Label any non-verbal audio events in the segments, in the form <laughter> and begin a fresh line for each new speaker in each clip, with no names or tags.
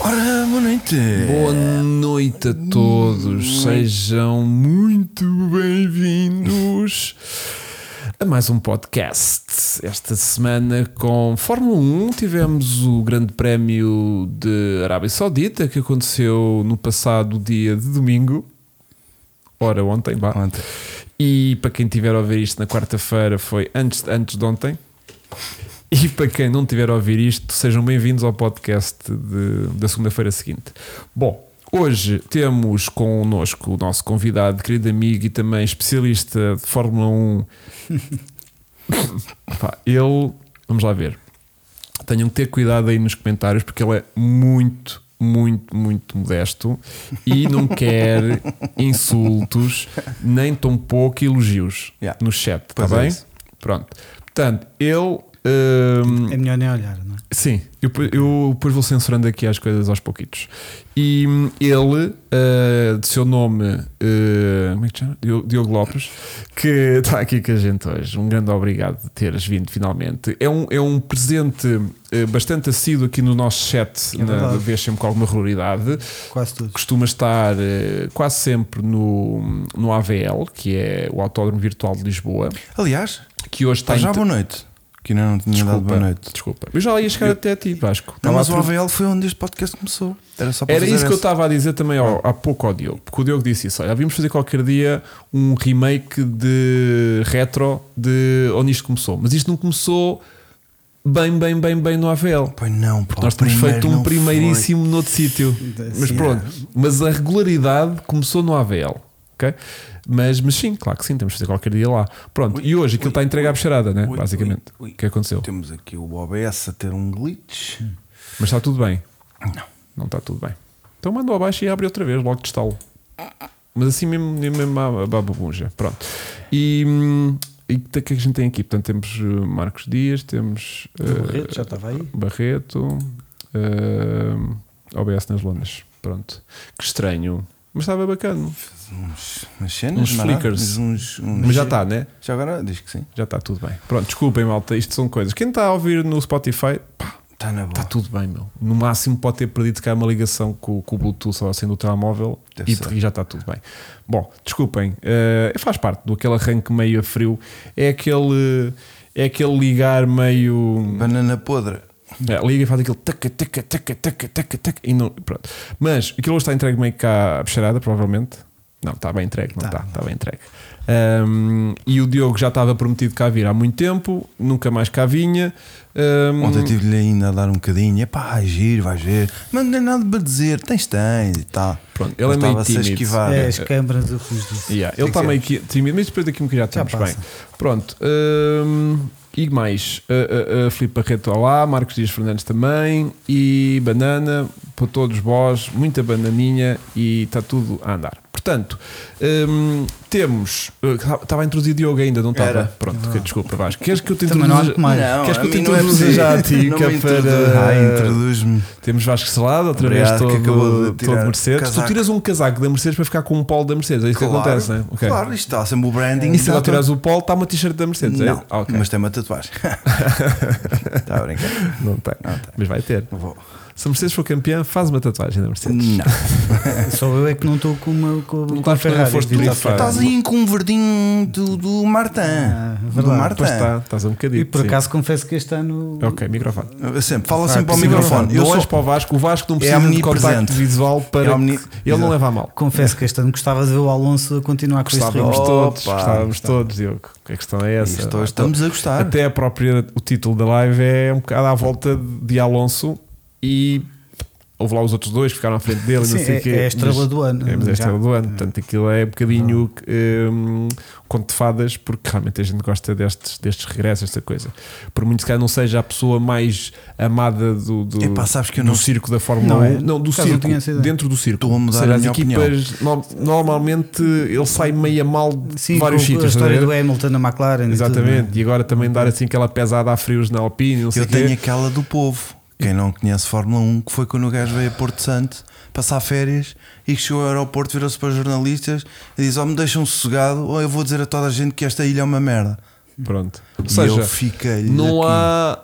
Ora, boa noite.
Boa noite a todos, sejam muito bem-vindos a mais um podcast. Esta semana com Fórmula 1 tivemos o Grande Prémio de Arábia Saudita que aconteceu no passado dia de domingo. Ora, ontem, vá.
Ontem.
E para quem tiver a ouvir isto na quarta-feira foi antes, antes de ontem. E para quem não tiver a ouvir isto, sejam bem-vindos ao podcast de- da segunda-feira seguinte. Bom, hoje temos connosco o nosso convidado, querido amigo e também especialista de Fórmula
<laughs>
1. Pá, ele, vamos lá ver. Tenham que ter cuidado aí nos comentários porque ele é muito, muito, muito modesto e
<laughs>
não quer insultos, nem tampouco elogios
Yeah.
no chat, está
Pois é
bem?
isso.
Pronto. Portanto, ele. hum,
É melhor nem olhar, não é?
Sim, eu, po- eu depois vou censurando aqui as coisas aos pouquitos. E hum, ele, ah, de seu nome, ah, como é que chama? Diogo Diogo Lopes, que está aqui com a gente hoje. Um grande obrigado de teres vindo finalmente. É um, é um presente ah, bastante assíduo aqui no nosso chat,
É
na,
verdade.
vês sempre com alguma regularidade
Quase tudo.
costuma estar eh, quase sempre no, no AVL, que é o Autódromo Virtual de Lisboa,
Aliás,
que hoje está
está já
inte-
boa noite. Que ainda não tinha dado boa noite.
Desculpa. Eu já ia chegar até a ti, Vasco.
Não,
Estava
mas o
a apro-
AVL foi onde este podcast começou. Era só para
Era
fazer
isso que eu
essa.
estava a dizer também ao- há pouco ao Diogo, porque o Diogo disse isso: olha, vimos fazer qualquer dia um remake de retro de onde isto começou, mas isto não começou bem, bem, bem, bem no AVL.
Pois não, pá.
Nós
o
temos
primeiro
feito
não
um
foi. é.
primeiríssimo
<laughs>
noutro sítio. Mas
Sim,
pronto, mas a regularidade começou no AVL, ok? Mas, mas sim, claro que sim, temos de fazer qualquer dia lá. Pronto, e hoje aquilo
ui,
está a entregar a bicharada, né?
ui,
Basicamente,
ui,
o
ui.
que aconteceu.
Temos aqui o OBS a ter um glitch.
Hum.
Mas está tudo bem,
Não.
não está tudo bem. Então manda abaixo e abre outra vez, logo de estalo. Mas assim mesmo, mesmo a babunja. Pronto. E hum, e o que é que a gente tem aqui? Portanto, temos eh, Marcos Dias, temos eh,
Barreto já estava aí.
Barreto, hum, OBS nas lonas. Pronto. Que estranho. Mas estava bacana.
Uns, umas cenas,
Uns
não era?
flickers.
Mas é. uns- uns-
Mas já está, né?
Já agora diz que sim.
Já está tudo bem. Pronto, desculpem, malta. Isto são coisas. Quem está a ouvir no Spotify, pá,
Está Tá na boa.
está Tá tudo bem, meu. No máximo pode ter perdido cá uma ligação com, com o Bluetooth ou assim do telemóvel
Deve
e,
ser.
e já está tudo bem. Bom, desculpem. eh, faz parte do aquele arranque meio a frio. É aquele. É aquele ligar meio.
Banana podre.
É, liga e faz aquele taca, taca, taca, taca, taca, taca, e não, pronto. Mas aquilo hoje está entregue meio cá à bicharada, provavelmente. Não, está bem entregue, não está,
Tá.
está bem entregue. Ahm, e o Diogo já estava prometido cá vir há muito tempo, nunca mais cá vinha. Ahm,
Ontem tive-lhe ainda a dar um bocadinho. Epá, vai giro, vai giro. Mas não tem nada para dizer. Tens, tens e tal.
Pronto, ele é meio
Estava-se a
tímido.
esquivar.
É as câmaras do que nos disse.
Yeah, ele
que
está
ser.
meio que tímido, mas depois daqui um bocadinho já
Já
estamos bem.
passa.
Pronto. hum, e mais? A, a, a Filipe Barreto, olá. Marcos Dias Fernandes também. E banana para todos vós. Muita bananinha e está tudo a andar. Portanto, hum, temos. Estava a introduzir Diogo ainda, não estava?
Era. Ah.
Pronto, que- desculpa, Vasco. Queres que eu te
Também não há
introduza?
muito mais.
Não,
Queres
a
que eu te
mim não é
introduza
preciso.
já a ti,
Não
que é
me
para-
introdu- Ah, introduz-me.
Temos Vasco Salado, outra vez
Obrigado,
todo,
que acabou de
todo
tirar
Mercedes. Tu
casaco.
tiras um casaco da Mercedes para ficar com um polo da Mercedes, é isso que acontece, não é? Ok.
Claro, isto está sempre o branding.
E se agora
está
tirares o polo, está uma t-shirt da Mercedes.
tudo- Não,
É? Ah, ok.
mas tem uma
<laughs>
tatuagem. Está a brincar.
não, tem.
Não tem.
Mas vai ter.
Não vou. tá-
Se a Mercedes for campeã, faz uma tatuagem da Mercedes.
Não.
Só eu é que não estou com uma com,
Claro
com a
que não
Ferrari.
foste
devia
tu,
estar a
Estás
Ferrari.
aí com um verdinho do, do Martin.
Ah,
do
verdade.
Martin.
Pois está, estás um bocadinho.
E por
sim.
acaso confesso que este ano.
Ok, microfone.
Sempre, fala sempre para o
Ah, Sim,
microfone. Eu
Não
sou,
olhes
É
para o Vasco. O Vasco não precisa de
omnipresente.
contacto visual para.
É omni-
que- Ele não
Exato.
leva a mal.
Confesso que este ano gostava de ver o Alonso a continuar com este
Gostávamos
ritmo.
todos.
Opa.
Gostávamos todos, Diogo. A questão é essa.
Isto hoje estamos a gostar.
Até a própria, o título da live é um bocado à volta de Alonso e houve lá os outros dois que ficaram à frente dele.
Sim,
não sei
é-
quê,
é a estrela
mas-
do ano,
É, mas é a
já.
estrela do ano. Portanto, aquilo é um bocadinho um, conto de fadas, porque realmente a gente gosta destes, destes regressos, esta coisa. Por muito que calhar não seja a pessoa mais amada do, do,
Epá, sabes que eu
do
não-
circo da Fórmula
Não
1.
é?
Não, do
Por acaso não
circo.
tinha essa ideia.
dentro do circo.
Estou a mudar
Ou seja,
a
as
minha
equipas, no- normalmente ele sai meio a mal de
Sim,
vários
com
sítios.
a
estás a
história
ver?
do Hamilton na McLaren. e tudo, é? né?
Exatamente, e agora também dar assim aquela pesada a frios na Alpine, não sei
eu
o quê.
tenho é aquela do povo. Quem não conhece Fórmula 1, que foi quando o gajo veio a Porto Santo passar férias e que chegou ao aeroporto, virou-se para os jornalistas e diz: Ou me deixam sossegado, ou eu vou dizer a toda a gente que esta ilha é uma merda.
Pronto. Ou
e eu
seja,
fiquei.
não há.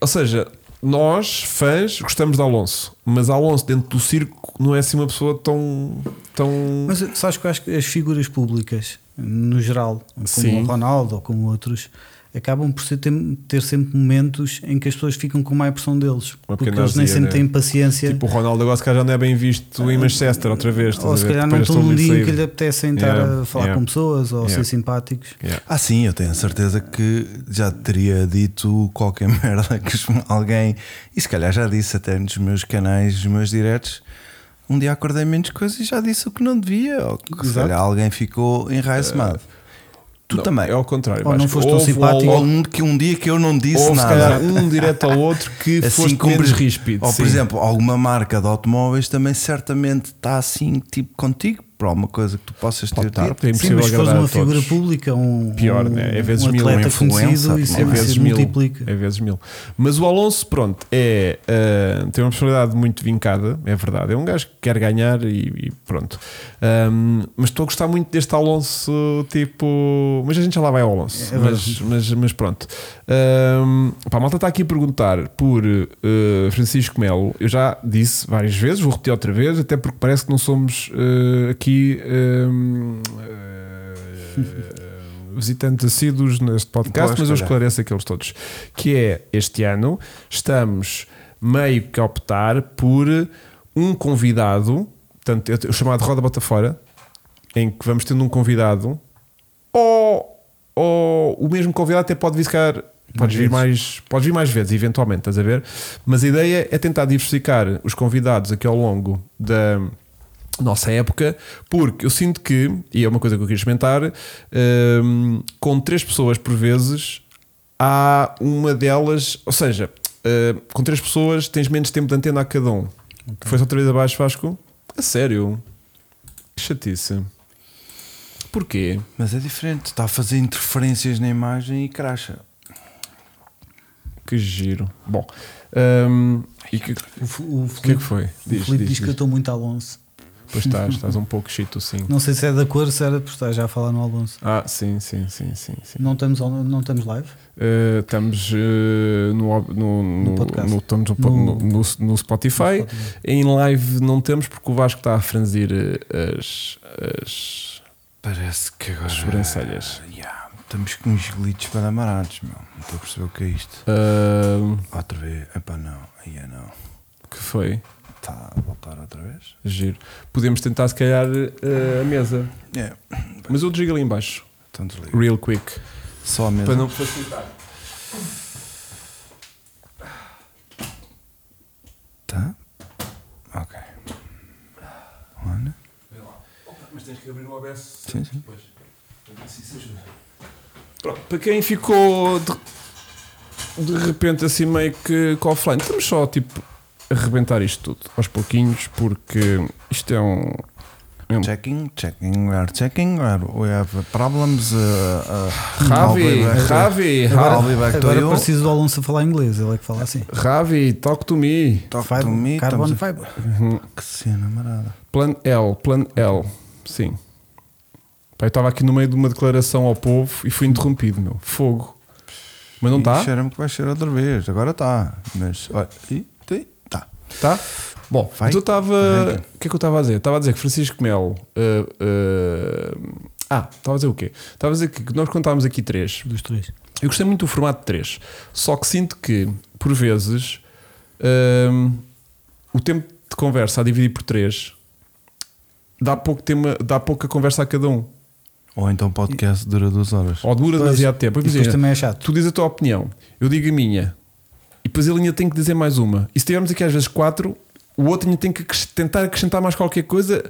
Ou seja, nós, fãs, gostamos de Alonso, mas Alonso dentro do circo não é assim uma pessoa tão. tão...
Mas sabes que eu acho que as figuras públicas, no geral, como
Sim.
o Ronaldo ou como outros, acabam por ser- ter, ter sempre momentos em que as pessoas ficam com má impressão deles. Porque
pequena
eles nem
azia,
sempre
né?
têm paciência.
Tipo, o Ronaldo agora se calhar já não é bem visto em Manchester outra vez. estás
eh, ou
a
se
ver?
calhar não
Depois
estão num
eles
dia em
livres
que
de
lhe
sair.
apetece entrar
Yeah,
a falar
yeah.
com pessoas ou
Yeah.
ser simpáticos.
Yeah.
Ah, sim, eu tenho a certeza que já teria dito qualquer <laughs> merda que os- alguém, e se calhar já disse até nos meus canais, nos meus diretos. Um dia acordei menos coisas e já disse o que não devia. Ou que se
Exato.
calhar alguém ficou enraizado. tu
Não,
também.
É ao contrário.
Ou
Vasco.
não foste tão
Houve um-
simpático.
Ou um, que um dia que eu não disse
Houve se
nada. Assim
calhar um direto ao outro
<laughs>
que
Assim,
foste
como,
menos
por-
ríspido.
Ou, por
sim.
exemplo, alguma marca de automóveis também certamente está assim, tipo contigo, para alguma coisa que tu possas ter tipo.
Pode estar,
dito.
é
Sim,
impossível
mas se fores
agradar a
uma
todos.
figura pública, um,
Pior, né? É vezes
um
mil, um
atleta
influencer,
conhecido, isso
não é?
é
Sim,
vezes
se
mil.
multiplica.
É vezes mil. Mas o Alonso, pronto, é, ah, tem uma personalidade muito vincada, é verdade. É um gajo que quer ganhar e, e pronto. Ahm, mas estou a gostar muito deste Alonso, tipo. Mas a gente já lá vai ao Alonso.
É
mas, mas, mas pronto. Ahm, pá, a malta está aqui a perguntar por ah, Francisco Melo. Eu já disse várias vezes, vou repetir outra vez, até porque parece que não somos ah, aqui. ahm, ah, <laughs> Visitantes assíduos neste podcast,
Pois,
mas eu
pois é.
esclareço aqueles todos. Que é este ano, estamos meio que a optar por um convidado, portanto, eu- o chamado Roda Bota Fora, em que vamos tendo um convidado, ou, ou o mesmo convidado até pode vir, se calhar, podes vir,
vezes.
mais, podes vir mais vezes, eventualmente, estás a ver? Mas a ideia é tentar diversificar os convidados aqui ao longo da nossa época, porque eu sinto que, e é uma coisa que eu queria experimentar, hum, com três pessoas por vezes, há uma delas, ou seja, hum, com três pessoas tens menos tempo de antena a cada um. Foi só três abaixo, Vasco? A sério? Que chatice. Porquê?
Mas é diferente, está a fazer interferências na imagem e cracha.
Que giro. Bom, hum, e que, o
O, F- o
que é que
Filipe,
foi?
o Filipe diz, que eu estou muito Alonso.
Pois estás, estás um pouco chito, sim.
<laughs> Não sei se é da cor, se era por estar já a falar no Alonso.
Ah, sim, sim, sim, sim. sim.
Não estamos, ao- não estamos live?
Uh, estamos uh, no, ob- no, no-
podcast.
no- estamos no, po-
No-
no- no- no Spotify. Em live não temos porque o Vasco está a franzir uh, as, as
Parece que agora.
sobrancelhas.
Ya, estamos com uns glitches para amarados, meu. Não estou a perceber o que é isto.
Uh,
Outra vez. Epá, não. Aí é não.
que foi?
Está a voltar outra vez?
Giro. Podemos tentar, se calhar, uh, a mesa.
É.
Mas eu desligo ali embaixo.
Então desliga.
Real quick.
Só mesmo.
Para não facilitar.
Tá? Ok. Olha.
Mas tens que abrir o OBS
Sim, sim.
depois. Pronto, para quem ficou de, de repente assim meio que com offline, estamos só tipo a arrebentar isto tudo aos pouquinhos porque isto é um.
Checking, checking, we are checking. We, are, we have problems. Uh, uh, I'll
Ravi,
be back-
Ravi,
I'll
Ravi,
be back to
Agora
you.
preciso do Alonso a falar inglês, ele é que fala assim.
Ravi, talk to me.
Talk
Fiber-
to me.
carbon
Estamos
fiber.
a- Que cena marada.
Plano L, plano L, sim. Pá, eu estava aqui no meio de uma declaração ao povo e fui interrompido, meu. Fogo. Mas não tá? está?
Cheira-me que vai ser outra vez. Agora está. Mas. Olha. e- e- Tá.
Tá? Bom,
Vai.
então eu estava.
Vai, então.
O que é que eu estava a dizer? Estava a dizer que Francisco Melo. ah, ah, ah, estava a dizer o quê? Estava a dizer que nós contávamos aqui três.
Dos três.
Eu gostei muito do formato de três. Só que sinto que, por vezes, ah, o tempo de conversa a dividir por três dá, pouco tema, dá pouca conversa a cada um.
Ou então podcast dura duas horas.
Ou dura
Pois.
demasiado tempo.
E
Pois
depois
é,
também é chato.
Tu dizes a tua opinião, eu digo a minha, e depois ele ainda tem que dizer mais uma. E se tivermos aqui às vezes quatro, o outro ainda tem que acres- tentar acrescentar mais qualquer coisa,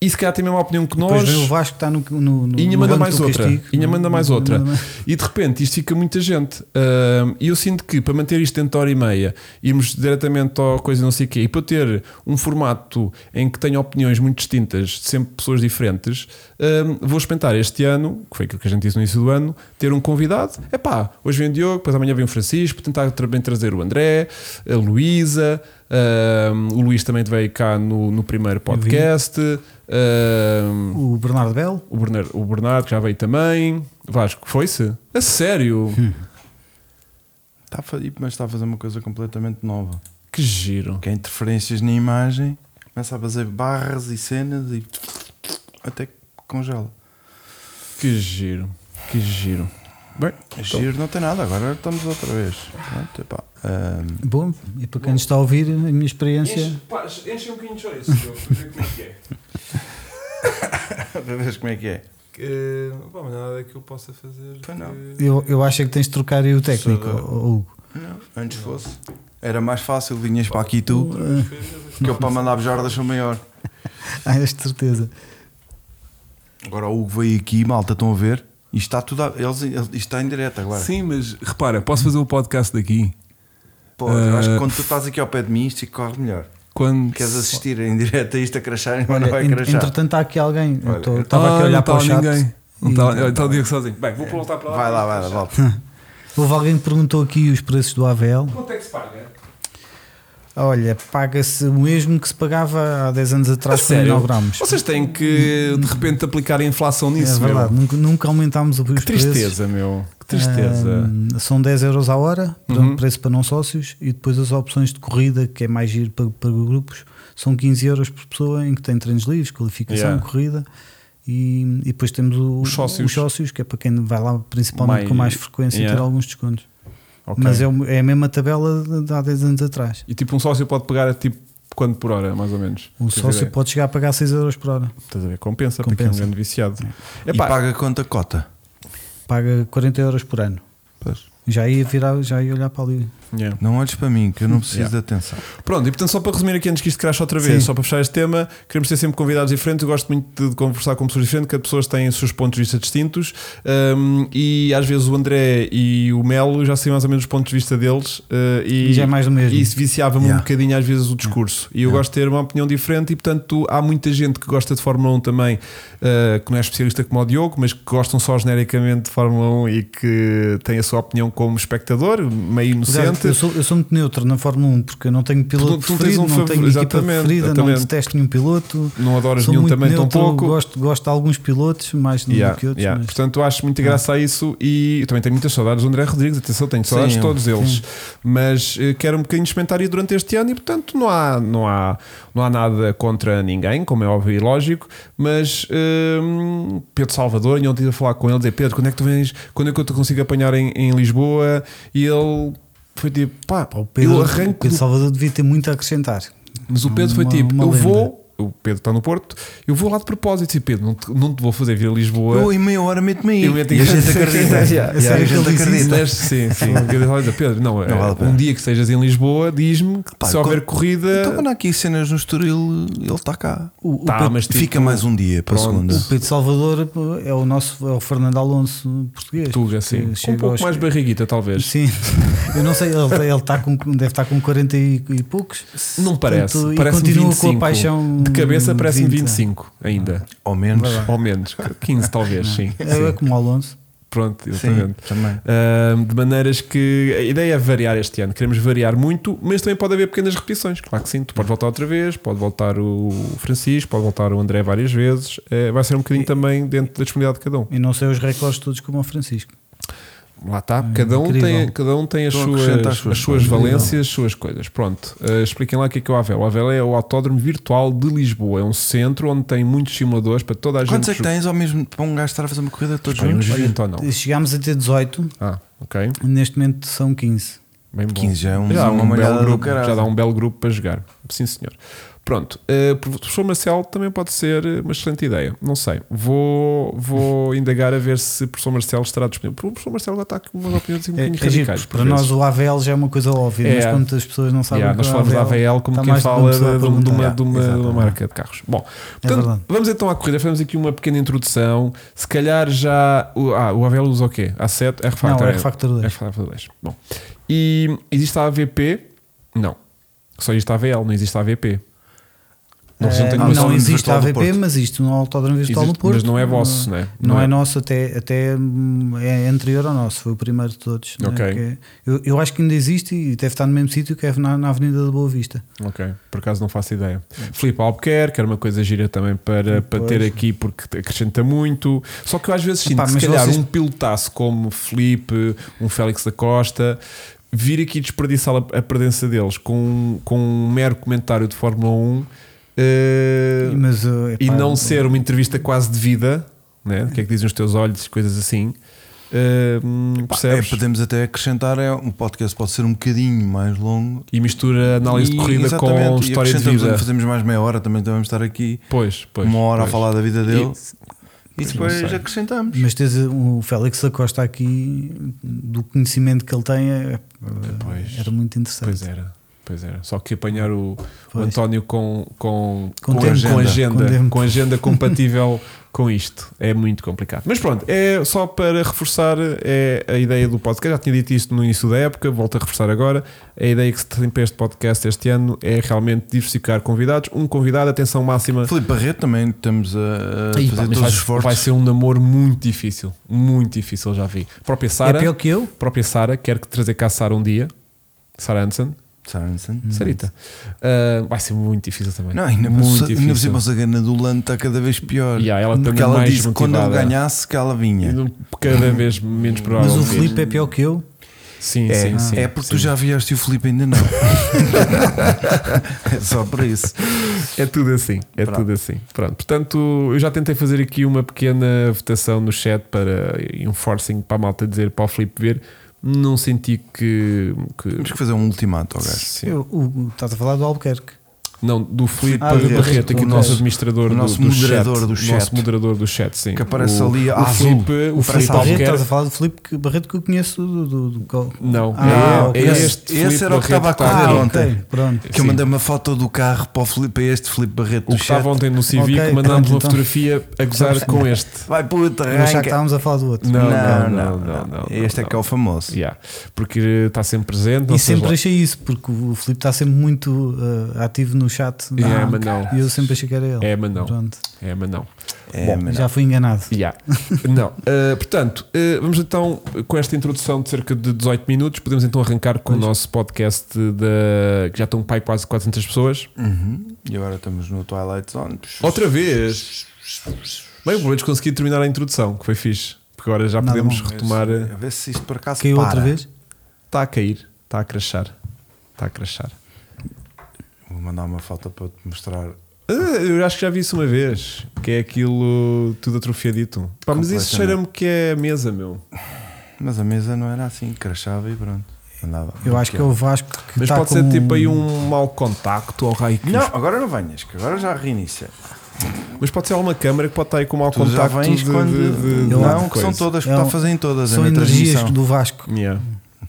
e se calhar tem a mesma opinião que
Depois
nós,
vem o Vasco que está no, no, no
e ainda
no
manda
banco
mais
do
outra.
castigo. é?
E ainda manda mais outra.
manda mais.
E de repente isto fica muita gente. Ahm, E eu sinto que para manter isto dentro de hora e meia, irmos diretamente ao coisa não sei o quê, e para ter um formato em que tenha opiniões muito distintas, de sempre pessoas diferentes, ahm, vou experimentar este ano, que foi aquilo que a gente disse no início do ano, ter um convidado. É pá, hoje vem o Diogo, depois amanhã vem o Francisco, tentar também trazer o André, a Luísa. ahm, o Luís também veio cá no, no primeiro
Eu vi.
podcast. ahm,
O Bernardo Belo.
o Bernardo,
<laughs>
o Bernardo que já veio também. Vasco, foi-se? A sério?
Tá a fa- e- mas está a fazer uma coisa completamente nova.
Que giro.
Que é interferências na imagem, começa a fazer barras e cenas e até que congela.
Que giro. Que giro. Bem,
É
então,
Giro não tem nada, agora estamos outra vez. Pronto, epá, hum. ahm,
Bom, e para quem nos está a ouvir, a minha experiência.
enche um bocadinho de chouriço, para ver como é que é.
para veres como é que é.
Que, pá, mas não há nada que eu possa fazer.
Pois não.
que-
Eu, eu acho é que tens de trocar aí o técnico,
Sabe-
ó- ó Hugo. <laughs>
Não, antes fosse. Era mais fácil, vinhas para aqui tu, que eu para mandar bejardas sou maior.
Ah, és de certeza.
Agora o Hugo veio aqui, malta, estão a ver? Isto está tudo. A, eles, eles- isto está em direto agora.
Sim, mas repara, posso fazer um podcast daqui?
Pô, eu acho que
Eh,
quando tu estás aqui ao pé de mim, isto corre melhor.
Quando
Queres assistir em direto a isto a crachar ou
Olha,
não vai
en-
crachar?
entretanto, há aqui alguém. Eu
Olha,
tô-
eu-
Estava aqui a
Ah,
olhar
não
para o
está
chat.
ninguém. Não
e-
tá,
está- olha, Está o Diego sozinho. Bem, vou voltar para lá.
tá. É. Vai lá, vai lá, volta.
Houve alguém que perguntou aqui os preços do AVL.
Quanto é que se paga?
Olha, paga-se o mesmo que se pagava há 10 anos
A
atrás quando
sério?
inaugurámos.
Vocês têm que de repente aplicar a inflação nisso,
é verdade,
meu.
nunca, nunca aumentámos o
Que tristeza, meu. Que tristeza. Uhum.
são 10 euros a hora, para um preço para não sócios, e depois as opções de corrida, que é mais giro para, para grupos, são 15 euros por pessoa, em que tem treinos livres, qualificação,
Yeah.
corrida. E, e depois temos o-
Os sócios.
os sócios, que é para quem vai lá principalmente
Mais-
com mais frequência e ter
yeah.
alguns descontos.
Ok.
Mas é, o- é a mesma tabela de de há 10 anos atrás.
E tipo, um sócio pode pagar tipo quanto por hora, mais ou menos?
Um
Tens
sócio
ideia?
pode chegar a pagar 6 euros por hora.
Estás a ver? Compensa, porque é um
Compensa. É.
grande viciado.
E
Epá,
paga quanto a cota?
Paga 40 euros por ano.
Pois.
Já ia virar, já ia olhar para ali.
yeah.
Não olhes para mim, que eu não preciso
Yeah.
de atenção.
Pronto, e portanto, só para resumir aqui antes que isto crache outra vez,
Sim.
só para fechar este tema, queremos ter sempre convidados diferentes. Eu gosto muito de conversar com pessoas diferentes, que as pessoas têm os seus pontos de vista distintos. Um, e às vezes o André e o Melo já sei mais ou menos os pontos de vista deles. uh, e,
E já é mais do mesmo.
E isso viciava-me
Yeah.
um bocadinho às vezes o discurso. E eu gosto de ter uma opinião diferente. E portanto, há muita gente que gosta de Fórmula 1 também, uh, que não é especialista como o Diogo, mas que gostam só genericamente de Fórmula 1 e que têm a sua opinião como espectador, meio inocente.
Eu sou, eu sou muito neutro na Fórmula 1 porque eu não tenho piloto
Tu- tu tens
preferido,
um
não tenho
favor-
equipa
exatamente,
preferida,
exatamente.
não detesto nenhum piloto.
Não adoras
Sou
nenhum
muito
também,
neutro,
tampouco.
Gosto, gosto de alguns pilotos mais do
Yeah,
que outros.
yeah.
mas-
Portanto, eu acho muita graça a isso e eu também tenho muitas saudades do André Rodrigues. Atenção, tenho saudades de
Sim,
todos eles, mas eh, quero um bocadinho de comentário durante este ano e, portanto, não há, não há, não há nada contra ninguém, como é óbvio e lógico. Mas hum, Pedro Salvador, e ontem ia falar com ele, dizer Pedro, quando é que tu vens, quando é que eu te consigo apanhar em, em Lisboa? E ele foi tipo, pá,
Pá, o Pedro,
eu
o
arranco
Pedro Salvador devia ter muito a acrescentar.
mas o Pedro foi
Uma-
tipo:
uma
Eu
lenda.
vou. O Pedro está no Porto, eu vou lá de propósito. E Pedro, não te, não te vou fazer vir a Lisboa.
Eu em meia hora meto-me aí.
Eu meto
E a gente acredita.
<laughs> Yeah,
E <laughs> a
sério que
gente
ele diz
acredita.
Mas,
<laughs>
sim, sim. Pedro, olha, Pedro, não, é,
vale a pena.
um dia que estejas em Lisboa, diz-me que
Pá,
se houver
co-
corrida.
Então, quando há aqui cenas no Estoril, ele está cá.
O, o
Tá,
Pedro,
mas tipo,
Fica mais um dia para a
pronto.
segunda.
o Pedro Salvador pô, é o nosso é o Fernando Alonso português.
Tuga,
porque
sim. Com um
chega
pouco
aos-
mais barriguita, talvez.
Sim, <laughs> eu não sei, ele, tá, ele está com, deve estar com 40 e, e poucos.
Não parece.
Portanto, e
parece
continua com a
25.
paixão
De cabeça parece-me
20.
25 ainda.
Ao menos.
Ou menos. 15, talvez, sim.
É, é
Sim.
como o Alonso.
Pronto,
Sim,
exatamente.
também.
Ahm, de maneiras que a ideia é variar este ano. Queremos variar muito, mas também pode haver pequenas repetições. Claro que sim, tu podes voltar outra vez, pode voltar o Francisco, pode voltar o André várias vezes. Eh, vai ser um bocadinho também dentro da disponibilidade de cada um.
E não sei os recordes todos como o Francisco.
Lá está, cada um,
incrível.
tem, cada um tem as
Estão É a
suas,
acrescentar as
as suas,
suas
coisas.
valências, as suas coisas. Pronto, Eh, expliquem lá o que é que é o Avel. O Avel é o Autódromo Virtual de Lisboa. É um centro onde tem muitos simuladores para toda a
Quantos é
gente.
que tens ao mesmo para um gajo estar a fazer uma corrida todos
Bem, uns
juntos?
20 ou então não?
Chegámos a ter 18,
Ah, ok.
neste momento são 15.
Bem bom.
15 já é um-
já dá
uma
um
malhada
belo
do
grupo,
caralho.
já dá um belo grupo para jogar. Sim, senhor. Pronto, eh, professor Marcelo também pode ser uma excelente ideia. Não sei, vou, vou <laughs> indagar a ver se o professor Marcelo estará disponível. O professor Marcelo já está com umas opiniões um
É,
bocadinho
é giro,
radicais.
porque para nós o AVL já é uma coisa óbvia,
É.
mas quando as pessoas não sabem
Yeah,
o
nós
que é o
falamos da AVL como
está
quem
mais do que uma
fala de, um,
pessoa a
de uma, de, uma,
perguntar.
de uma
Exatamente.
marca de carros. Bom, portanto,
É verdade.
vamos então à corrida. Fazemos aqui uma pequena introdução. Se calhar já. o- Ah, o AVL usa o quê? A7, R-Factor.
Não,
é?
R-Factor 2.
R-Factor 2. Bom, e existe a AVP? Não. Só existe a AVL, não existe a AVP. Não, vocês não têm
Eh,
noção
não
do
existe
virtual
a
do
AVP,
Porto.
mas isto no Autódromo Virtual
Existe,
do Porto.
mas não é vosso, né?
Não,
Não
é,
é.
nosso, até, até hum, é anterior ao nosso, foi o primeiro de todos. né,
Ok.
que é- eu, eu acho que ainda existe e deve estar no mesmo sítio que é na, na Avenida da Boa Vista.
Ok, por acaso não faço ideia. Filipe Albuquerque, era uma coisa gira também para, para ter aqui, porque acrescenta muito. Só que eu às vezes sinto
Epá,
que se um
mas
calhar
vocês-
um pilotaço como Filipe, um Félix da Costa, vir aqui desperdiçar a, a presença deles com, um- com um mero comentário de Fórmula 1 eh,
Mas, eh,
e
epá,
não ser uma entrevista quase de vida, né? o que é que dizem os teus olhos, coisas assim. eh,
Pá, É,
percebes?
podemos até acrescentar, é, um podcast pode ser um bocadinho mais longo.
e mistura análise de
E-
corrida
exatamente,
com
e
história de
acrescentamos,
vida.
Fazemos mais meia hora, também devemos estar aqui
Pois, pois.
uma hora
pois.
a falar da vida dele e,
pois, não
depois
sei.
acrescentamos.
Mas tens eh, o Félix da Costa aqui, do conhecimento que ele tem, é, é,
Pois.
era muito interessante. É
Pois é. era, pois era. Só que apanhar o, o
Pois.
António com, com,
Com
com,
tempo.
agenda, com
Com
agenda,
tempo.
com agenda compatível <laughs> com isto. É muito complicado. Mas pronto, é só para reforçar é, a ideia do podcast. Já tinha dito isto no início da época, volto a reforçar agora. A ideia que se tem para este podcast este ano é realmente diversificar convidados. Um convidado, atenção máxima.
Filipe Barreto também estamos a, a
Ih,
fazer
pá, mas
todos
vai,
os esforços.
vai ser um namoro muito difícil, muito difícil, já vi. A própria
É
Sara,
pior que eu?
a própria Sara, quero que trazer cá a Sara um dia, Sara Hansen,
Sorensen.
Sarita. Ah, vai ser muito difícil também.
Não, ainda por
muito
cima- ainda por cima a Zagana do Lano está cada vez pior.
Yeah, ela
porque
também
ela
mais
disse que quando ele
motivada.
ganhasse que ela vinha.
Cada vez menos provável.
Mas o
de vir.
Felipe é pior que eu?
Sim,
É,
sim, sim.
é porque
sim.
tu já vieste e o Filipe ainda não. <laughs> é só por isso.
É tudo assim. É
Pronto.
tudo assim. Pronto. Portanto, eu já tentei fazer aqui uma pequena votação no chat para e um forcing para a malta dizer para o Felipe ver. Não senti que. que-
Temos que fazer um ultimato ao gajo.
Sim.
eu o- estás a falar do Albuquerque.
Não, do Filipe
Ah, do
Barreto, aqui
é, o
do nosso
nosso-
administrador
o
do-
nosso
do,
moderador
chat,
do
O nosso
chat.
moderador do chat, sim.
Que aparece
O-
ali
o
azul.
Felipe, o
Parece
Felipe
azul.
Albuquerque.
Estás a falar do Felipe que- Barreto que eu conheço do. do, do co-
Não,
Ah,
é-
ok.
é,
Esse-
este um
esse
Filipe
era o que estava a
Barreto
correr
está
Ah,
aqui.
ontem.
ok, pronto.
Que eu mandei uma foto do carro para, o Filipe, para este Filipe Barreto
O
do
que estava
chat.
ontem no Civic,
Ok,
mandámos
pronto,
uma
então.
fotografia a gozar com este.
Vai puta,
Eu achava que
arranca.
estávamos a falar do outro.
Não, não,
não,
não, não,
Este é
não.
que é o famoso.
Yeah. Porque eh, está sempre presente. é não
E
sei
sempre
lá.
achei isso, porque o Felipe está sempre muito ah, ativo no chat.
É,
Não,
mas não.
E eu sempre achei que era ele.
É, mas não.
Pronto.
É, mas não.
É,
Bom,
mas não.
Já fui enganado.
Yeah. <laughs> não. Eh, portanto, eh, vamos então, com esta introdução de cerca de 18 minutos, podemos então arrancar com o nosso podcast da, que já estão pai quase 400 pessoas.
Uhum. E agora estamos no Twilight Zone.
Outra vez! Bem, pelo menos consegui terminar a introdução, que foi fixe. Porque agora já
Nada
podemos
mal. é
retomar. eh,
A ver se isto por acaso
Caiu
para.
outra vez?
Está Tá a cair, está a crachar. Está a crachar.
Vou mandar uma foto para te mostrar.
Ah, Eu acho que já vi isso uma vez, que é aquilo tudo atrofiadito. Pá, mas isso
Completamente.
cheira-me que é mesa, meu.
Mas a mesa não era assim, crachava e pronto. Andava.
Eu acho que é o Vasco que
Mas
está
pode
como
ser tipo aí um mau contacto ou raio que-
Não, agora não venhas, que agora já reinicia.
Mas pode ser alguma câmara que pode estar aí com um mau
Tu já
contacto.
vens
de- de-
quando.
de- de-
não,
de
que são
coisa.
todas,
É
está
um-
a fazer em todas. é
São
na
energias
transmissão.
do Vasco que
Yeah.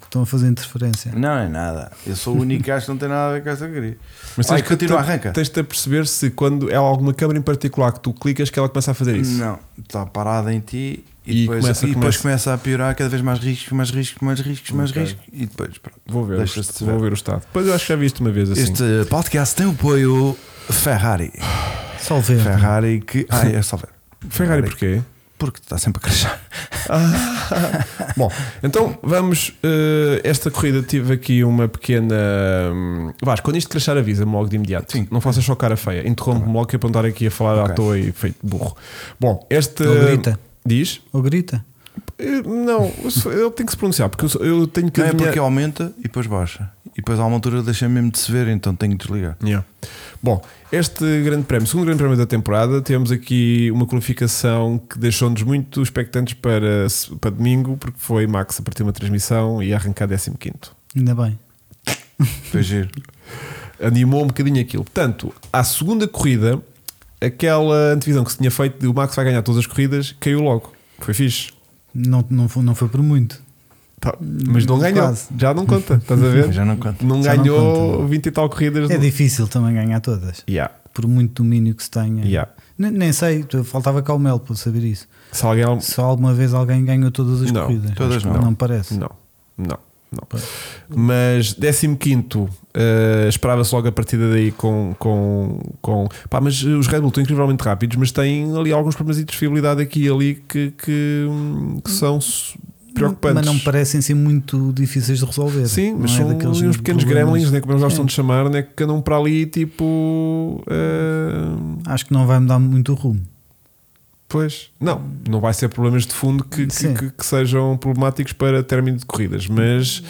estão a fazer interferência.
Não é nada. Eu sou o único gajo que não tem nada a ver com essa categoria.
Mas
Ai,
tens, que
continua,
te-
arranca.
tens de te perceber se quando é alguma câmara em particular que tu clicas que ela começa a fazer isso.
Não, está parada em ti e,
E
depois,
começa-
e depois
começa.
começa. a piorar cada vez mais riscos, mais riscos, mais riscos, mais
Ok.
riscos e depois pronto.
Vou ver, o-
Deixa-se
vou
ver.
ver o estado. Depois eu acho que já vi isto uma vez assim.
Este eh, podcast tem o apoio Ferrari.
Só ver.
Ferrari que. Ah, é só ver.
Ferrari porquê?
Porque está sempre a crachar.
Bom, então vamos. eh, esta corrida tive aqui uma pequena. hum, Vasco, quando isto crachar, avisa-me logo de imediato.
Sim. Tá
Não faças só cara feia. Interrompe-me logo que é para não estar aqui a falar à
Ok.
toa e feito burro. Bom, este.
Ele grita.
Diz?
Ou grita?
Eh, Não, eu sou- ele tem que se pronunciar, porque eu, sou- eu tenho que.
Não é
adivinhar-
porque aumenta e depois baixa. E depois a uma altura deixa mesmo de se ver, então tenho que desligar.
Yeah. Bom, este grande prémio, segundo grande prémio da temporada, temos aqui uma qualificação que deixou-nos muito expectantes para, para domingo, porque foi Max a partir de uma transmissão e a arrancar 15.
Ainda bem.
<laughs>
Foi giro.
animou um bocadinho aquilo. Portanto, à segunda corrida, aquela antevisão que se tinha feito de o Max vai ganhar todas as corridas caiu logo. Foi fixe.
Não, não, foi, não foi por muito.
Tá, Mas não
Hum,
ganhou.
quase.
Já não conta, estás Tá a ver?
<laughs> Já não conta.
Não
Já não
ganhou
conta.
20 e tal corridas.
É
no-
difícil também ganhar todas.
Yeah,
Por muito domínio que se tenha.
yeah.
Ne- Nem, sei, faltava cá o Mel para saber isso.
Se alguém.
Se alguma vez alguém ganhou todas as
Não,
corridas.
todas
Acho que
não.
Não parece.
Não, não, não. Mas 15, eh, esperava-se logo a partida daí com. com, com... Pá, mas os Red Bull estão incrivelmente rápidos, mas têm ali alguns problemas de fiabilidade aqui e ali que, que, que são su- preocupantes.
Mas não parecem ser muito difíceis de resolver.
Sim, mas
Não
são
é daqueles
ali uns pequenos
problemas- É.
gremlins, né, como eles gostam de chamar, né, que andam para ali tipo. eh,
Acho que não vai mudar muito o rumo.
pois, não, não vai ser problemas de fundo que, que-
Sim.
que- que sejam problemáticos para término de corridas, mas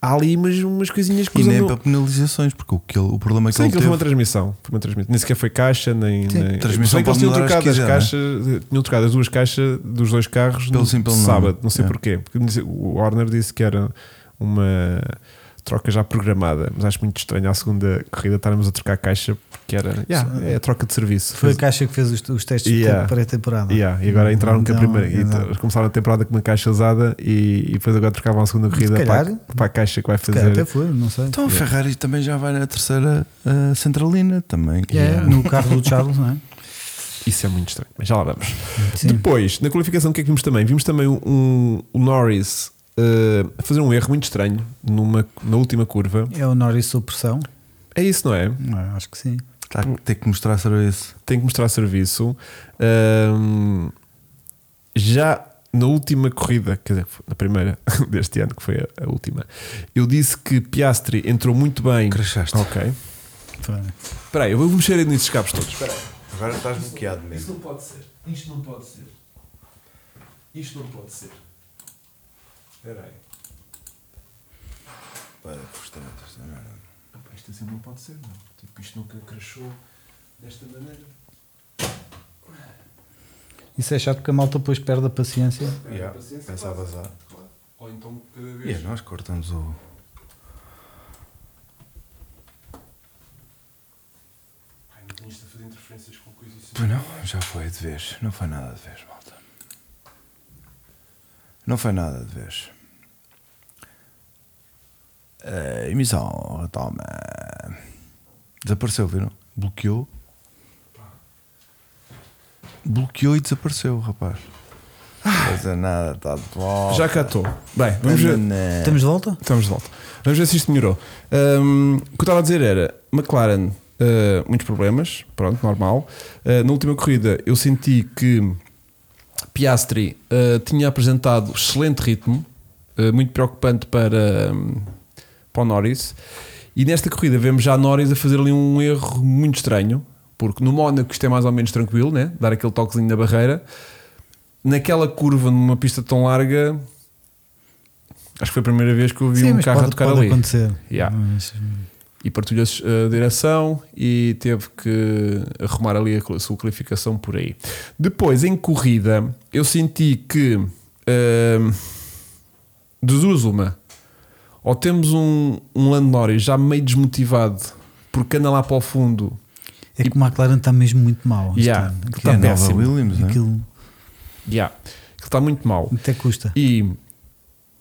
há ali umas, umas coisinhas que
E
os
nem é
andam-
para penalizações, porque o, que ele- o problema que
Sim,
ele
aquilo foi uma
teve.
transmissão. Foi uma transmissão. Nem sequer foi caixa, nem.
então Sim.
nem...
Transmissão
Sei que
pode
eles tinham
mudar as que
trocado as
quiser,
caixas, eh, tinham trocado as duas caixas dos dois carros
é? Pelo
no
sim, pelo não.
sábado, não sei
É.
porquê. Porque disse- o Horner disse que era uma troca já programada, mas acho muito estranho à segunda corrida estarmos a trocar caixa porque era. Yeah, é a troca de serviço.
Foi a
Fez-
caixa que fez os, os testes de
Yeah.
pré-temporada.
Yeah, e agora entraram com a
Então,
primeira. e
exato.
t- começaram a temporada com uma caixa usada e, e depois agora trocavam a segunda corrida para,
calhar.
a- para a caixa que vai
Se calhar
fazer.
até foi, não sei.
Então a Ferrari também já vai na terceira ah, centralina também.
É, No carro do
<laughs>
Charles, não é?
Isso é muito estranho, mas já lá vamos.
Sim.
Depois, na qualificação, o que é que vimos também? Vimos também um, um- o Norris uh, a fazer um erro muito estranho numa, na última curva.
É o Norris sob pressão?
É isso, não é?
Ah, Acho que sim.
Está a ter Tá, que mostrar serviço.
Tem que mostrar serviço. Um, já na última corrida, quer dizer, na primeira <laughs> deste ano, que foi a, a última, eu disse que Piastri entrou muito bem.
Cresceste.
Ok.
Foi.
Espera aí, eu vou mexer aí nesses escapes todos. Espera aí.
Agora estás bloqueado
Isto não pode ser. Isto não pode ser. Isto não pode ser. Espera aí. Opa, Isto assim não pode ser, não. Tipo, isto nunca crashou desta maneira.
Isso é chato porque a malta depois perde a paciência.
Yeah,
Paciência,
começa a
quase.
vazar.
Claro. Ou então cada
E
vez.
é, nós cortamos o.
Ai, não tinhas de fazer interferências com coisas assim.
Pois não, já foi de vez. Não foi nada de vez, malta. Não foi nada de vez. A Eh, emissão retoma. Desapareceu, viram? Bloqueou. Bloqueou e desapareceu, rapaz. Não Não faz nada, está de volta.
Já cá estou. Bem, vamos ver.
Nananã.
Estamos de volta?
Estamos de volta. Vamos ver se isto melhorou. Hum, o que eu estava a dizer era: McLaren, eh, muitos problemas, pronto, normal. Eh, na última corrida, eu senti que Piastri eh, tinha apresentado excelente ritmo, eh, muito preocupante para, hum, para o Norris. E nesta corrida, vemos já Norris a fazer ali um erro muito estranho, porque no Mónaco isto é mais ou menos tranquilo, né? dar aquele toquezinho na barreira. Naquela curva, numa pista tão larga, acho que foi a primeira vez que eu vi
sim,
um
mas
carro a
pode,
tocar
pode
ali.
acontecer.
Yeah.
Mas, hum,
E partilhou a direção e teve que arrumar ali a sua qualificação por aí. Depois, em corrida, eu senti que hum, de duas uma. Ou temos um, um Lando Norris já meio desmotivado porque anda lá para o fundo.
é que o McLaren está mesmo muito mal. este
Yeah,
ano.
que
É
tá
a
Aquilo-
nova
péssimo.
Williams, né?
Aquilo
Yeah, que está muito mal.
até custa.
E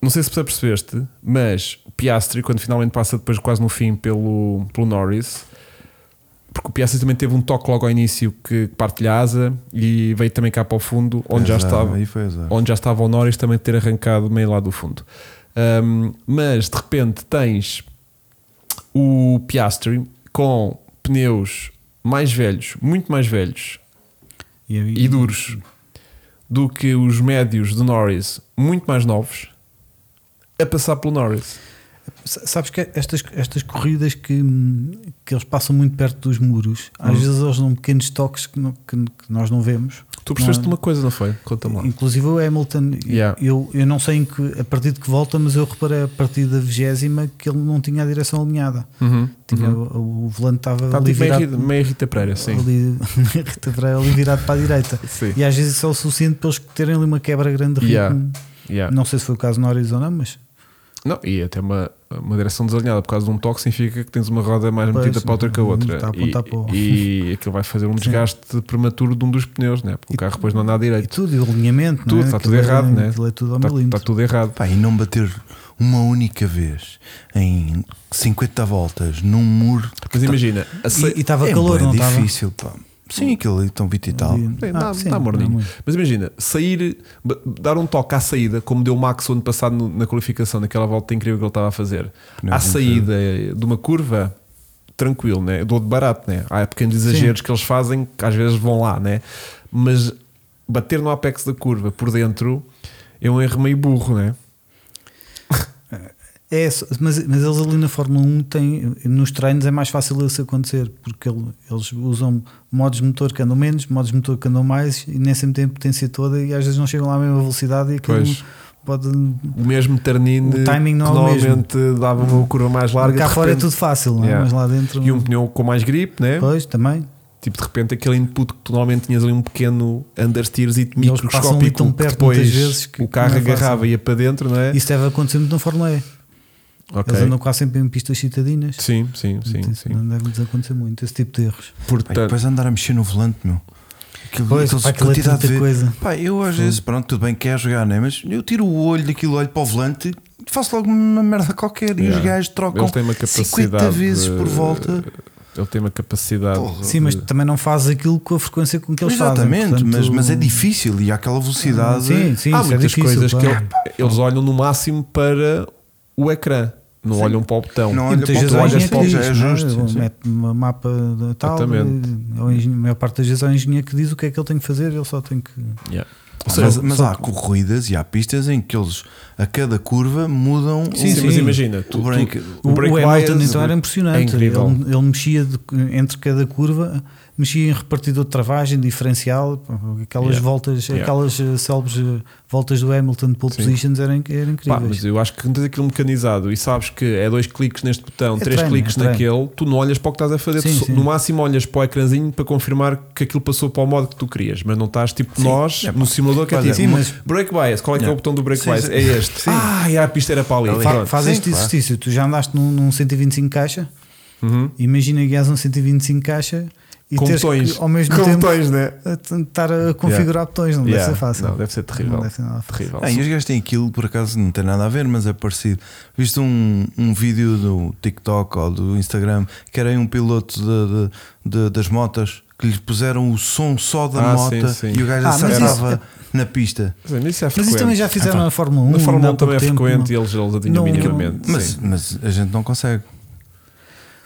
não sei se já percebeste, mas o Piastri, quando finalmente passa depois quase no fim pelo, pelo Norris, porque o Piastri também teve um toque logo ao início que partilha a asa e veio também cá para o fundo, onde já
Azar,
estava
Aí foi azar.
onde já estava o Norris também ter arrancado meio lá do fundo. Um, mas de repente tens o Piastri com pneus mais velhos, muito mais velhos
E, é-
e duros do que os médios do Norris, muito mais novos, a passar pelo Norris.
Sa- Sabes que estas, estas corridas que, hum, que eles passam muito perto dos muros, às
Hum.
vezes eles dão pequenos toques que, não- que- que nós não vemos.
Tu percebeste
Não.
uma coisa, não foi? Conta-me lá.
Inclusive o Hamilton,
Tá Yeah.
eu, eu não sei em que, a partir de que volta, mas eu reparei a partir da vigésima que ele não tinha a direção alinhada.
Uhum,
Tinha,
uhum.
o, o volante estava
Tá,
ali
tipo, meio,
virado,
Rita, meio Rita Pereira, sim.
ali- <laughs> Rita Pereira, ali virado para a direita.
Sim.
E às vezes isso é o suficiente para eles terem ali uma quebra grande de ritmo.
Yeah. Yeah.
Não sei se foi o caso no Arizona, mas
Não, e até uma, uma direção desalinhada por causa de um toque significa que tens uma roda mais
Pois,
metida para outra que a outra.
está a
e,
apontar para o-
e aquilo vai fazer um desgaste prematuro de um dos pneus, né? porque o
E-
carro depois não anda
e
direito.
é tudo, e o alinhamento, não
Tudo,
é?
está tudo
Aquilo é-
errado, né?
aquilo é tudo ao
Está,
milímetro.
está tudo errado.
Pá, e não bater uma única vez em 50 voltas num muro.
Mas imagina, a sei-
tá. E- E estava
é
calor,
bué
não estava?
difícil, pá. Sim, aquilo ali estão 20 e tal.
Bem,
Ah,
dá,
sim,
dá morninho.
não é muito.
Mas imagina, sair, b- dar um toque à saída, como deu o Max o ano passado no- na qualificação, naquela volta incrível que ele estava a fazer,
Não,
à
não sei.
saída de uma curva, tranquilo, né? Eu dou de barato, né? Há pequenos exageros que eles fazem que às vezes vão lá, né? Mas bater no apex da curva por dentro é um erro meio burro, né?
É, só- mas, mas eles ali na Fórmula 1 têm, nos treinos é mais fácil isso acontecer, porque ele- eles usam modos de motor que andam menos, modos de motor que andam mais, e nem sempre têm a potência toda, e às vezes não chegam lá à mesma velocidade e aquilo
Pois.
pode.
O mesmo ternino
O timing
que
não é o mesmo.
normalmente dava uma curva mais larga.
Cá
de
fora é
repente-
tudo fácil, não é?
Yeah.
mas lá dentro.
E um pneu com mais grip, né?
Pois, também.
Tipo, de repente, aquele input que tu normalmente tinhas ali um pequeno understeerzito
E eles passam ali
microscópico
tão
que
perto
depois
muitas vezes que
o carro
não é fácil.
agarrava e ia para dentro, não é?
Isso deve acontecer muito na Fórmula E.
Ok.
Eles andam quase sempre em pistas citadinas.
Sim, sim, sim.
Portanto, isso
sim.
Não deve-nos acontecer muito esse tipo de erros.
Pá, e
Portanto,
depois andar a mexer no volante, meu. Aquilo,
Pois,
aqueles-
pá, aquilo é
quantidade
tanta
de-
coisa.
Pá, eu às vezes, pronto, tudo bem que é jogar, né? Mas eu tiro o olho daquilo, olho para o volante e faço logo uma merda qualquer. E
Yeah.
os gajos trocam
ele tem uma
50
capacidade.
vezes por volta.
Ele tem uma capacidade.
Porra.
Sim, mas também não faz aquilo com a frequência com que eles
Exatamente,
fazem.
mas,
portanto- ah,
mas é difícil e há aquela velocidade.
Sim, sim,
Há
isso é
muitas
difícil,
coisas que
claro.
ele- eles olham no máximo para o ecrã, não olham para o botão.
Não é-
E
olha para
muitas
o
vezes
tu
ao
olhas
olha
engenheiro
para o
para
que
o-
diz,
já
não é?
ajusta, sim.
mete uma mapa de tal,
Exatamente.
eh, ao engenheiro- a maior parte das vezes ao engenheiro que diz o que é que ele tem que fazer, ele só tem que.
Yeah.
Ah, mas, mas há corridas e há pistas em que eles a cada curva mudam
Sim,
o-
sim, mas imagina, tu,
o break.
tu-
O,
break
Hamilton
bias-
então era impressionante.
é incrível.
Ele, ele mexia de- entre cada curva, mexia em repartidor de travagem, diferencial, aquelas
Yeah.
voltas,
Yeah.
aquelas eh, célebres eh, voltas do Hamilton de pole
Sim.
positions eram, eram
Pá,
incríveis.
mas eu acho que quando tens aquilo mecanizado e sabes que é dois cliques neste botão,
É
três
treino,
cliques
é treino.
naquele, tu não olhas para o que estás a fazer, tu
Sim,
só-
sim.
no máximo olhas para o ecrãzinho para confirmar que aquilo passou para o modo que tu querias, mas não estás tipo nós no simulador que é
Olha,
tipo
sim, mas-
break bias, qual é que é o
Yeah.
botão do break
Sim,
bias?
sim.
É este. Ah, e a pista era para ali.
Ali.
Fa-
Pronto.
faz
Sim,
este
claro.
exercício, tu já andaste num, num 125 caixa,
Uhum.
imagina que és um 125 caixa e
Com
teres
botões.
que, ao mesmo
Com
tempo
botões, né?
a t- estar a configurar botões, não
Yeah.
deve ser fácil.
Não, deve ser terrível.
Não deve ser nada fácil.
Terrível.
Ah, e os gajos têm aquilo, por acaso não tem nada a ver, mas é parecido. Viste um, um vídeo do TikTok ou do Instagram que era aí um piloto de, de- de- das motas que lhe puseram o som só da
Ah,
mota
sim, sim.
e o gajo
Ah, mas
acertava na pista.
Mas isso é
Mas isso
frequente.
também já fizeram na Fórmula 1.
Na
ainda
Fórmula
há
1 também é
pouco tempo,
frequente e
não-
eles, eles adivinham
Não, que-
minimamente.
Mas,
sim.
mas a gente não consegue.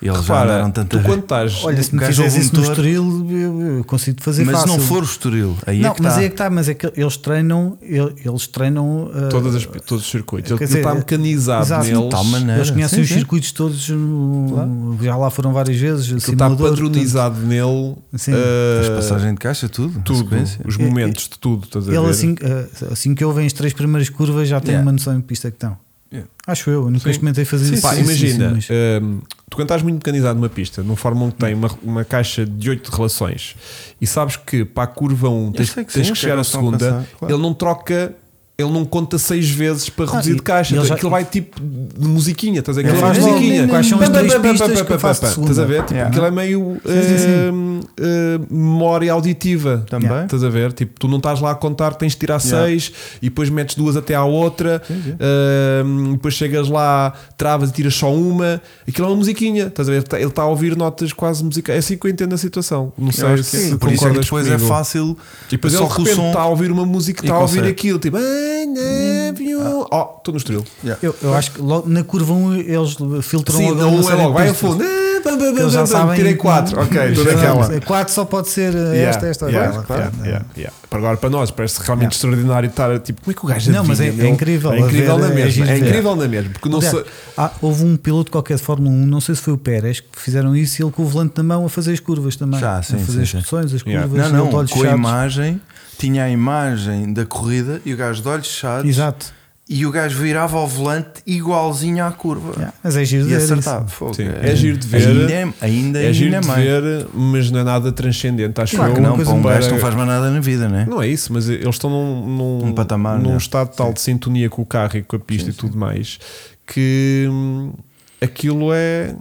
E eles já
Repara,
andaram
tu
tanta
quando estás.
Olha, se
O
me
gajo
é
fizeres
ouve um
isso no
motor-
Estoril, eu, eu consigo fazer
Mas se
fácil.
não for o Estoril, aí
Não,
é que
mas
tá.
é que está, mas é que eles treinam, ele- eles treinam ah,
Todas as- todos os circuitos.
quer
Ele
dizer,
está mecanizado
exato. Tá,
neles.
De tal maneira.
eles conhecem
Sim,
os
sim.
circuitos todos, no- já lá foram várias vezes. assim,
Aquilo tá está
simulador,
padronizado nele.
Sim.
eh,
As passagens de caixa, é tudo.
tudo.
sequência.
Os momentos de tudo. Estás a
Ele
ver?
assim, ah, assim que ouvem as três primeiras curvas já tem
Yeah.
uma noção de pista que estão.
É.
Yeah.
Acho eu, eu nunca
Sim.
experimentei fazer isso.
Pá,
Sim, sim,
imagina,
sim, mas-
hum, tu quando estás muito mecanizado numa pista, num Fórmula 1 que tem uma, uma caixa de 8 relações e sabes que para a curva 1 tens,
sei que
tens
sim,
que
sei
chegar
que
à
eles estão a
segunda,
pensar, claro.
ele não troca. Ele não conta seis vezes para reduzir
e-
de caixa.
e ele
Então,
já-
Aquilo vai tipo de musiquinha. Estás a ver?
Ele
Aquela
faz logo,
musiquinha.
quais são as
Pam, pam,
três
pam, pam,
pistas
pam,
que eu
pam,
faço de
pam. Estás a ver? Tipo,
Yeah.
Aquilo é meio hum, hum, memória auditiva.
Também.
Yeah.
Estás a ver? Tipo, tu não estás lá a contar, tens de tirar
Yeah.
seis e depois metes duas até à outra.
sim.
Ahm, depois chegas lá, travas e tiras só uma. Aquilo é uma musiquinha. Estás a ver? Ele está a ouvir notas quase musicais. É assim que eu entendo a situação. Não
Eu
sei
acho que
se
sim. Por isso é que
concordas
depois
comigo.
é fácil.
E depois ele
só
de
que o
repente
som.
está a ouvir uma música,
E
está a ouvir
consegue. Hum. Ah.
aquilo. Tipo, "I love you." oh, estou no estrelo.
Yeah.
Eu, eu acho que logo na curva 1 eles filtram
Sim,
logo,
não
uma
é
série de
logo, vai a
pistas.
fundo. Ah, bam, bam, bam,
Eles já
bam,
sabem. é
Tirei quatro. Ok,
<laughs>
estou naquela.
Quatro só pode ser eh,
Yeah,
esta, esta,
yeah,
aquela. né?
claro,
Portanto,
yeah, yeah. Para Agora, para nós, parece realmente extraordinário estar tipo, como é que o gajo
Não, mas é-
adivinha,
é
meu?
incrível,
É incrível
a ver,
na
é
mesma.
giro
É
de ver.
incrível na mesma. Porque é não
Aliás,
sei.
há- houve um piloto qualquer de Fórmula 1, não sei se foi o Pérez, que fizeram isso e ele com o volante na mão a fazer as curvas também.
Já, sim,
a fazer
sim,
as
sim.
pressões, as
Yeah.
curvas,
Não,
ele de
não,
olhos
com a
fechados.
imagem, tinha a imagem da corrida e o gajo de olhos fechados
Exato.
e o gajo virava ao volante igualzinho à curva
Yeah. Mas é giro de
e
ver isso.
acertava. Fogo,
Sim, é giro de ver.
Ainda, ainda,
É giro
ainda
de
mais.
ver, mas não é nada transcendente. Acho
Claro
eu.
que não, para um
Para-
gajo que não faz mais nada na vida, né?
Não é isso, mas eles estão num, num,
Um patamar,
num
né?
estado tal de sintonia com o carro e com a pista e tudo mais que hum, aquilo é.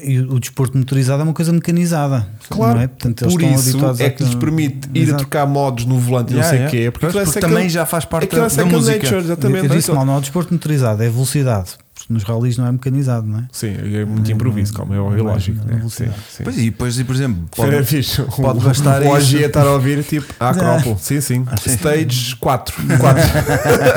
E o desporto motorizado é uma coisa mecanizada.
Claro,
não é? Portanto, eles
por
estão
isso
habituados
é
a-
que lhes permite ir a
Exato.
trocar modos no volante e não
Yeah,
sei o
yeah.
quê.
Pois,
aquilo é
porque
second-
também já faz parte
aquilo é
da, da
second
música.
nature, exatamente.
Eu
Não é
disse
isso?
mal, não há o desporto motorizado, é velocidade. Porque nos ralis não é mecanizado, não é?
Sim, é muito improviso, calma, é
Não é
lógico.
mais
Né? Sim,
velocidade.
sim.
Pois, e depois, e, por exemplo,
Era <laughs>
pode,
fixe.
pode
O-
bastar
o
isso. Ah,
Ogi a estar a ouvir tipo a Acrópole. Sim, sim. Stage 4.
<laughs>
4.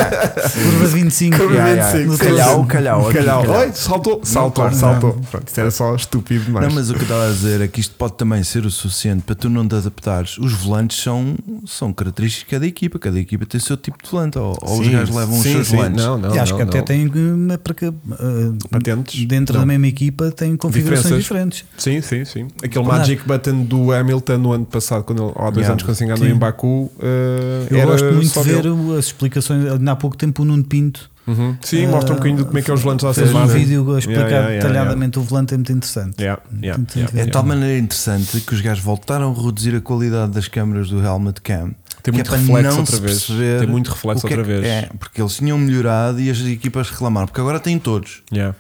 Curva 25.
Yeah, yeah.
No
Calhau,
todo.
calhau, aqui,
Calhau.
calhau.
Oi, saltou, saltou,
claro,
saltou. Pronto, isso era só estúpido demais.
Não, mas o que eu estava a dizer é que isto pode também ser o suficiente para tu não te adaptares. Os volantes são, são características de cada equipa, cada equipa tem o seu tipo de volante, ou, ou os
Sim,
gajos levam os
sim,
seus
sim.
volantes.
Não, não,
e acho
não,
que até
não.
tem uma para, ah,
Patentes?
dentro
Não.
da mesma equipa têm configurações diferentes.
Sim, sim, sim. Aquele
Claro.
Magic Button do Hamilton no ano passado, quando ele, ou há dois
Yeah.
anos, quando se enganou
Sim.
em Baku. eh,
Eu
era
gosto muito
só
de ver
dele.
as explicações. Ainda há pouco tempo o Nuno Pinto
Uhum. Sim,
eh,
mostra um bocadinho de como é que é os lances lá
fez
sem
um
base.
vídeo a explicar
Yeah, yeah, yeah,
detalhadamente o volante, é muito interessante.
Yeah, yeah,
Muito
yeah,
É de
yeah.
tal maneira interessante que os gajos voltaram a reduzir a qualidade das câmaras do Helmet Cam.
Tem
que
muito
é para
reflexo
não
outra
se
vez.
perceber
Tem muito reflexo
o que é
outra
que-
vez.
É, porque eles tinham melhorado e as equipas reclamaram, porque agora têm todos
Yeah.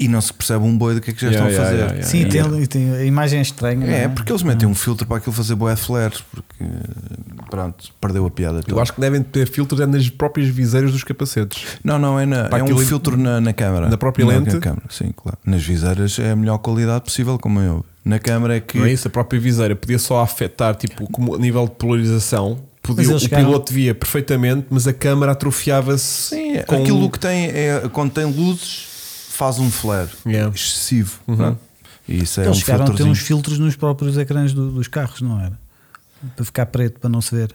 e não se percebe um boi do que é que já
Yeah,
estão a fazer.
yeah, yeah, yeah,
Sim,
yeah.
tem, tem a imagem é estranha. não
É, porque eles metem um filtro para aquilo fazer boé flare, porque pronto, perdeu a piada.
Eu
toda.
acho que devem ter filtros é nas próprias viseiras dos capacetes.
Não, não, é, na,
Para
é um
aquilo-
filtro na, na câmara.
na própria
Não, é
lente?
Na câmara, sim, claro. Nas viseiras é a melhor qualidade possível, como eu. Na câmara é que.
Não é isso? A própria viseira podia só afetar, tipo, como a nível de polarização. Podia,
Mas
o
eles chegaram-
piloto via perfeitamente, mas a câmara atrofiava-se.
Sim,
com- um-
aquilo que tem é quando tem luzes faz um flare
Yeah.
excessivo.
Uhum.
pronto. E isso é
Eles
um
chegaram a ter
filtrozinho.
uns filtros nos próprios ecrãs do- dos carros, não era? Para ficar preto, para não se ver.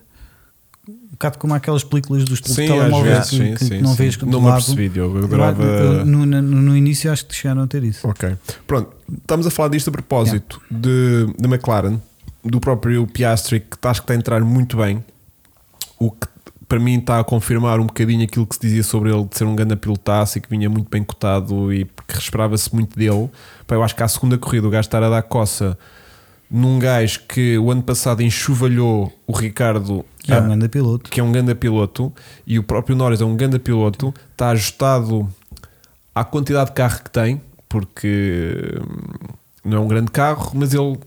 Um bocado como aquelas películas dos
Sim,
telemóveis
às
que,
vezes,
que
sim, sim,
não
sim.
vês
Não me apercebi, Diogo, eu adorava-
eh, no, no, no início acho que chegaram a ter isso.
Ok. Pronto, estamos a falar disto a propósito de, de McLaren, do próprio Piastri, que acho que está a entrar muito bem, o que para mim está a confirmar um bocadinho aquilo que se dizia sobre ele de ser um grande pilotaço e que vinha muito bem cotado e que esperava-se muito dele. Pá, eu acho que à segunda corrida o gajo estar a dar coça num gajo que o ano passado enxovalhou o Ricardo
Que é
a-
um
<laughs>
grande piloto.
que é um ganda piloto e o próprio Norris é um ganda piloto, está ajustado à quantidade de carro que tem, porque hum, não é um grande carro, mas ele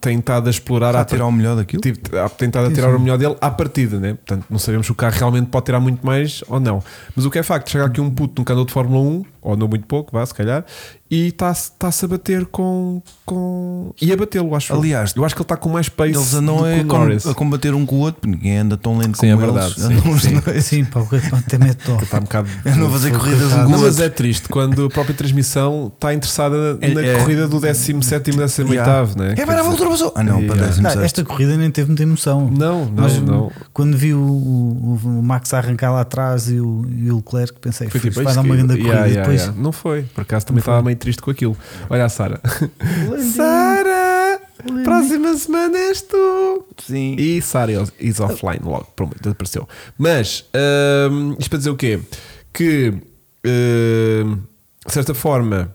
tem estado a explorar
Está
a um,
a tirar um o melhor daquilo.
Tive, há tentado a tirar o melhor dele à partida, né? Portanto, não sabemos se o carro realmente pode tirar muito mais ou não. Mas o que é facto, chega aqui um puto nunca andou de Fórmula 1, ou andou muito pouco, vá, se calhar, e está-se a bater com. com... E a batê-lo, acho eu.
Aliás,
eu acho que ele está com mais pace.
Eles andam
do que
a,
o
com-
Norris.
a combater um com o outro, ninguém anda tão lento
Sim,
como
é
eles.
verdade, sim,
Andam os
sim.
dois.
Sim, pá, o que até
<laughs>
mete dó.
Está um bocado.
<laughs> Andam a fazer corridas um
Não,
com o
mas
outro.
é triste quando a própria transmissão está interessada na
É- é-
corrida do 17 e 18, né?
É,
Quer
para a
dizer,
ultrapassou. Ah, não, para
Yeah.
Não,
17.
esta corrida nem teve muita emoção.
Não, não,
Mas
não.
quando vi o, o- o Max a arrancar lá atrás e o, e o Leclerc, pensei,
Foi
foi
tipo,
vai
isto
dar uma
que-
grande corrida.
Yeah,
e
yeah,
depois
yeah. Não foi, por acaso também estava meio triste com aquilo. Olha a Sara. Sara! Próxima semana és tu!
Sim.
E Sara is- is offline logo, pronto, apareceu. Mas, hum, isto para dizer o quê? Que, hum, de certa forma,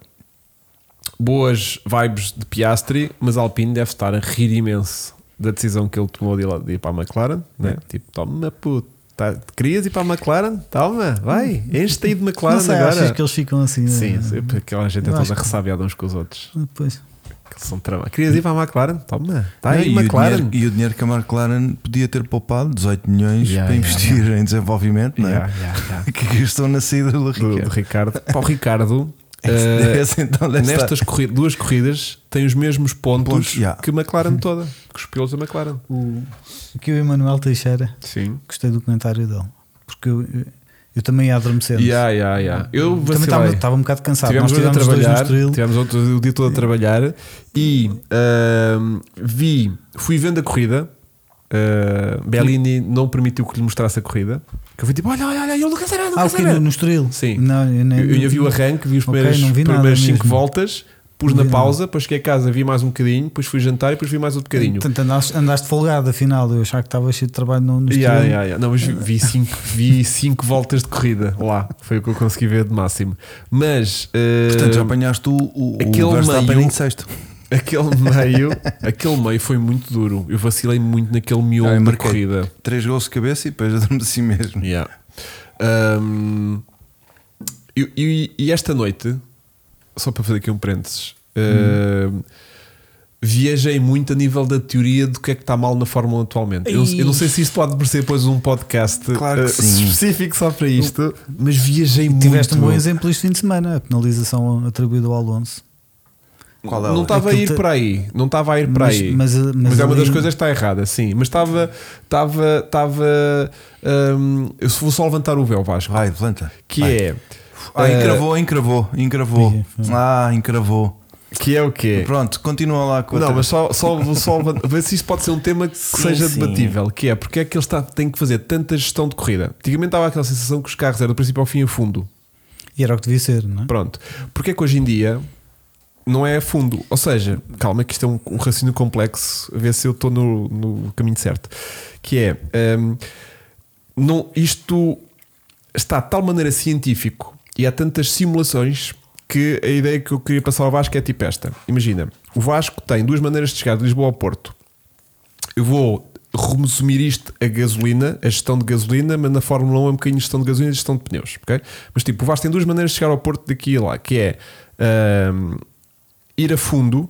boas vibes de Piastri, mas Alpine deve estar a rir imenso da decisão que ele tomou de ir, lá- de ir para a McLaren, né? tipo, toma puto. Tá, querias ir para a McLaren? Toma, vai, enche-te aí de McLaren
não sei, achas
agora.
que eles ficam assim.
Sim,
né?
sim, porque aquela gente é
Eu
toda
acho que-
ressabiada uns com os outros.
Pois.
Que eles são trama. Querias ir para a McLaren? Toma, está
Não,
tá aí,
e, o
McLaren.
dinheiro, e o dinheiro que a McLaren podia ter poupado, 18 milhões,
Yeah,
para
yeah,
investir em desenvolvimento, não é?
Yeah, yeah, yeah.
<laughs> Que gastou na saída do
do, do
é?
Ricardo. É
Ricardo. Para o
<laughs>
Ricardo, eh,
Esse, então, desta-
nestas corri- duas corridas, tem os mesmos pontos
Pontos, yeah.
que a McLaren toda, que os pilotos da McLaren.
O, aqui o Emanuel Teixeira,
Sim.
gostei do comentário dele, porque eu, eu também ia adormecendo.
Yeah, yeah, yeah. Eu
também estava,
vacilei.
estava um bocado cansado.
Tivemos
Nós
hoje a
tivemos dois no
trabalhar,
Estoril.
tivemos outro, o dia todo a trabalhar e ahm, vi, fui vendo a corrida. ah, Bellini não permitiu que lhe mostrasse a corrida. Que eu fui tipo: olha, olha, olha, eu nunca será, nunca
Ah, o que
será.
no, no Estoril?
Sim.
Não, eu, nem-
Eu, eu já vi o arranque, um vi os
Ok,
primeiros,
não vi nada
primeiras 5
mesmo.
voltas, pus
Não
na
vi nada.
pausa, depois cheguei a casa, vi mais um bocadinho, depois fui jantar e depois vi mais outro bocadinho.
Portanto, andaste, andaste folgado, afinal. Eu achava que estava cheio de trabalho no, no
Yeah,
Estoril.
yeah, yeah. Não, mas vi- vi 5 vi cinco voltas de corrida lá, foi o que eu consegui ver de máximo. Mas ah,
Portanto, já apanhaste o, o,
Aquele
o Verstappen
meio-
em sexto.
aquele meio, aquele meio foi muito duro. Eu vacilei muito naquele
Ah, eu
miolo da
marquei.
corrida.
Três gols de cabeça e depois adormeci mesmo.
Yeah. Um, e, e- e esta noite, só para fazer aqui um parênteses, um, viajei muito a nível da teoria do que é que está mal na Fórmula atualmente. Eu, eu não sei se isto pode merecer depois um podcast
Claro que
uh,
sim.
específico só para isto, mas viajei muito.
Tiveste um bom exemplo este fim de semana, a penalização atribuída ao Alonso.
Qual é?
não estava a
Aquilo
ir
te-
para aí, não estava a ir para
Mas-
aí.
mas- eh, mas
é uma
ali-
das coisas que está errada, sim. Mas estava, estava, estava. hum, eu vou só levantar o véu, Vasco.
Vai, levanta.
que
Vai.
é.
Ah,
eh,
encravou, encravou, encravou. Ah, encravou.
Que é o quê?
Pronto, continua lá com a
Não,
outra.
mas só, só, só ver se isto pode ser um tema que seja
sim.
debatível, que é porque é que eles tá- têm que fazer tanta gestão de corrida. Antigamente dava aquela sensação que os carros eram do princípio ao fim a fundo.
E era o que devia ser, não é?
Pronto. Porque é que hoje em dia não é a fundo? Ou seja, calma, que isto é um, um raciocínio complexo, a ver se eu estou no, no caminho certo. Que é hum, não, isto está de tal maneira científico e há tantas simulações que a ideia que eu queria passar ao Vasco é tipo esta. Imagina, o Vasco tem duas maneiras de chegar de Lisboa ao Porto. Eu vou resumir isto a gasolina, a gestão de gasolina, mas na Fórmula 1 é um bocadinho gestão de gasolina e gestão de pneus, ok? Mas tipo, o Vasco tem duas maneiras de chegar ao Porto daqui e lá, que é hum, ir a fundo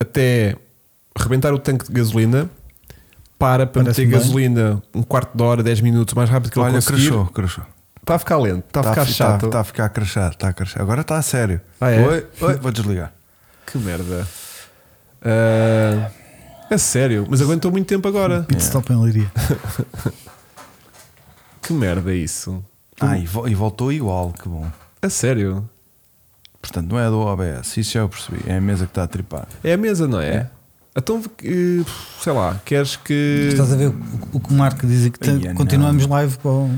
até rebentar o tanque de gasolina, para para
Parece-me
meter
bem.
gasolina um quarto de hora, 10 minutos mais rápido que ele
Olha,
conseguir.
crashou, crashou.
Está a ficar lento, está a ficar
fi-
chato.
Está a ficar tá. crachado, está a crachar. Agora está a sério.
Ah, é?
Oi, oi, vou
<laughs>
desligar.
Que merda. Ah, é sério, mas aguentou muito tempo
<laughs>
agora.
Pit stop em
<laughs>
Leiria.
Que merda é isso.
Ah, e, vo- e voltou igual, que bom.
É sério.
Portanto, não é do OBS, isso já eu percebi. É a mesa que está a tripar.
É a mesa, não é? Então, eh, sei lá, queres que.
Estás a ver o, o que o Marco diz que
Ia, não.
continuamos live com.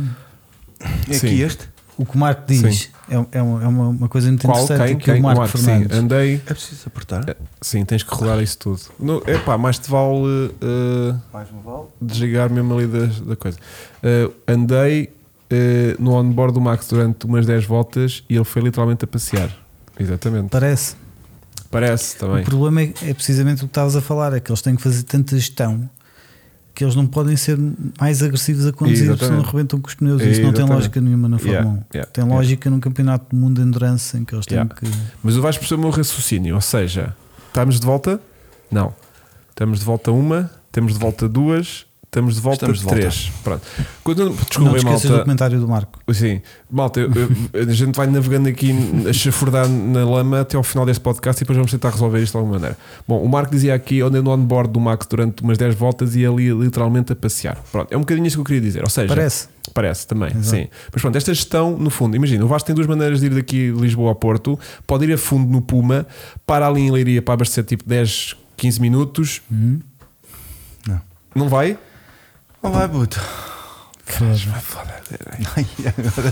É
Sim.
aqui este?
O que o Marco diz é, é uma, é uma- uma coisa muito
Qual?
interessante
Quem?
que
Quem?
o Marco
sim.
Fernandes.
Andei. Eh,
É preciso apertar?
Sim, tens que rodar isso tudo. Não, epá, mais te vale eh,
Mais um vale?
desligar mesmo ali da, da coisa. Eh, andei eh, no onboard do Max durante umas 10 voltas e ele foi literalmente a passear. Exatamente.
Parece.
Parece também.
Tá. O problema é, é precisamente o que estavas a falar, é que eles têm que fazer tanta gestão que eles não podem ser mais agressivos a conduzir, porque senão
Exatamente.
arrebentam com os pneus. Isso não tem
Exatamente.
lógica nenhuma na Fórmula
Yeah,
1.
yeah,
Tem
yeah.
lógica num campeonato do mundo de endurance em que eles têm
Yeah.
que.
Mas tu vais perceber o meu raciocínio, ou seja, estamos de volta? Não. Estamos de volta uma, estamos de volta duas, estamos de volta
Estamos de volta.
três. Pronto. Quando,
não te
desculpem,
esqueças do
malta.
comentário do Marco.
Sim, malta, eu- eu- a gente vai navegando aqui a chafurdar na lama até ao final deste podcast e depois vamos tentar resolver isto de alguma maneira. Bom, o Marco dizia aqui, onde no onboard do Max durante umas 10 voltas e ali literalmente a passear. Pronto, é um bocadinho isso que eu queria dizer. Ou seja,
Parece.
Parece também,
Exato.
sim. Mas pronto, esta gestão, no fundo, imagina, o Vasco tem duas maneiras de ir daqui de Lisboa a Porto, pode ir a fundo no Puma, para ali em Leiria para abastecer tipo 10, 15 minutos.
Uhum.
Não.
Não vai?
Olá, Buto.
Foda.
Ai, <laughs> agora,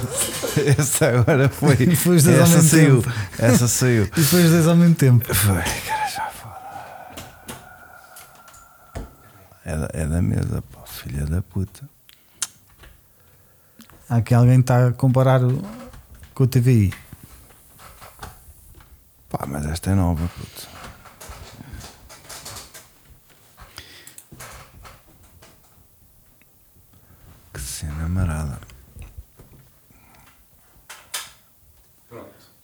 essa agora foi.
Foi os dois ao
essa
mesmo
saiu.
tempo.
Essa saiu.
E depois os dois ao mesmo tempo.
Foi, cara, já foda. É da, é da mesa, pá, filha da puta.
Há aqui alguém que está a comparar o- com o TVI.
Pá, mas esta é nova, puto. Que cena marada.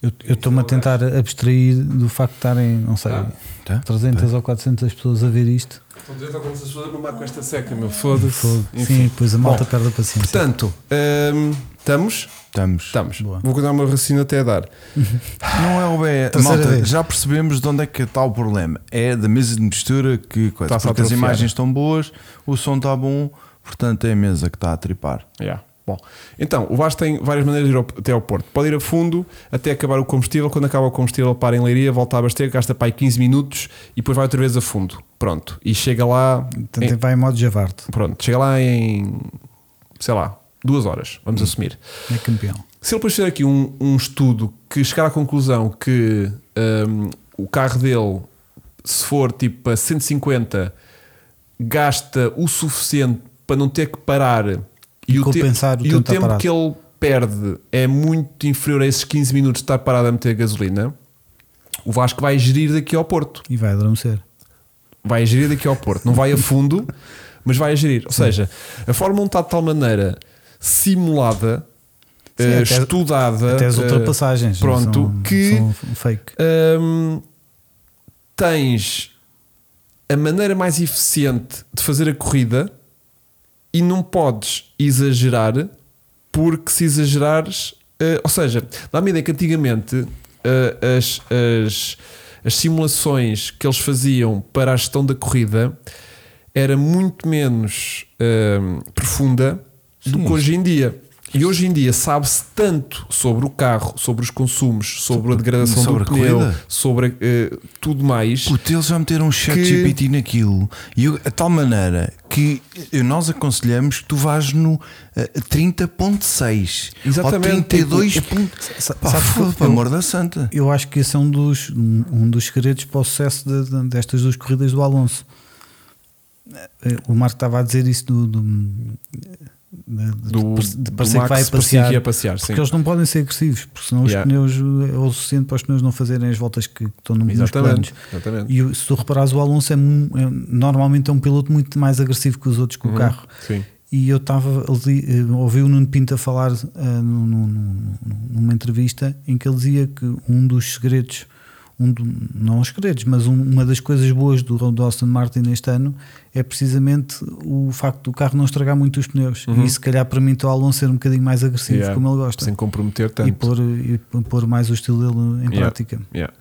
Eu eu estou-me a tentar abstrair do facto de estarem, não sei,
Ah.
Tá?
300 ou 400 pessoas a ver isto.
Estão dizendo algumas pessoas a mamar com esta seca, meu foda-se.
Fogo. Sim, depois a malta perde a paciência.
Portanto, hum, estamos?
Estamos.
Estamos.
Boa.
Vou contar o meu raciocínio até a dar.
Não é o BE.
Terceira
Malta,
vez.
já percebemos de onde é que está o problema. É da mesa de mistura que coisa.
Está-se a
Porque as
atrofiar.
imagens estão boas, o som está bom, portanto é a mesa que está a tripar.
Yeah. Bom, então, o Vasco tem várias maneiras de ir ao- até ao Porto. Pode ir a fundo até acabar o combustível. Quando acaba o combustível, para em Leiria, volta a abastecer, gasta para aí 15 minutos e depois vai outra vez a fundo. Pronto. E chega lá.
Portanto,
em-
vai em modo Javardo.
pronto, chega lá em. sei lá, duas horas, vamos assumir.
É campeão.
Se ele depois fizer aqui um, um estudo que chegar à conclusão que hum, o carro dele, se for tipo a 150, gasta o suficiente para não ter que parar e, o, te-
compensar o
e
tempo
o
que está
tempo
parado.
que ele perde é muito inferior a esses 15 minutos de estar parado a meter gasolina, o Vasco vai gerir daqui ao Porto.
E vai adormecer.
Vai a gerir daqui ao Porto. Não vai a fundo, mas vai a gerir. Ou seja, a Fórmula 1 está de tal maneira simulada,
Sim,
eh,
até-
estudada,
Até as
eh,
ultrapassagens.
pronto,
são-
que
são fake.
hum, tens a maneira mais eficiente de fazer a corrida e não podes exagerar, porque se exagerares, eh, ou seja, dá-me a ideia que antigamente eh, as, as, as simulações que eles faziam para a gestão da corrida era muito menos hum, profunda do
Sim,
que hoje em dia. E hoje em dia sabe-se tanto sobre o carro, sobre os consumos, sobre a degradação
sobre a
do pneu,
corrida?
sobre eh, tudo mais.
Puto, eles já meteram um chat
Que-
GPT naquilo e eu- a tal maneira que eh, nós aconselhamos que tu vás no eh, 30.6
Exatamente.
ou 32.
Tipo,
ponto-
sa-
Pá,
sabes
foda,
que
pelo
eu-
amor da santa.
Eu acho que esse é um dos, um um dos segredos para o sucesso de- de- destas duas corridas do Alonso. Eh, O Marco estava a dizer isso do, do, de, de-
do,
de- de
do
parecer que
Max
vai
parecia que
passear.
ia passear, sim.
Porque eles não podem ser agressivos, porque senão
Yeah.
os pneus é o suficiente para os pneus não fazerem as voltas que, que estão no, nos planos.
Exatamente. exatamente.
E o- se tu reparares, o Alonso é, mu- é- normalmente é um piloto muito mais agressivo que os outros
Uhum.
com o carro.
Sim.
E eu estava ali, eh, ouvi o Nuno Pinto a falar eh, num- num- num- numa entrevista em que ele dizia que um dos segredos, um do- não os segredos, mas um- uma das coisas boas do, do Aston Martin este ano é precisamente o facto do carro não estragar muito os pneus.
Uhum.
E isso, se calhar permite ao Alonso ser um bocadinho mais agressivo,
Yeah.
como ele gosta,
Sem comprometer
e,
tanto.
pôr, e pôr mais o estilo dele em
Yeah.
prática.
Yeah.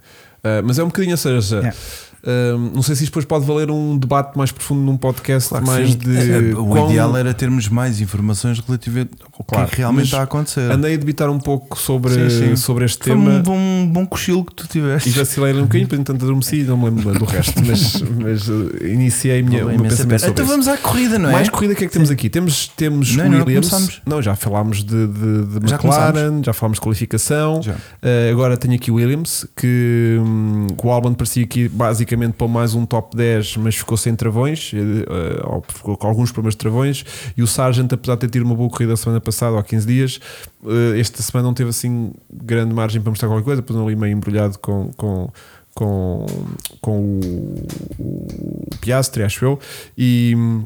Ah, mas é um bocadinho, ou seja,
Yeah.
ah, não sei se isto depois pode valer um debate mais profundo num podcast
Claro que
mais
sim.
de.
Era- Eh, o
quão-
ideal é- era termos mais informações relativamente ao que, é
Claro,
que realmente
mas
está a acontecer.
Andei a debitar um pouco sobre,
Sim, sim.
sobre este
Foi
tema.
um bom, um bom cochilo que tu tiveste.
E vacilei um bocadinho, depois entanto adormeci e não me lembro do
<laughs>
resto, mas, mas eh, iniciei a minha, o meu
Imensa
pensamento
peça.
sobre
Então
isso.
vamos à corrida, não é?
Mais corrida que é que temos aqui? Temos, temos
Não, não,
Williams.
começámos.
Não, já falámos de, de, de
Já
McLaren, já falámos de qualificação.
Já.
Eh, agora tenho aqui Williams, que hum, que o Albon parecia aqui basicamente para mais um top 10, mas ficou sem travões, eh, eh, ou ficou com alguns problemas de travões. E o Sargent, apesar de ter tido uma boa corrida a semana passada, ou há 15 dias, eh, esta semana não teve assim grande margem para mostrar qualquer coisa, depois ali meio embrulhado com. com com, com o, o Piastri, acho eu, e hum,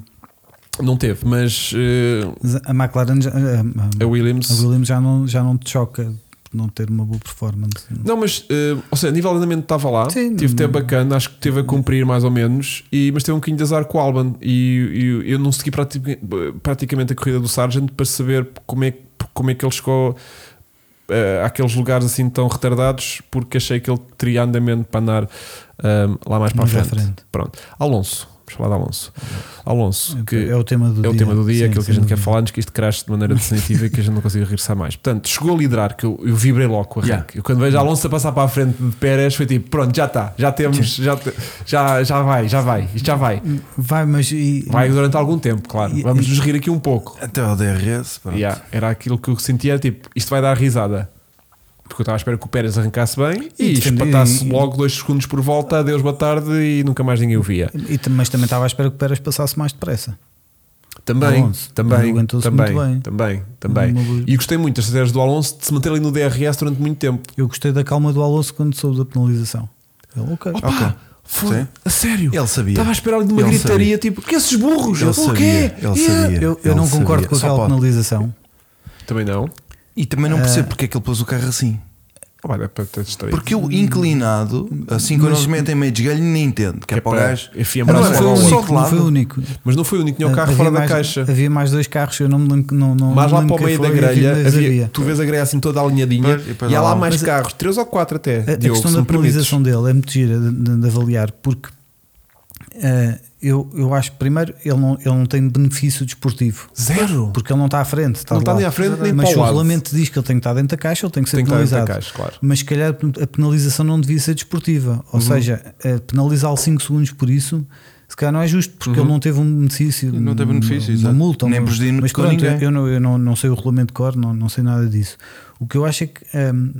não teve, mas eh,
Mas A McLaren, já- a,
a
a-
Williams.
a Williams já, não, já não te choca por não ter uma boa performance.
Não, mas, eh, ou seja, a nível de andamento estava lá,
Sim.
teve até bacana, acho que teve a cumprir mais ou menos, e, mas teve um bocadinho de azar com o Alban. E, e eu não segui pratica- praticamente a corrida do Sargent para saber como é, que- como é que ele chegou eh, àqueles lugares assim tão retardados, porque achei que ele teria andamento para andar eh, lá mais para a
Mais à
frente.
frente.
Pronto, Alonso, vamos falar de Alonso. Alonso, que
é o tema do
é
dia.
o tema do dia,
Sim,
aquilo que a
sem
gente quer
dúvida.
falar antes que isto crache de maneira definitiva e que a gente não consiga regressar mais. Portanto, chegou a liderar, que eu, eu vibrei logo com o arranque. Eu, quando vejo a Alonso a passar para a frente de Pérez, foi tipo: pronto, já está, já temos, já, te- já, já vai, já vai, isto já vai.
Vai, mas e,
Vai durante algum tempo, claro.
E-
Vamos
e-
nos rir aqui um pouco.
Até ao DRS. pronto.
Yeah, era aquilo que eu sentia: era tipo, isto vai dar risada. Porque eu estava à espera que o Pérez arrancasse bem
E
e,
defender-
espatasse
e-
logo dois segundos por volta, adeus, boa tarde, e nunca mais ninguém o via.
e tam- mas também estava à espera que o Pérez passasse mais depressa.
Também,
Alonso. Ele
também,
aguentou-se
também,
muito bem.
também, também.
Uma boa-
E gostei muito das estratégias do Alonso de se manter ali no DRS durante muito tempo.
Eu gostei da calma do Alonso quando soube da penalização. Ele, ok.
Opa,
Ok.
foi,
Sim.
a sério.
Ele sabia.
Estava a esperar ali de uma
Ele
gritaria, tipo, que esses burros,
Ele
o
sabia,
quê?
ele
Yeah.
sabia.
eu eu
Ele
não
sabia,
concordo com
só
aquela
pode.
penalização.
Também não.
E também não percebo porque é que ele pôs o carro assim.
Olha, para ter distraído.
Porque eu, inclinado, assim quando
Mas-
eles metem meio desgalho, nem entendo. Que é, para o gajo.
afiambrar
Agora,
logo
foi
ao
um
outro.
só de
não
lado.
foi o único.
Mas não foi o único, tinha o carro
Havia
fora
mais-
da caixa.
Havia mais dois carros, eu não me lembro. que- Não, não,
mais
não
lá
me
para o
lembro quem
meio da
foi,
grelha,
mas
havia-
havia.
tu vês a grelha assim toda alinhadinha
Pois, e depois
e há
lá
lá
um.
mais
Mas a-
carros, três ou quatro até.
A, a
Diogo,
questão
se
da
me permites.
penalização dele é muito gira de, de- de avaliar, porque eh, eu, eu acho que, primeiro, ele não, ele não tem benefício desportivo.
Zero.
Porque ele não está à frente. Está
Não
de
está
lado.
nem à frente, nem para
Mas
o
se o
lado.
regulamento diz que ele tem que estar dentro da caixa, ele tem que ser
Tem que estar dentro da
penalizado.
caixa, claro. Uhum.
Mas se calhar a penalização não devia ser desportiva. Ou seja, eh, penalizá-lo 5 segundos por isso, se calhar não é justo, porque
Uhum.
ele não teve um benefício.
Não teve benefício,
Uma
exato.
multa.
Nem
uma-
prejudicou
Mas pronto,
ninguém.
eu, eu não, eu não, não sei o regulamento de cor, não, não sei nada disso. O que eu acho é que. ehm,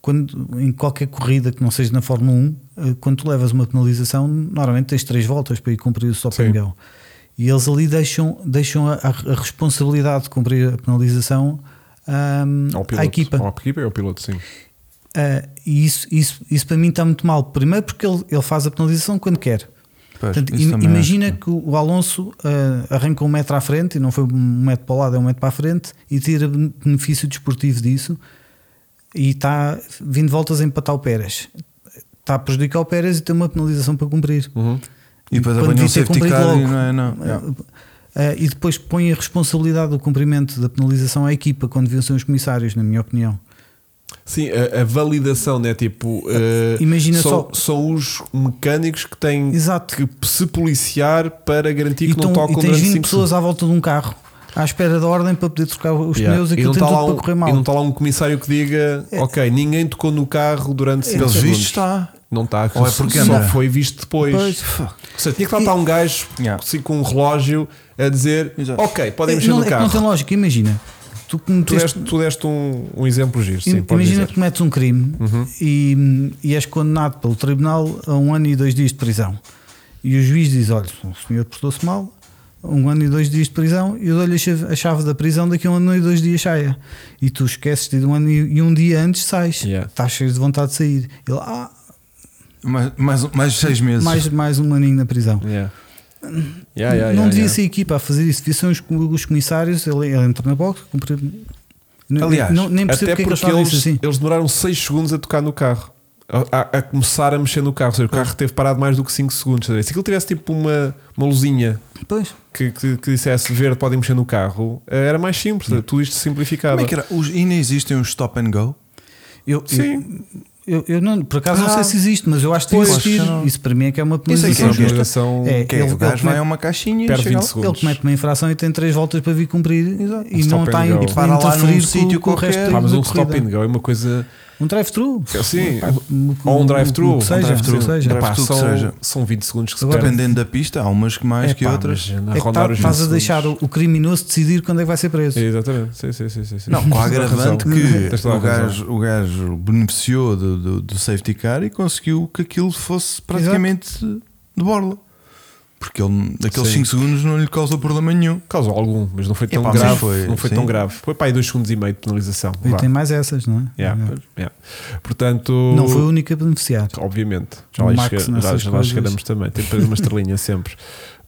quando, em qualquer corrida que não seja na Fórmula 1, eh, quando tu levas uma penalização, normalmente tens três voltas para ir cumprir o stop
Sim.
and go. E eles ali deixam, deixam a, a- a responsabilidade de cumprir a penalização ahm,
Ao piloto.
à equipa.
Ao equipa e ao piloto, sim.
Ah, e isso, isso, isso para mim está muito mal. Primeiro, porque ele, ele faz a penalização quando quer.
Pois,
Portanto,
isso
im-
também
imagina que o Alonso ah, arranca um metro à frente, e não foi um metro para o lado, é um metro para a frente, e tira ben- benefício desportivo disso, e está 20 voltas a empatar o Pérez. Está a prejudicar o Pérez e tem uma penalização para cumprir.
Uhum. E depois
Quando
apanhou um
devia ter
safety
cumprido
car e
logo.
não é, não.
Ah, ah, e depois põe a responsabilidade do cumprimento da penalização à equipa, quando deviam ser os comissários, na minha opinião.
Sim, a, a validação, né? Tipo, eh,
Imagina
são,
só-
são os mecânicos que têm
Exato.
que se policiar para garantir que
tão-
não tocam
e tens
durante
20
5
pessoas à volta de um carro à espera da ordem para poder trocar os
Yeah.
pneus
E
e aquilo
não
tem
está
tudo
lá um-
para correr
E não
mal. É.
está lá um comissário que diga: Ok, ninguém tocou no carro durante 5
Pelos
segundos.
vistos está.
Não está,
Ou é porque
só
anda.
foi visto depois.
Pois.
Ou seja, tinha que lá estar um gajo
Yeah.
assim, com um relógio a dizer:
Exato.
Ok, podem mexer
não, é
no
que não tem
carro.
lógica, imagina. Tu que
Tu
meteste
deste, tu deste um, um exemplo giro, sim,
Im-
podes
Imagina que
dizer. Uhum.
cometes um crime e, e és condenado pelo tribunal a um ano e dois dias de prisão. E o juiz diz: Olha, o senhor portou-se mal, um ano e dois dias de prisão, e eu dou-lhe a chave, a chave da prisão, daqui a um ano e dois dias saia. E tu esqueces de ir um ano e, e um dia antes sais.
Yeah.
Estás cheio de vontade de sair. Ele, ah,
Mais, mais, mais seis meses.
mais, mais um aninho na prisão.
Yeah. Yeah, yeah,
não
yeah,
devia
yeah.
ser a equipa a fazer isso, devia ser os, os comissários. Ele, ele entra na box, cumpre.
Aliás,
não, nem percebo
Até
porque é que eles
porque
fazem
eles,
isso assim.
eles demoraram 6 segundos a tocar no carro. A, a- a começar a mexer no carro, ou seja, o carro teve parado mais do que 5 segundos. Se aquilo tivesse tipo uma, uma luzinha
Pois.
que, que, que dissesse verde, podem mexer no carro, eh, era mais simples, tudo isto simplificado.
Como é que era? Os, e nem existem os stop and go?
Eu,
Sim.
Eu, eu não, por acaso não
Ah.
sei se existe, mas eu acho que devia
Pois,
existir.
não.
Isso para mim é que é uma
Isso é
Isso
que
é
penalização
uma
justo.
justa.
obrigação
É,
Que é,
ele-
o gajo
ele
vai
comete-
a uma caixinha e
Perde
chega
20
lá.
Ele
segundos.
comete uma infração e tem três voltas para vir cumprir
Exato.
e
Um
não
stop
está
and
a
go.
Para lá num
interferir
sítio
com o
qualquer.
resto
Pá,
da
mas
da
um stop
corrida.
and go é uma coisa.
Um drive-thru.
Sim,
Pá, o-
ou
o-
um
o
drive-thru.
que seja,
um drive-thru.
o que seja.
Epá,
Drive-thru que
são,
seja.
são 20 segundos que se
Agora,
perdem.
Dependendo da pista, há umas que mais
Epá,
que outras.
mas anda a
É que
rondar
tá-
os
estás a
20
deixar o, o criminoso decidir quando é que vai ser preso.
Exatamente, sim, sim, sim. sim, sim. <laughs>
Não, com a
Tens toda a razão.
agravante
Tens
que
toda a
o
razão.
gajo, o gajo beneficiou do, do, do safety car e conseguiu que aquilo fosse praticamente de borla. Porque ele, daqueles
Sim.
5 segundos não lhe causou problema nenhum.
Causou algum, mas não foi tão
Epá, mas
grave.
foi-
não foi
sim.
tão grave. Foi para aí 2 segundos e meio de penalização.
E
Vá.
tem mais essas, não é?
Yeah,
Não.
pois, yeah. Portanto,
Não foi o único a beneficiar.
Obviamente, já
O
lá,
Max
chega- já,
nessas
já lá
coisas.
chegaremos também. Tem depois uma estrelinha <laughs> sempre.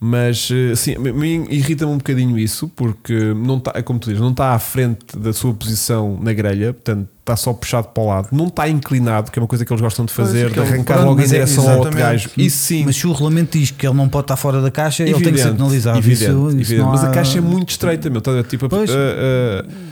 Mas eh, sim, a mim irrita-me um bocadinho isso, porque não está, como tu dizes, não está à frente da sua posição na grelha, portanto está só puxado para o lado, não está inclinado, que é uma coisa que eles gostam de
Pois,
fazer, de
aquele-
arrancar
pronto,
logo em
mas é-
direção ao outro
exatamente.
gajo. Isso sim,
Mas se o regulamento diz que ele não pode estar fora da caixa, ele tem que ser
Evidente,
penalizado.
evidente,
Isso- isso
evidente.
não
Mas a
há-
caixa é muito estreita, meu. Tá, tipo, a-
Pois.
a- a-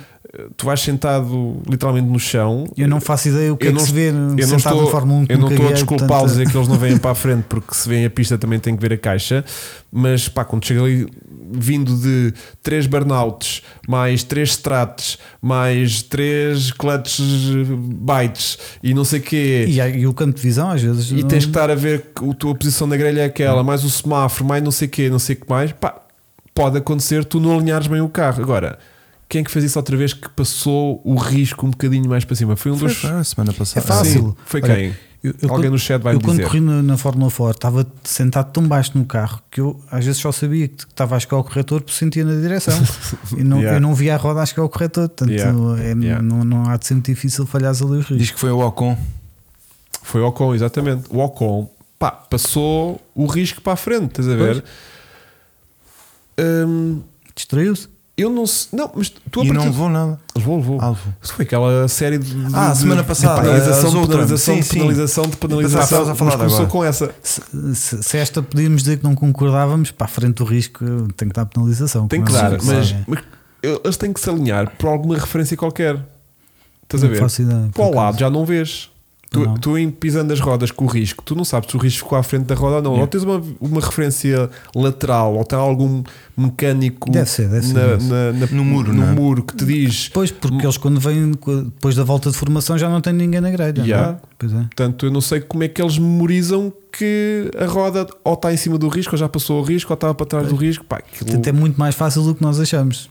tu vais sentado literalmente no chão.
Eu não faço ideia o que
Eu
é
não-
que se vê
Eu não,
sentado
estou,
em Fórmula 1 que
eu não
nunca
estou a
guiei,
desculpá-los
portanto,
é que eles não
<laughs>
vêm para a frente porque se vêem a pista também têm que ver a caixa, mas pá, quando chega ali vindo de 3 burnouts, mais 3 strates, mais 3 clutches bytes e não sei o quê.
E, há- e o campo de visão, às vezes.
E
não-
tens que estar a ver que a tua posição na grelha é aquela, mais o semáforo, mais não sei o quê, não sei o que mais. Pá, pode acontecer tu não alinhares bem o carro. Agora, quem é que fez isso outra vez que passou o risco um bocadinho mais para cima? Foi um
Foi
dos.
a Ah, semana passada.
É fácil.
Sim, foi
Olha,
quem?
eu- eu
Alguém
quando-
no chat vai
Eu
me
quando
dizer.
corri na, na Fórmula 4 estava sentado tão baixo no carro que eu às vezes só sabia que estava a chegar ao corretor porque sentia
<laughs>
na direção e não,
Yeah.
eu não via a roda a chegar ao corretor, portanto
Yeah.
é-
Yeah.
Não, não há de ser muito difícil falhares ali os riscos.
Diz que foi o Ocon.
Foi o Ocon, exatamente. O Ocon pá, passou o risco para a frente, estás a ver? Hum,
Distraiu-se?
eu não sei. Não, mas tu a
E
partir
não
de-
levou nada.
Levou, levou.
Ah, levou.
Isso foi aquela série de. de-
Ah, a
de-
semana
de
passada,
penalização,
as
de
outras.
penalização,
Sim,
de
sim.
penalização, de penalização.
Estavas a falar
Mas começou
agora.
com essa.
Se, se- se esta podíamos dizer que não concordávamos, para a frente do risco tem que dar penalização.
Tem que
como é
dar,
óbvio,
mas,
é.
mas eles têm que se alinhar por alguma referência qualquer. Estás a
Não
ver?
faço ideia,
Para
por
o lado já não vês. Tu,
Não.
tu em pisando as rodas com o risco, tu não sabes se o risco ficou à frente da roda ou não. Ou tens uma, uma referência lateral, ou tem algum mecânico
Deve ser, deve ser,
na-
deve ser.
na- na-
No muro,
no
não é?
muro que te diz.
Pois, porque eles quando vêm co- depois da volta de formação já não tem ninguém na grelha.
Yeah.
não é? Pois é.
Portanto, eu não sei como é que eles memorizam que a roda ou está em cima do risco, ou já passou o risco, ou estava para trás do risco. Pá, aquilo-
Portanto, é muito mais fácil do que nós achamos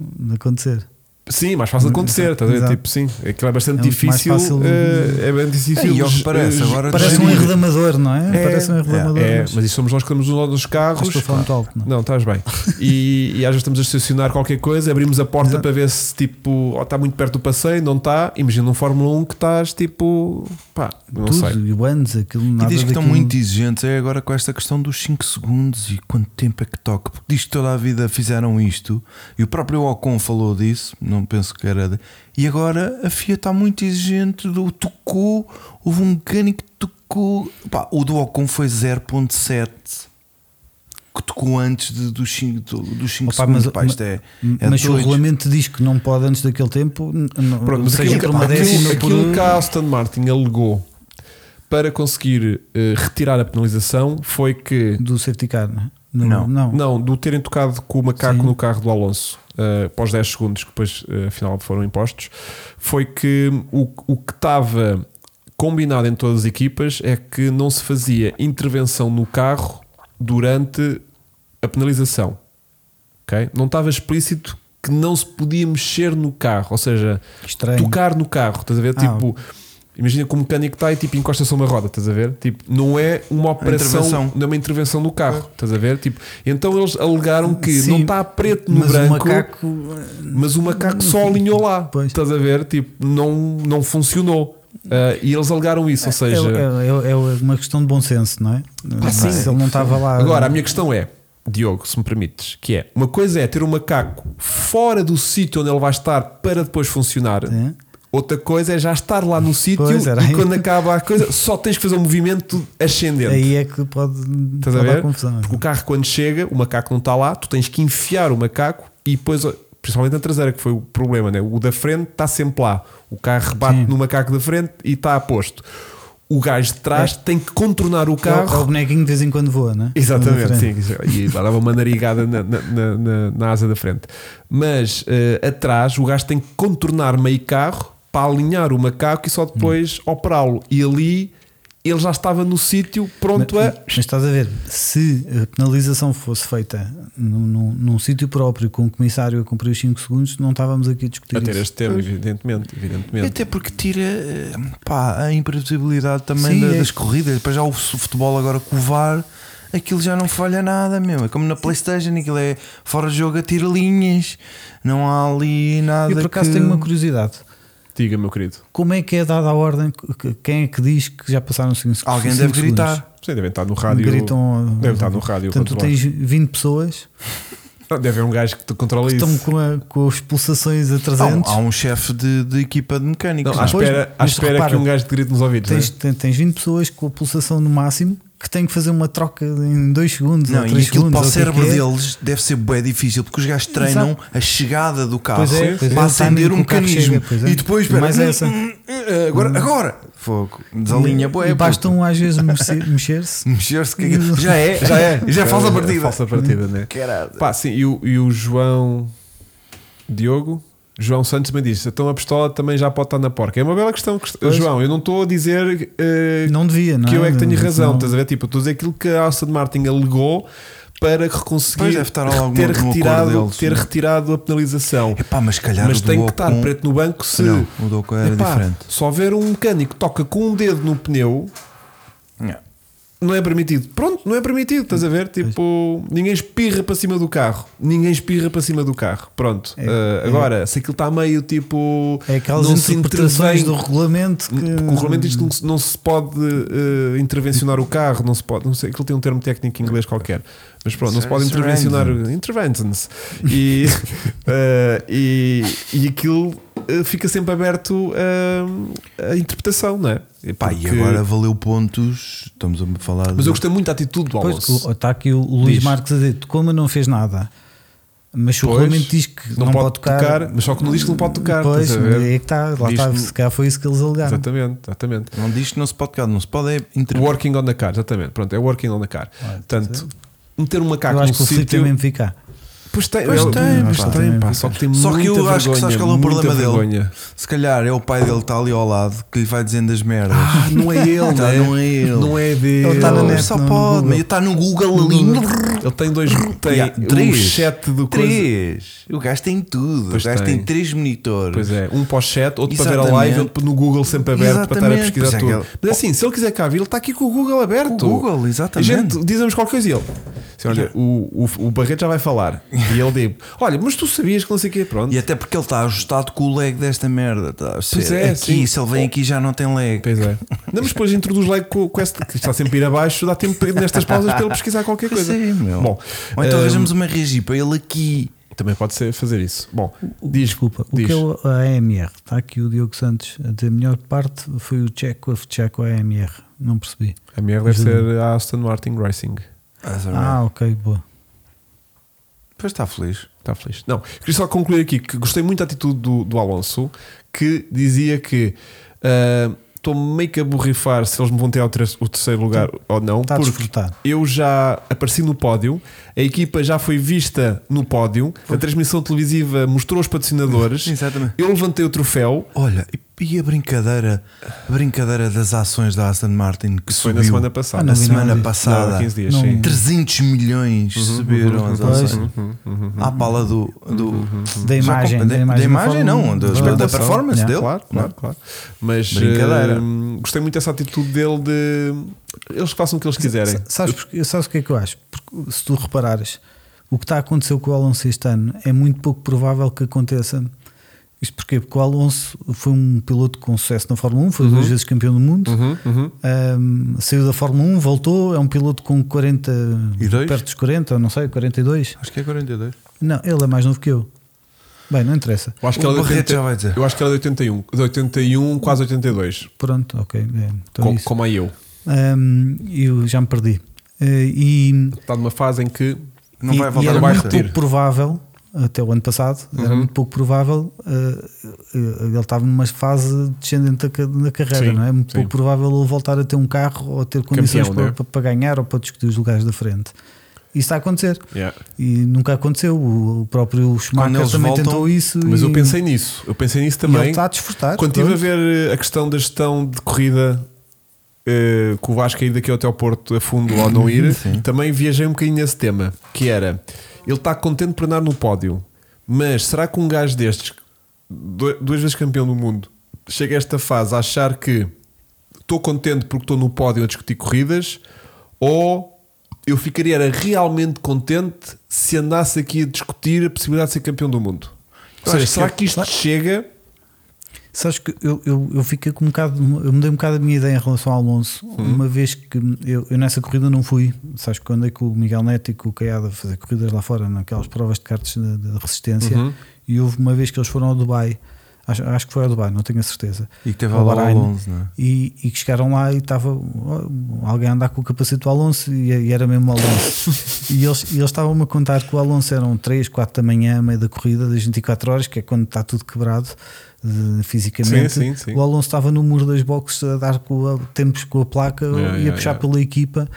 de acontecer.
Sim, mais fácil de acontecer, estás a ver?
Hum, Exato.
Tipo, sim, aquilo é bastante
É muito mais
difícil.
fácil de-
eh, é bem difícil.
e ao que
de-
parece,
eh,
agora
Parece um
gerir.
erro de amador, não é?
É,
Parece um erro de
é,
amador.
É,
mas
mas isso somos nós que estamos nos dos
acho
carros.
que estou a falar muito alto, não? é?
Não, estás bem. E, e às vezes estamos a estacionar qualquer coisa, abrimos a porta
Exato.
para ver se tipo ó, está muito perto do passeio, não está. Imagina um Fórmula 1 que estás tipo pá, não
Tudo,
sei.
e o Andes, aquilo nada
E diz que estão
daquilo-
muito exigentes é agora com esta questão dos 5 segundos e quanto tempo é que toca, porque diz que toda a vida fizeram isto e o próprio Ocon falou disso, não penso que era. de- E agora a FIA está muito exigente do tocou, houve um mecânico que tocou, pá, o do Ocon foi 0.7. Que tocou antes de- dos 5 dos cinco
Opa,
segundos.
mas-
Pá, isto é, é
mas se o
doido.
regulamento diz que não pode antes daquele tempo, n- não,
Pronto, mas
seja
aquilo,
por uma
aquilo-
décima por
aquilo que a Aston Martin alegou para conseguir eh, retirar a penalização foi que
do safety car, não é? No-
Não.
não.
Não, do terem tocado com o macaco
Sim.
no carro do Alonso eh, após 10 segundos, que depois eh, afinal foram impostos, foi que o, o que estava combinado em todas as equipas é que não se fazia intervenção no carro durante a penalização. ok? Não estava explícito que não se podia mexer no carro, ou seja,
Que Estranho.
tocar no carro, estás a ver?
Ah,
tipo, imagina que o mecânico está e tipo, encosta-se a uma roda, estás a ver? Tipo, não é uma operação,
intervenção.
não é uma intervenção no carro, estás a ver? Tipo, então eles alegaram que
Sim,
não está preto no
mas
branco,
o macaco. Uhum.
mas o macaco só alinhou lá,
Pois.
estás a ver? Tipo, não, não funcionou. Ah, e eles alegaram isso, ou
É,
seja,
é- é- é uma questão de bom senso, não é?
Ah, sim.
Se ele não estava lá.
Agora, a minha questão é, Diogo, se me permites, que é uma coisa é ter um macaco fora do sítio onde ele vai estar para depois funcionar.
Sim.
Outra coisa é já estar lá no sítio
Pois, era
e
aí.
quando acaba a coisa só tens que fazer um movimento ascendente.
Aí é que pode,
Estás a
pode dar
ver?
confusão. é?
Porque o carro quando chega, o macaco não está lá, tu tens que enfiar o macaco e depois, principalmente na traseira, que foi o problema, né? o da frente está sempre lá. O carro rebate no macaco da frente e está a posto. O gajo de trás tem que contornar o
É o- é
carro
o bonequinho que de vez em quando voa, não é?
Exatamente,
Na
sim. é,
frente.
E lá dava uma narigada na, na, na- na- na asa da frente. Mas eh, atrás o gajo tem que contornar meio carro para alinhar o macaco e só depois
Hum.
operá-lo. E ali ele já estava no sítio pronto
Mas,
a.
mas estás a ver, se a penalização fosse feita num, num- num sítio próprio, com um comissário a cumprir os 5 segundos, não estávamos aqui a discutir
A ter
isso. Hum.
este tema, evidentemente. evidentemente.
Até porque tira eh, pá, a imprevisibilidade também
Sim,
da-
é.
das corridas. Para já o su- futebol agora com o VAR, aquilo já não falha nada mesmo. É como na Playstation, aquilo é fora de jogo a tira linhas. Não há ali nada.
Eu por acaso
que...
tenho uma curiosidade.
Diga, meu querido.
Como é que é dada a ordem? Que- Quem é que diz que já passaram 5 segundos?
Alguém deve gritar.
Você deve estar no rádio.
Gritam,
Deve estar no rádio.
Portanto, tu
controlar.
tens 20 pessoas
Não, Deve haver um gajo que te controla
que
isso.
estão com, a- com as pulsações a
Há um-
300.
Há, um chefe de, de equipa de mecânicos.
Não,
Não,
à
Pois,
espera, à
mas
espera
repara,
que um gajo te grite nos ouvidos.
Tens,
não é?
ten- tens 20 pessoas com a pulsação no máximo que têm que fazer uma troca em 2 segundos
Não,
ou
e
3
aquilo
segundos.
para o
ou o que é
cérebro
que é.
deles deve ser bem difícil porque os gajos treinam a chegada do carro
Pois é, pois é,
para
o timing
acender
que
um
o carro
mecanismo
chega, pois é.
e depois espera,
Mais
hum,
essa.
hum, hum, agora, agora fogo, desalinha, bué,
E um
puto.
bastam às vezes
<laughs>
mexer- mexer-se.
Mexer-se que aquilo- já é, já é, já é falsa partida.
Falsa partida, né?
Caralho.
Pá, sim, e o, e o João Diogo? João Santos me diz: então a pistola também já pode estar na porca. É uma bela questão. que-
Pois.
João, eu não estou a dizer eh,
não devia, não Então,
que eu é que tenho razão.
Não.
Estás a ver? Tipo, eu estou a dizer aquilo que a Aston Martin alegou para conseguir
Pois deve estar lá algum-
ter,
algum acordo
retirado,
deles,
ter
não é?
retirado a penalização.
Epá, mas se calhar
Mas
o do
tem que
Ocon-
estar preto no banco se.
Não, o do Ocon era
Epá,
diferente.
Se houver um mecânico que toca com um dedo no pneu,
Não.
não é permitido. Pronto, não é permitido, estás a ver? Tipo, ninguém espirra para cima do carro. Ninguém espirra para cima do carro. Pronto.
É,
Ah,
é.
agora, se aquilo está meio tipo.
É aquelas
não se
interpretações
intervém-
do eh, regulamento que.
Porque o regulamento diz que não se- não se pode eh, intervencionar o carro, não se pode, não sei, aquilo tem um termo técnico em inglês qualquer, mas pronto, não se pode intervencionar. Interventions.
<laughs>
E, eh, e, e aquilo eh, fica sempre aberto eh, à interpretação, não é?
Pá, e
Porque-
agora valeu pontos. Estamos a falar
Mas
de...
eu gostei muito da atitude do
Pois,
Alonso.
o- está aqui o, o Luís
Diz.
Marques a dizer: como não fez nada, mas se o
Pois,
regulamento diz que não, pode tocar,
mas só que não diz que não pode tocar.
pois,
estás a ver?
é que está, lá
Diz
está,
que-
se calhar foi isso que eles alegaram.
Exatamente, exatamente.
Não diz que não se pode tocar, não se pode é interpretar.
Working on the car, exatamente. Pronto, é working on the car. Portanto, meter um macaco
Eu
num
acho que o Filipe
sítio.
tem mesmo ficar.
Pois tem,
Pois
ele-
tem,
pois
pá.
tem, pá, Só que tem
Só que eu
muita vergonha,
acho que sabes qual é o problema
muita
dele?
vergonha.
Se calhar é o pai dele que está ali ao lado que lhe vai dizendo as merdas.
Ah, não é ele,
Tá,
né?
não é ele.
Não é dele.
Ele tá na net.
só
não, no
pode,
Google.
mas está no Google ali.
Ele tem dois. Tem
Yeah,
um
três.
chat do coisa.
Três. O gajo tem tudo.
Pois
o gajo
tem.
tem, três monitores.
Pois é, um para o chat, outro para ver a
Exatamente.
live, outro no Google sempre aberto para estar a
Exatamente.
pesquisar
Pois é,
tudo. Mas assim, se ele quiser cá vir, ele está aqui com o Google aberto.
Com o Google, exatamente.
A gente dizemos qualquer coisa e ele. Assim, olha, o, o, o Barreto já vai falar. E ele diz: Olha, mas tu sabias que não sei o quê, pronto.
E até porque ele está ajustado com o lag desta merda. Tá a ser.
Pois é,
aqui,
sim.
se ele vem aqui já não tem lag.
Pois é. Não, mas depois introduz like com, com esta que está sempre a ir abaixo, dá tempo para- nestas pausas para ele pesquisar qualquer
Pois
coisa.
é, meu.
Bom,
Ou então
hum,
arranjamos uma regi para ele aqui.
também pode ser fazer isso. Bom, diz,
Desculpa,
diz.
o que é o AMR? Está Tá aqui o Diogo Santos a dizer: a melhor parte foi o check, a fechar com a AMR. Não percebi.
A minha deve ser a Aston Martin Racing.
Ah,
é.
Ah, ok, boa.
Pois está feliz.
Está Tá feliz. Não, queria só concluir aqui que gostei muito da atitude do, do Alonso que dizia que ah, estou meio que a borrifar se eles me vão ter ao terceiro- o terceiro lugar
Tá.
ou não.
Está a
porque
desfrutar.
eu já apareci no pódio, a equipa já foi vista no pódio, a transmissão televisiva mostrou os patrocinadores.
<laughs> Exatamente.
Eu levantei o troféu,
Olha, e- e a brincadeira, a brincadeira das ações da Aston Martin que
foi
subiu
na semana passada.
Ah,
na
não vi
semana
nada.
passada.
Não, 15 dias, Uhum,
Não.
sim.
300 milhões subiram as
pois.
uhum,
ações. À pala do. do
Da
Hum.
Já
imagem,
com-
da imagem do Fórmula
não,
um.
da,
Da
da
especulação.
performance
Yeah.
dele.
Claro, claro, claro. Mas
Brincadeira.
hum, gostei muito dessa atitude dele de eles que façam o que eles quiserem.
Sa- Sabes, porque- sabes o que é que eu acho? Porque se tu reparares, o que está a acontecer com o Alonso este ano é muito pouco provável que aconteça. Isto porquê? Porque o Alonso foi um piloto com sucesso na Fórmula 1, foi
Uhum.
duas vezes campeão do mundo, Um, saiu da Fórmula 1, voltou, é um piloto com 40,
E dois?
perto dos 40, ou não sei, 42.
Acho que é 42.
Não, ele é mais novo que eu. Bem, não interessa.
Eu acho,
O
que ela é de
Barreto já vai dizer.
eu acho que ela é de 81, de 81 quase 82,
Pronto, ok. é, então é
co
isso.
como a eu.
Um, eu já me perdi. Uh, e
Está numa fase em que
Não
e,
vai
e
voltar
era
a
vai
muito
baixo.
repetir.
pouco provável até o ano passado
Uhum.
era muito pouco provável eh, eh, ele estava numa fase descendente da, ca- da carreira
Sim,
não é muito
sim.
pouco provável ele voltar a ter um carro ou ter condições
Campeão,
para,
não é?
para- para ganhar ou para discutir os lugares da frente isso está a acontecer
Yeah.
e nunca aconteceu o, o próprio Schumacher
eles
também
voltam-
tentou isso
Mas
e,
eu pensei nisso, eu pensei nisso
Hum. e ele
também.
está a desfrutar
Quando estive a
pronto.
ver eh, a questão da gestão de corrida eh, com o Vasco ir daqui até ao Porto a fundo ou não ir,
Sim.
também viajei um bocadinho nesse tema, que era ele está contente por andar no pódio, mas será que um gajo destes, do- duas vezes campeão do mundo, chega a esta fase a achar que estou contente porque estou no pódio a discutir corridas ou eu ficaria era realmente contente se andasse aqui a discutir a possibilidade de ser campeão do mundo?
Eu
Ou seja,
acho
será
que- é
que isto chega
Sabes que eu, eu, eu fiquei com um bocado, eu mudei um bocado a minha ideia em relação ao Alonso,
Uhum.
uma vez que eu, eu nessa corrida não fui, sabes que eu andei com o Miguel Neto e com o Caiado a fazer corridas lá fora, naquelas provas de cartas de, de resistência,
Uhum.
e houve uma vez que eles foram ao Dubai, acho, acho que foi ao Dubai, não tenho a certeza.
E que teve
Ao
lá o
Bahrein.
Alonso, não é?
E, e que chegaram lá e estava oh, alguém a andar com o capacete do Alonso e, e era mesmo
<laughs>
o Alonso. e eles e eles estavam-me a contar que o Alonso eram 3, 4 da manhã, meio da corrida, das 24 horas, que é quando está tudo quebrado eh, fisicamente.
Sim, sim, sim.
O Alonso estava no muro das boxes a dar com a- tempos com a placa
Yeah,
e a
yeah,
puxar
yeah.
pela equipa.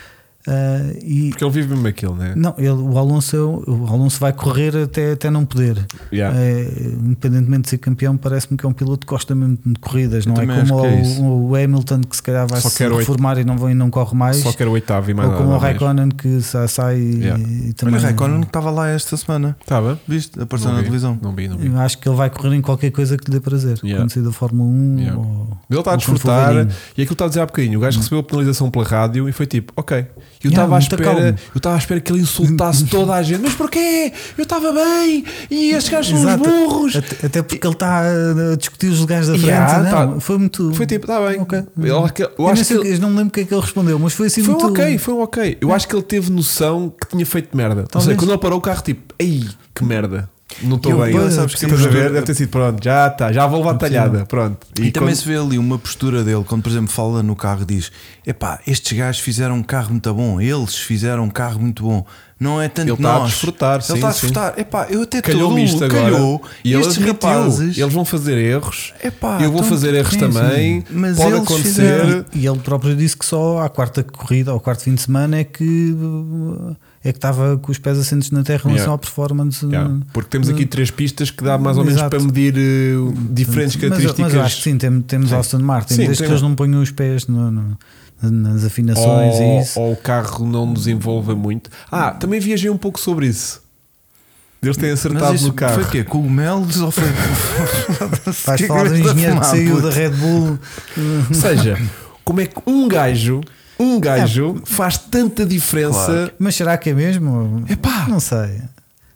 ah, e
Porque ele vive mesmo aquilo, né?
não, ele- o, Alonso, é o- o Alonso vai correr até, até não poder.
Yeah.
É, independentemente de ser campeão, parece-me que é um piloto que gosta mesmo de corridas, não é
também acho
como
que é
o-
isso.
o, Hamilton que se calhar vai
Só
se
quer oito.
reformar e não, vai- e não corre mais,
Só quero o oitavo e mais
ou um como o
nada. mais.
Raikkonen que sa- sai e-
Yeah.
e,
Olha,
também.
o Raikkonen que estava lá esta semana.
Estava?
Viste? Apareceu
Não
na
vi,
televisão.
Não vi, não vi.
Eu acho que ele vai correr em qualquer coisa que lhe dê prazer,
Yeah.
quando sair da Fórmula 1.
Yeah.
Ou,
Ele está a
ou um quando for
desfrutar e
velhinho.
aquilo que está a dizer há bocadinho. O gajo recebeu a penalização pela rádio e foi tipo, ok. Eu
Hum. Yeah,
estava à
muito
espera,
calmo.
eu estava à espera que ele
<laughs>
insultasse toda a gente, mas porquê? Eu estava bem e estes gajos são uns
Exato.
burros.
Até, até porque ele está a a discutir os lugares da frente.
Yeah,
não,
tá.
Foi muito.
Foi tipo, está bem.
Ok.
Ele- Eu acho
Eu, nem
que
sei o
ele-
que- eu não me lembro o que é que ele respondeu, mas foi assim
Foi um
muito.
ok, foi um ok. Eu acho que ele teve noção que tinha feito merda. Ou seja,
Talvez.
quando ele parou o carro, tipo, ei, que merda. Não estou
Eu-
bem.
eu-
Sabes
sabes
que
que
estás a
sim,
ver,
eu-
deve ter sido pronto, já está, já vou levar talhada. Pronto.
E, também
quando-
se vê ali uma postura dele, quando por exemplo fala no carro e diz: Epá, estes gajos fizeram um carro muito bom, eles fizeram um carro muito bom. Não é tanto
Ele está a
nós.
desfrutar,
Ele
sim,
está a
sim.
desfrutar. Epá, eu até
calhou-me isto
estou,
agora.
calhou.
e ele
estes
admitiu.
rapazes.
Eles vão fazer erros.
Epá,
eu vou
então,
fazer erros
sim,
também.
sim. Mas
Pode
eles
acontecer.
fizeram-
E ele próprio disse que só à quarta corrida, ao quarto fim de semana, é que é que estava com os pés assentes na terra em relação
Yeah.
à performance.
Yeah, Porque temos aqui três pistas que dá mais ou menos
Exato.
para medir eh, diferentes
Mas eu-
características.
Mas, eu acho que sim, tem- temos
Sim.
Austin Martin,
Sim,
desde
tem- um-
que eles não ponham os pés no- no- nas afinações e
ou,
isso.
ou o carro não desenvolve muito. Ah, também viajei um pouco sobre isso. Eles têm
Mas
acertado
isso
no carro.
Foi o
<laughs>
quê? Cogumelos ou foi.
Vais
Que é que
falar do
eu estou a
engenheiro que
fumar,
saiu
puto?
da Red Bull.
Ou seja, como é que um gajo, um gajo faz tanta diferença?
Mas será que é mesmo?
Epá!
Não sei.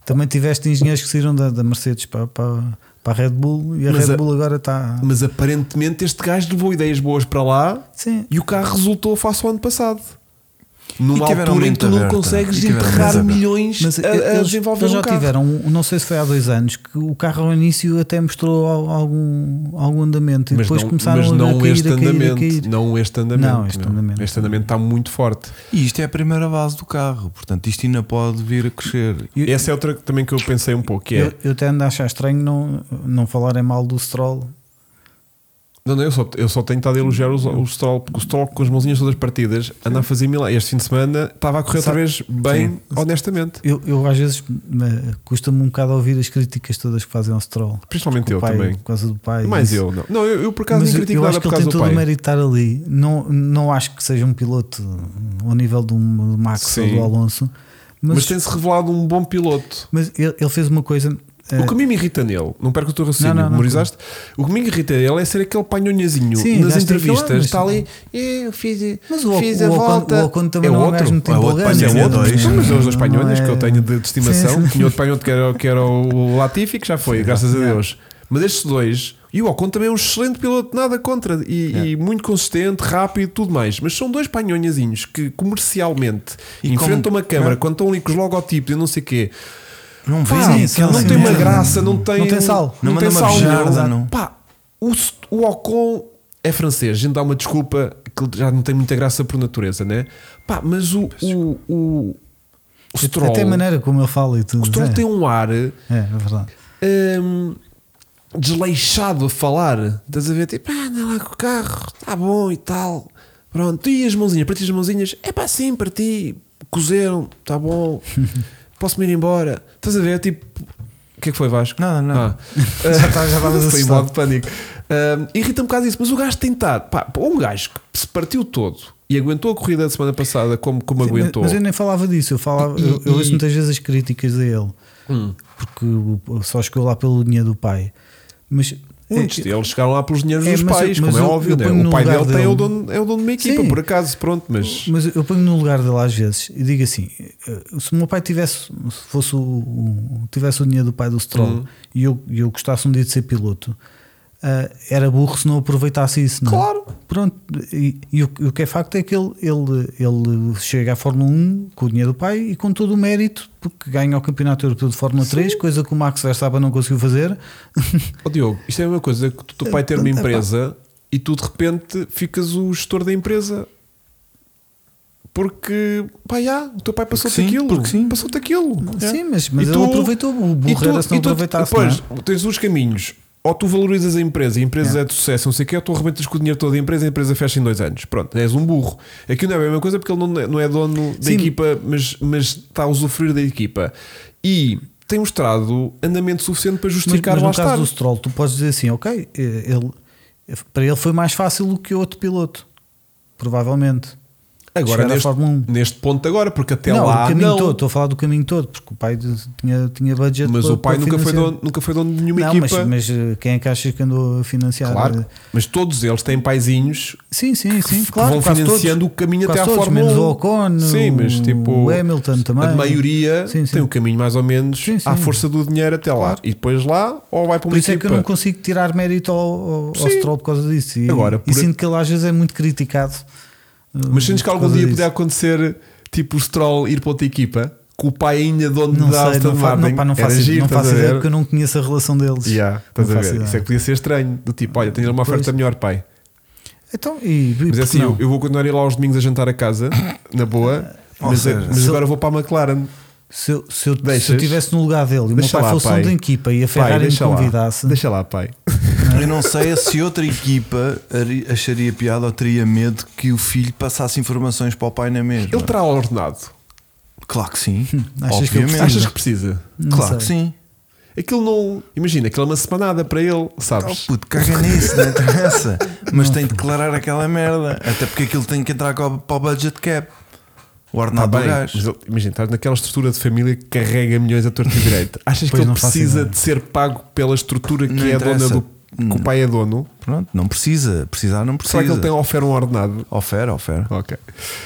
Também tiveste engenheiros que saíram da, da Mercedes para, para, para a Red Bull e a
Mas
Red
a-
Bull agora está.
Mas aparentemente este gajo levou ideias boas para lá
Sim.
E o carro resultou face ao ano passado. Numa
E tiveram
altura em que
mente
tu não
aberta. E
consegues
tiveram
enterrar
mente aberta.
milhões
Mas eh, é,
a, a
eles,
desenvolver
eles já
um carro.
tiveram, um- não sei se foi há dois anos, que o carro ao início até mostrou al- algum, algum andamento e
mas
depois
não,
começaram
mas
a,
não
a cair,
este
a cair,
andamento,
a cair.
não este andamento.
Não, este andamento.
Este andamento está muito forte.
E isto é a primeira base do carro, portanto isto ainda pode vir a crescer.
Eu-
Essa é outra que- também que eu pensei um pouco, que é
Eu, eu até ando a achar estranho não, não falarem mal do Stroll.
Não, não, eu só, eu só tenho estado a elogiar os- o Stroll, porque o Stroll com as mãozinhas todas partidas anda a fazer milagres. Este fim de semana estava a correr outra
Sabe-
vez bem,
Sim.
honestamente.
Eu, eu às vezes me- custa-me um bocado ouvir as críticas todas que fazem ao Stroll.
Principalmente
O
eu
pai,
também. É
Por causa do pai.
Mais
isso.
eu, não. Não, eu, eu por acaso
Mas
nem
eu,
critico
eu
nada
acho que
por
ele
causa do
tem todo o
pai.
mérito de estar ali. Não, não acho que seja um piloto ao nível do Max
Sim.
ou do Alonso,
Mas,
mas, mas,
tem-se revelado um bom piloto.
ele, ele fez uma coisa. eh,
O que a mim me irrita nele, não perca o teu raciocínio,
Não, não, não,
memorizaste? O que me irrita nele é ser aquele panhonhazinho
Sim,
nas
já sei que lá,
entrevistas,
mas-
está ali, "Eh, eu fiz,
Mas o,
fiz
Ocon-
a
o, Ocon,
volta.
o Ocon também
é
não é um
outro,
gajo muito
é outro
empolgante.
painel,
não é?
dois.
Então, Mas
Não
os das panhonhas
é-
que eu tenho de, de estimação,
Sim, é. sim.
tinha outro panhão que era, que era o Latifi, que já foi, graças a Deus. Mas estes dois, e o Ocon também é um excelente piloto, nada contra, e,
É.
e muito consistente, rápido e tudo mais. Mas são dois panhonhazinhos que comercialmente
E
enfrentam
como-
uma
é?
câmara, quando estão ali com os logotipos e não sei o quê,
Não
Pá,
vem
sim,
aquela
não tem uma
merda.
graça, não tem,
Não tem sal.
Não
não, tem
manda uma
sal.
bejarda,
não.
não.
Pá, o, o Ocon é francês, a gente dá uma desculpa que ele já não tem muita graça por natureza, né? Pá, mas o, o, o, o Stroll,
Até a maneira como ele fala e tudo.
o Stroll
é.
tem um ar
É, é verdade.
hum, desleixado a falar, estás a ver? Tipo, ah, anda lá com o carro, está bom e tal. Pronto, e as mãozinhas, para ti as mãozinhas, é pá, sim, para ti, cozeram, está
<laughs>
bom, posso-me ir embora. Estás a ver? Tipo, o que é que foi, Vasco?
Nada, nada.
Ah,
<laughs> Já tá- já estavas
<laughs> Foi em
assustado.
modo de pânico. Ah, Irrita-me um bocado isso, mas o gajo tem estado, pá, um gajo que se partiu todo e aguentou a corrida da semana passada como, como
Sim, mas-
aguentou.
Mas eu nem falava disso, eu, falava,
E-
eu, eu ouço
e-
muitas vezes as críticas a ele,
Hum.
porque o- só chegou lá pela linha do pai. Mas
Muitos
é-
deles chegaram lá pelos dinheiros
É,
dos
mas
pais,
eu-
como
mas
é
eu-
óbvio,
eu
né?
ponho
o
no
pai dele
lugar
tem, é, o
dele.
dono, é o dono de uma equipa,
Sim.
por acaso, pronto, mas.
Mas eu ponho no lugar dele às vezes e digo assim: eh, se o meu pai tivesse, se fosse o, o- tivesse o dinheiro do pai do Stroll
Uhum.
e eu, e eu gostasse um dia de ser piloto, ah, era burro se não aproveitasse isso, não é?
Claro.
Pronto, e, e o, e o que é facto é que ele, ele, ele chega à Fórmula 1 com o dinheiro do pai e com todo o mérito, porque ganha o Campeonato Europeu de Fórmula 3, coisa que o Max Verstappen não conseguiu fazer.
Ó, Diogo, isto é a mesma coisa que tu- teu pai ter uma empresa e tu de repente ficas o gestor da empresa. Porque, pá, já, o teu pai passou-te
sim,
aquilo.
porque sim.
Passou-te aquilo. É.
Sim, mas,
E
mas ele
tu-
aproveitou, o
E
burro era se não
e
aproveitasse. não é?
Pois, tens dois caminhos. Ou tu valorizas a empresa e a empresa é de sucesso, não sei o que, ou tu arrebentas com o dinheiro todo da empresa e a empresa fecha em dois anos. Pronto, és um burro. Aqui não é a mesma coisa porque ele não é, não é dono da
Sim.
equipa, mas, mas está a usufruir da equipa. E tem mostrado andamento suficiente para justificar
mas, mas no
lá
caso do
estar.
Stroll, tu podes dizer assim, ok, eh, ele, para ele foi mais fácil do que outro piloto, provavelmente.
Agora,
chegar à
neste,
Fórmula 1.
neste ponto agora, porque até
não,
lá
o caminho
não.
todo, estou a falar do caminho todo, porque o pai de- tinha, tinha budget
mas
para-
o pai
para
nunca foi,
financiar.
dono, nunca foi dono de nenhuma
Não, mas,
equipa.
mas, eh, quem é que achas que andou a financiar?
claro, mas todos eles têm paizinhos
Sim, sim, sim,
que
claro.
vão
quase todos.
financiando o caminho
Quase
até à
todos,
Fórmula
menos
1.
o Ocon,
sim, mas
o-
tipo,
o Hamilton também.
A maioria
Sim, sim.
tem o caminho mais ou menos
Sim, sim.
à força do dinheiro até lá. E depois lá, ou vai para uma
Por isso é que
equipa.
eu não consigo tirar mérito ao, ao, ao
Sim.
Stroll por causa disso. E,
Agora,
e
por-
sinto que ele às vezes é muito criticado. eh,
Mas sentes que
por
algum
causa
dia
disso.
poder acontecer, tipo, o Stroll ir para outra equipa, que o pai ainda é dono
Não
da
sei,
Aston
não, fa
Martin.
não, pá, não
Era
faço,
giro,
não
estás
faço
a
ideia
ver?
porque eu não conheço a relação deles.
Yeah, estás
Não
a
faço
ver? Isso é
ideia.
que podia ser estranho. Do tipo, olha, tenho uma oferta
Pois.
melhor, pai.
Então, e, e por
Mas
que
é assim,
não?
eu, eu vou continuar a ir lá aos domingos a jantar a casa, na boa.
Ou
Mas,
seja,
mas
se-
agora vou para a McLaren.
se, eu, se, eu, se eu
Deixas?
estivesse no lugar dele e o meu
Deixa
pai
lá,
fosse
pai.
um de equipa e
Pai,
a Ferrari me
deixa lá.
convidasse,
Deixa lá, pai.
Eu não sei <laughs> é se outra equipa ari- acharia piada ou teria medo que o filho passasse informações para o pai na mesma.
Ele terá ordenado.
Claro que sim.
Achas que ele
Obviamente.
precisa?
Hum, Achas que precisa?
Não
Claro que
sei.
sim.
Aquilo não. Imagina, aquilo é uma semanada para ele,
Oh,
sabes?
puto, caga nisso,
<laughs>
não é? interessa. Mas tem de declarar aquela merda. Até porque aquilo tem que entrar co- para o budget cap. O
Tá
ordenado
bem,
do gajo.
mas ele- imagina, estás naquela estrutura de família que carrega milhões a torto e
<laughs>
direito. Achas
Pois
que ele
não faço
precisa
ideia.
de ser pago pela estrutura que
Não
é dona
interessa.
do. que o pai é dono?
Pronto, não precisa. Precisar não precisa.
Será que ele tem a oferta um ordenado?
Ofera, ofera.
Ok.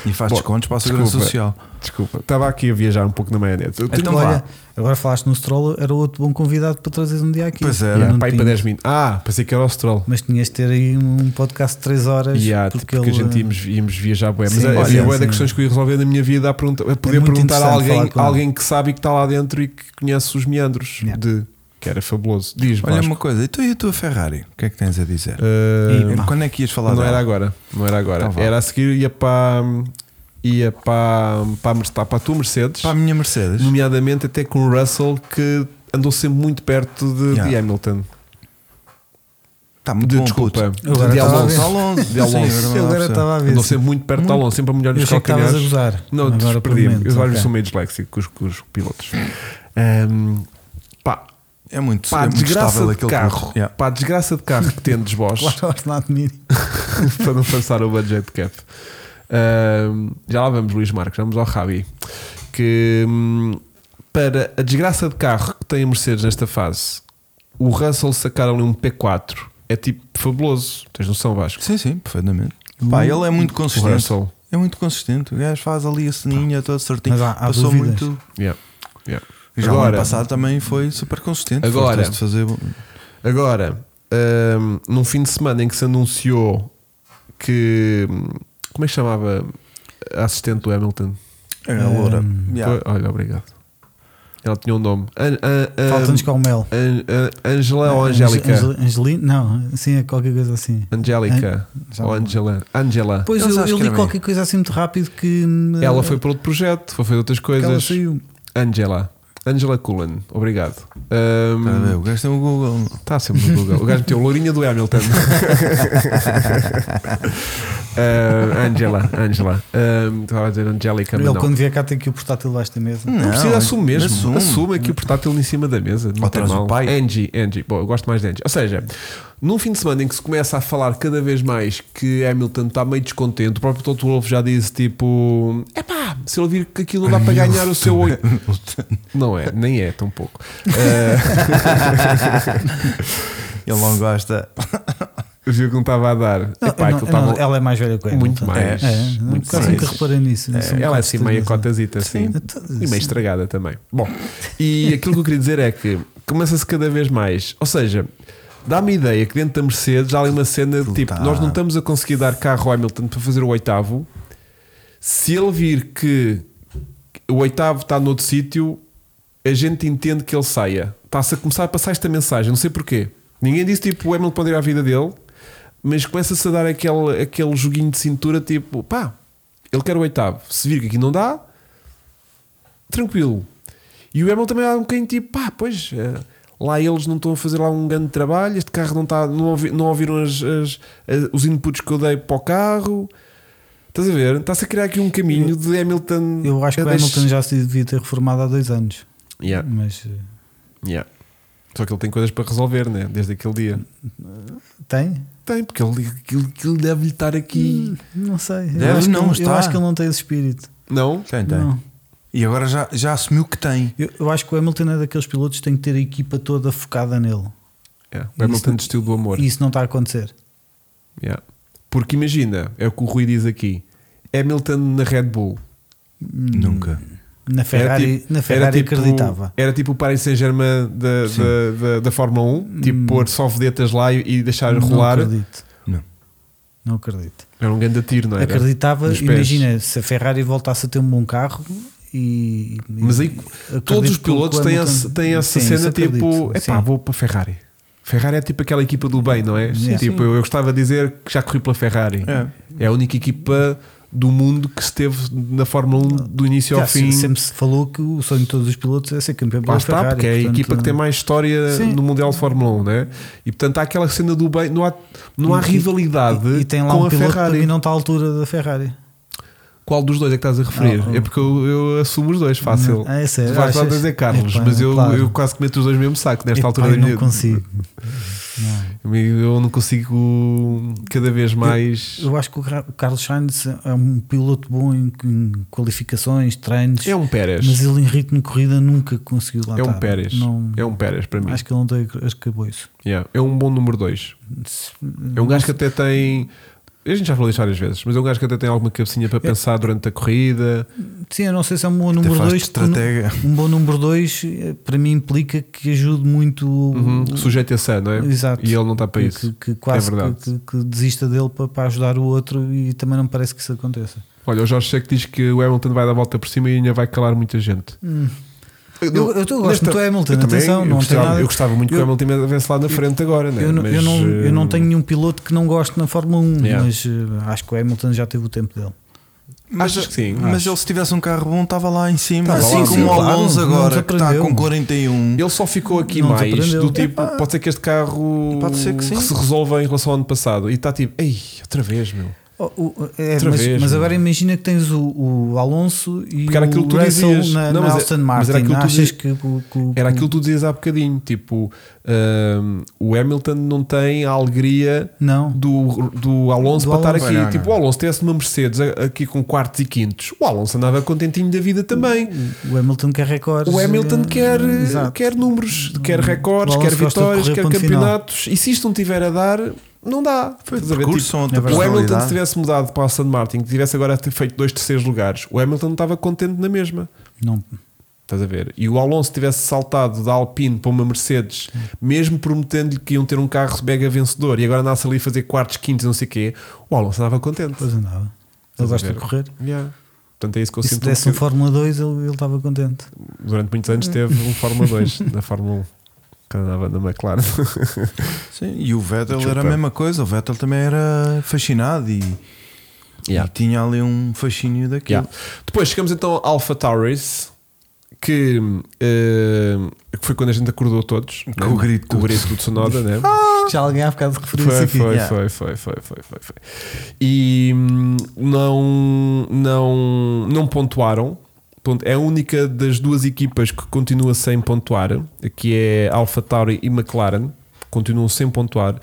E faz
Bom,
descontos para a segurança
desculpa.
social.
Desculpa, estava aqui a viajar um pouco na maionese. Eu tenho- Ah,
Então
Olha,
vá.
agora falaste no Stroll, era outro bom convidado para trazeres um dia aqui.
Pois era.
Não
Yeah, pá, aí para
tinhas.
10 minutos. Ah, pensei que era o Stroll.
Mas tinhas de ter aí um podcast de 3 horas.
Yeah, porque
porque
porque tipo, a
ele, eh,
gente íamos, íamos viajar bué. Mas é,
Sim,
havia
olha,
bué de
sim. É
questões que eu ia resolver na minha vida a, pergunta, a poder
muito
perguntar a
interessante
alguém,
falar com ele.
alguém que sabe e que está lá dentro e que conhece os meandros
Yeah.
de que era fabuloso. Diz,
Olha
Vasco.
uma coisa, então e a tua Ferrari? O que é que tens a dizer?
Ah,
E-
Quando é que ias falar
não
dela?
era agora, não era agora.
Então vá.
era a seguir ia para ia para para, a Merce- para a tua Mercedes,
Para a minha Mercedes.
nomeadamente até com o Russell que andou sempre muito perto de, de
Yeah.
Hamilton.
Está Tá muito
de,
bom,
desculpa,
puto.
Agora
de
estava a ver.
Alonso.
Alonso.
De Alonso.
Sim,
Eu agora estava a ver.
Andou sempre muito perto de Alonso, sempre a melhor
Eu
nos
achei que estavas a
calcanhares.
gozar.
Não,
Agora, pelo
desperdi-me.
menos,
Eu vários
ok.
são meio disléxico com os, com os pilotos. Ahm, pá,
É muito, é
pá, a
muito
desgraça
estável
de
aquele
carro.
puto. Yeah.
Pá, a desgraça de carro que
<laughs>
tendes vós
Claro, ordenado mínimo.
<laughs> para não passar o budget cap. Ahm, já lá vamos, Luís Marcos, vamos ao Rabi. Que hum, para a desgraça de carro que tem a Mercedes nesta fase, o Russell sacar ali um P4 é tipo fabuloso. Tens noção, Vasco?
Sim, sim, perfeitamente. Pá, ele é muito
O
consistente.
Russell.
É muito consistente. O gajo faz ali a ceninha todo certinho.
Mas há- há
Passou
dúvidas.
muito.
Yeah. Yeah.
Já o ano
Agora,
passado também foi super consistente. Foi
Agora.
capaz de fazer
Agora, hum, num fim de semana em que se anunciou que. hum, Como é que chamava a assistente do Hamilton?
É, a loura.
Hum,
Yeah.
Foi- Olha, obrigado. Ela tinha um nome. An- an- an-
Falta-nos com o mel.
an- an- Angela ou é Angélica?
Ange- Angelina? Não, sim, é qualquer coisa assim.
Angélica.
Já
Ou
não-
Angela. Angela.
Pois
Eles
eu,
acho
eu
que
li
era
qualquer coisa assim muito rápido que. hum,
Ela foi para outro projeto, foi fazer outras
que ela
coisas.
saiu.
Angela. Angela Cullen, obrigado. Hum,
Tá a ver, o gajo tem o Google. não?
Está Tá sempre no Google. O gajo meteu Lourinha do Hamilton. Ah, Angela, Angela. Ah, Estava a dizer Angélica, mas
Ele
não.
quando vier cá tem que o portátil debaixo da mesa.
Não, precisa, assume mesmo.
assume.
Assume, aqui o portátil em cima da mesa. Não
Ou
tem
traz o
mal.
pai.
Angie, Angie. Bom, eu gosto mais de Angie. Ou seja, num fim de semana em que se começa a falar cada vez mais que Hamilton está meio descontente, o próprio Toto Wolff já disse tipo: epá, se ele vir que aquilo não dá para ganhar o seu oito.
<laughs>
Não é, nem é, tão pouco. Ah, <laughs>
Ele não gosta.
Viu que não estava a dar.
Não,
Epá,
não,
aquilo estava-
não, ela é mais velha que eu.
Muito
então.
mais,
É,
muito
quase
mais.
nunca reparei nisso. nisso um
Ela é
bocado Então,
assim meio
estranho,
cotazita assim.
Sim.
E meio estragada também. Bom, e aquilo que eu queria dizer é que começa-se cada vez mais. Ou seja, dá-me a ideia que dentro da Mercedes há ali uma cena de tipo:
Tá.
nós não estamos a conseguir dar carro ao Hamilton para fazer o oitavo. Se ele vir que o oitavo está noutro sítio, a gente entende que ele saia. Está-se a começar a passar esta mensagem, não sei porquê. Ninguém disse tipo o Hamilton pode ir à vida dele, mas começa-se a dar aquele, aquele joguinho de cintura tipo pá, ele quer o oitavo. Se vir que aqui não dá, tranquilo. E o Hamilton também há um bocadinho tipo, pá, pois eh, lá eles não estão a fazer lá um grande trabalho, este carro não está, não, ouvi- não ouviram as- as- as- os inputs que eu dei para o carro. Estás a ver? Está-se a criar aqui um caminho de Hamilton.
Eu acho que o
a deixar-
Hamilton já se devia ter reformado há dois anos.
Yeah,
Mas eh,
yeah. Só que ele tem coisas para resolver, né? Desde aquele dia.
tem?
Tem, porque ele, aquilo, aquilo deve-lhe estar aqui.
Não sei.
Deve,
eu acho
não,
que, ele- Eu
está.
acho que ele Hum, não tem esse espírito.
Não?
Tem, tem.
Não.
E agora já, já assumiu que tem.
Eu, eu acho que o Hamilton é daqueles pilotos que tem que ter a equipa toda focada nele.
Yeah. O Hamilton
Isso-
desistiu do amor.
E isso não está a acontecer.
Yeah. Porque imagina, é o que o Rui diz aqui: Hamilton na Red Bull.
Nunca.
Na Ferrari, na Ferrari
tipo-
acreditava.
Era tipo o Paris Saint-Germain da, da, da, da Fórmula 1, tipo pôr só vedetas lá e, e deixar rolar.
Hum. Não acredito.
Não.
Não acredito.
Era um grande tiro, não era?
acreditava,
Nos pés.
imagina, se a Ferrari voltasse a ter um bom carro e. e-
Mas aí
acredito
todos os
que o
pilotos têm,
Hamilton-
esse- têm essa
Sim, isso
cena
acredito,
tipo: é
sim.
pá, vou para a Ferrari. Ferrari é tipo aquela equipa do bem, não é?
Sim,
tipo, Eu, eu gostava de dizer que já corri pela Ferrari. É. a única equipa do mundo que esteve na Fórmula 1 do início
Já
ao
se-
fim.
Sempre se falou que o sonho de todos os pilotos é ser campeão
Lá
pela
está,
Ferrari.
porque é a
portanto,
equipa que tem mais história
Sim.
no Mundial de Fórmula 1, né? E portanto há aquela cena do bem, não há, não há
E-
rivalidade
E, e tem lá
com
um
a
piloto que para
Ferrari.
mim não está à altura da Ferrari.
Qual dos dois é que estás a referir?
Ah, ah.
é porque eu, eu assumo os dois, fácil.
Ah, é sério,
Tu vais lá
achas?
dizer Carlos,
Epá,
mas eu,
claro.
eu quase que meto os dois no mesmo saco nesta
Epá,
altura
eu
da
não
minha
consigo. Não.
Eu não consigo cada vez mais.
Eu acho que o Ra- o Carlos Sainz é um piloto bom em, em qualificações, treinos,
É um Pérez.
mas ele em ritmo de corrida nunca conseguiu lá
É um
estar.
Pérez.
Não-
É um Pérez para mim.
Acho que ele não tem as cabeças.
Yeah. É um bom número 2. É um gajo que até tem. A gente já falou isto várias vezes, mas é um gajo que até tem alguma cabecinha
É-
para pensar durante a corrida.
Sim, eu não sei se é um bom
Até
número
faz
2.
estratega.
Um bom número 2 para mim implica que ajude muito o-
Uhum. Sujeito a sã, não é?
Exato.
E ele não está para
que,
isso. É
que- que quase que-
verdade.
que, que desista dele para, para ajudar o outro e também não parece que isso aconteça.
Olha, o Jorge Cheque diz que o Hamilton vai dar a volta por cima e ainda vai calar muita gente.
Eu, Hum. eu, gosto
Nesta-
muito do Hamilton,
eu também,
atenção,
eu
não tem
gostava,
nada.
eu gostava muito que
eu-
o Hamilton estivesse lá na frente agora, né?
Eu, não-
Mas,
eu não, eu não
eh,
tenho nenhum piloto que não goste na Fórmula 1,
Yeah.
mas eh, acho que o Hamilton já teve o tempo dele.
Mas, Achas que sim?
Mas
Acho.
ele, se tivesse um carro bom, estava lá em cima.
Estava
assim
lá,
como
sim,
o
claro.
Alonso
Não
agora, que está
desaprendeu.
com 41.
Ele só ficou aqui
Não
mais
desaprendeu.
do tipo,
Epá.
pode ser que este carro
Pode ser que sim.
se resolva em relação ao ano passado. E está tipo, ei, outra vez, meu.
Oh, o- é,
Outra
mas,
vez,
mas
meu.
agora imagina que tens o, o Alonso e
Porque era aquilo
o
que tu
Russell
dizias.
na,
Não,
na
mas é-
Aston
mas
Martin.
era aquilo que tu
Achas
dizi-
que, o- que
Era
o- que o-
aquilo que tu dizias há bocadinho, tipo, hum, o Hamilton não tem a alegria
Não.
do, do Alonso
Do
para estar
Alonso.
aqui.
Não, não.
tipo, o Alonso tivesse uma Mercedes a- aqui com quartos e quintos. O Alonso andava contentinho da vida também.
O Hamilton quer recordes.
O Hamilton
eh,
quer,
exato.
quer números, quer recordes,
O
quer
Alonso gosta de
vitórias,
correr
quer
ponto final.
campeonatos. E se isto não tiver a dar, não dá.
Foi
Estás a ver?
percurso,
Tipo,
são outra
é
o
verdade.
Hamilton, se
personalidade.
tivesse mudado para a Aston Martin, que tivesse agora ter feito dois terceiros lugares, o Hamilton estava contente na mesma.
Não.
Estás a ver? E o Alonso tivesse saltado da Alpine para uma Mercedes, mesmo prometendo-lhe que iam ter um carro mega vencedor e agora nasce ali a fazer quartos, quintos, não sei o quê, o Alonso estava contente.
Pois andava. Ele
Estás a
gosta de
ver?
correr.
Yeah. Portanto, é isso que eu
E se
sinto.
desse um Hum.
que
Fórmula 2, ele ele estava contente.
durante muitos anos teve um Fórmula
<laughs>
2 na Fórmula 1. que andava na McLaren.
Sim, e o Vettel era a
Chupa.
mesma coisa. O Vettel também era fascinado e, e tinha ali um fascínio daquilo.
<laughs> Yeah. Depois chegamos então ao Alpha Tauris, que, eh, que foi quando a gente acordou todos. né?
Com o grito.
Com o grito do Tsunoda,
<laughs>
né?
Já alguém há bocado referiu isso
Foi,
aqui.
foi,
yeah.
foi, foi, foi, foi, foi, foi. E hum, não, não, não pontuaram. Ponto- É a única das duas equipas que continua sem pontuar, que é Alpha Tauri e McLaren, continuam sem pontuar.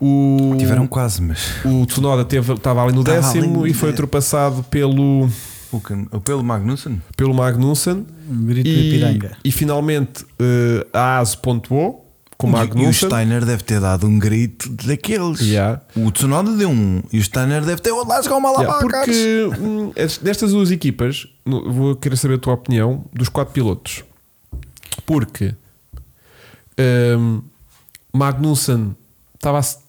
O,
Tiveram quase, mas
o Tsunoda teve, estava ali no
Estava
décimo
ali no
e foi
dé-
ultrapassado pelo,
o can- o pelo Magnussen
pelo Magnussen.
Um grito de
E,
piranga.
e finalmente eh, a ASO pontuou com o
E o
Magnussen.
Steiner deve ter dado um grito daqueles.
Yeah.
O Tsunoda deu um e o Steiner deve ter. Lasca uma lá
Yeah,
para
porque hum, es- destas duas equipas, no- vou querer saber a tua opinião dos quatro pilotos. Porque hum, Magnussen estava a se-
Mas-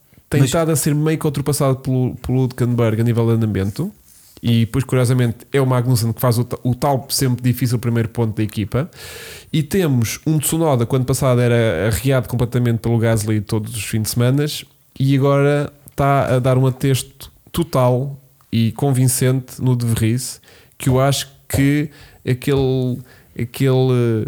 tentado a ser meio que ultrapassado pelo, pelo Hülkenberg a nível de andamento. E depois, curiosamente, é o Magnussen que faz o, ta- o tal sempre difícil primeiro ponto da equipa. E temos um Tsunoda, que ano passado era arreado completamente pelo Gasly todos os fins de semana, e agora está a dar um atesto total e convincente no De Vries, que eu acho que aquele, aquele,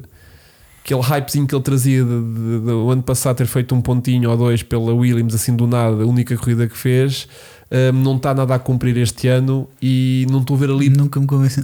aquele hypezinho que ele trazia de, de- de- do ano passado ter feito um pontinho ou dois pela Williams, assim do nada, a única corrida que fez. hum, não está nada a cumprir este ano e não estou a ver ali
Nunca me convenceu.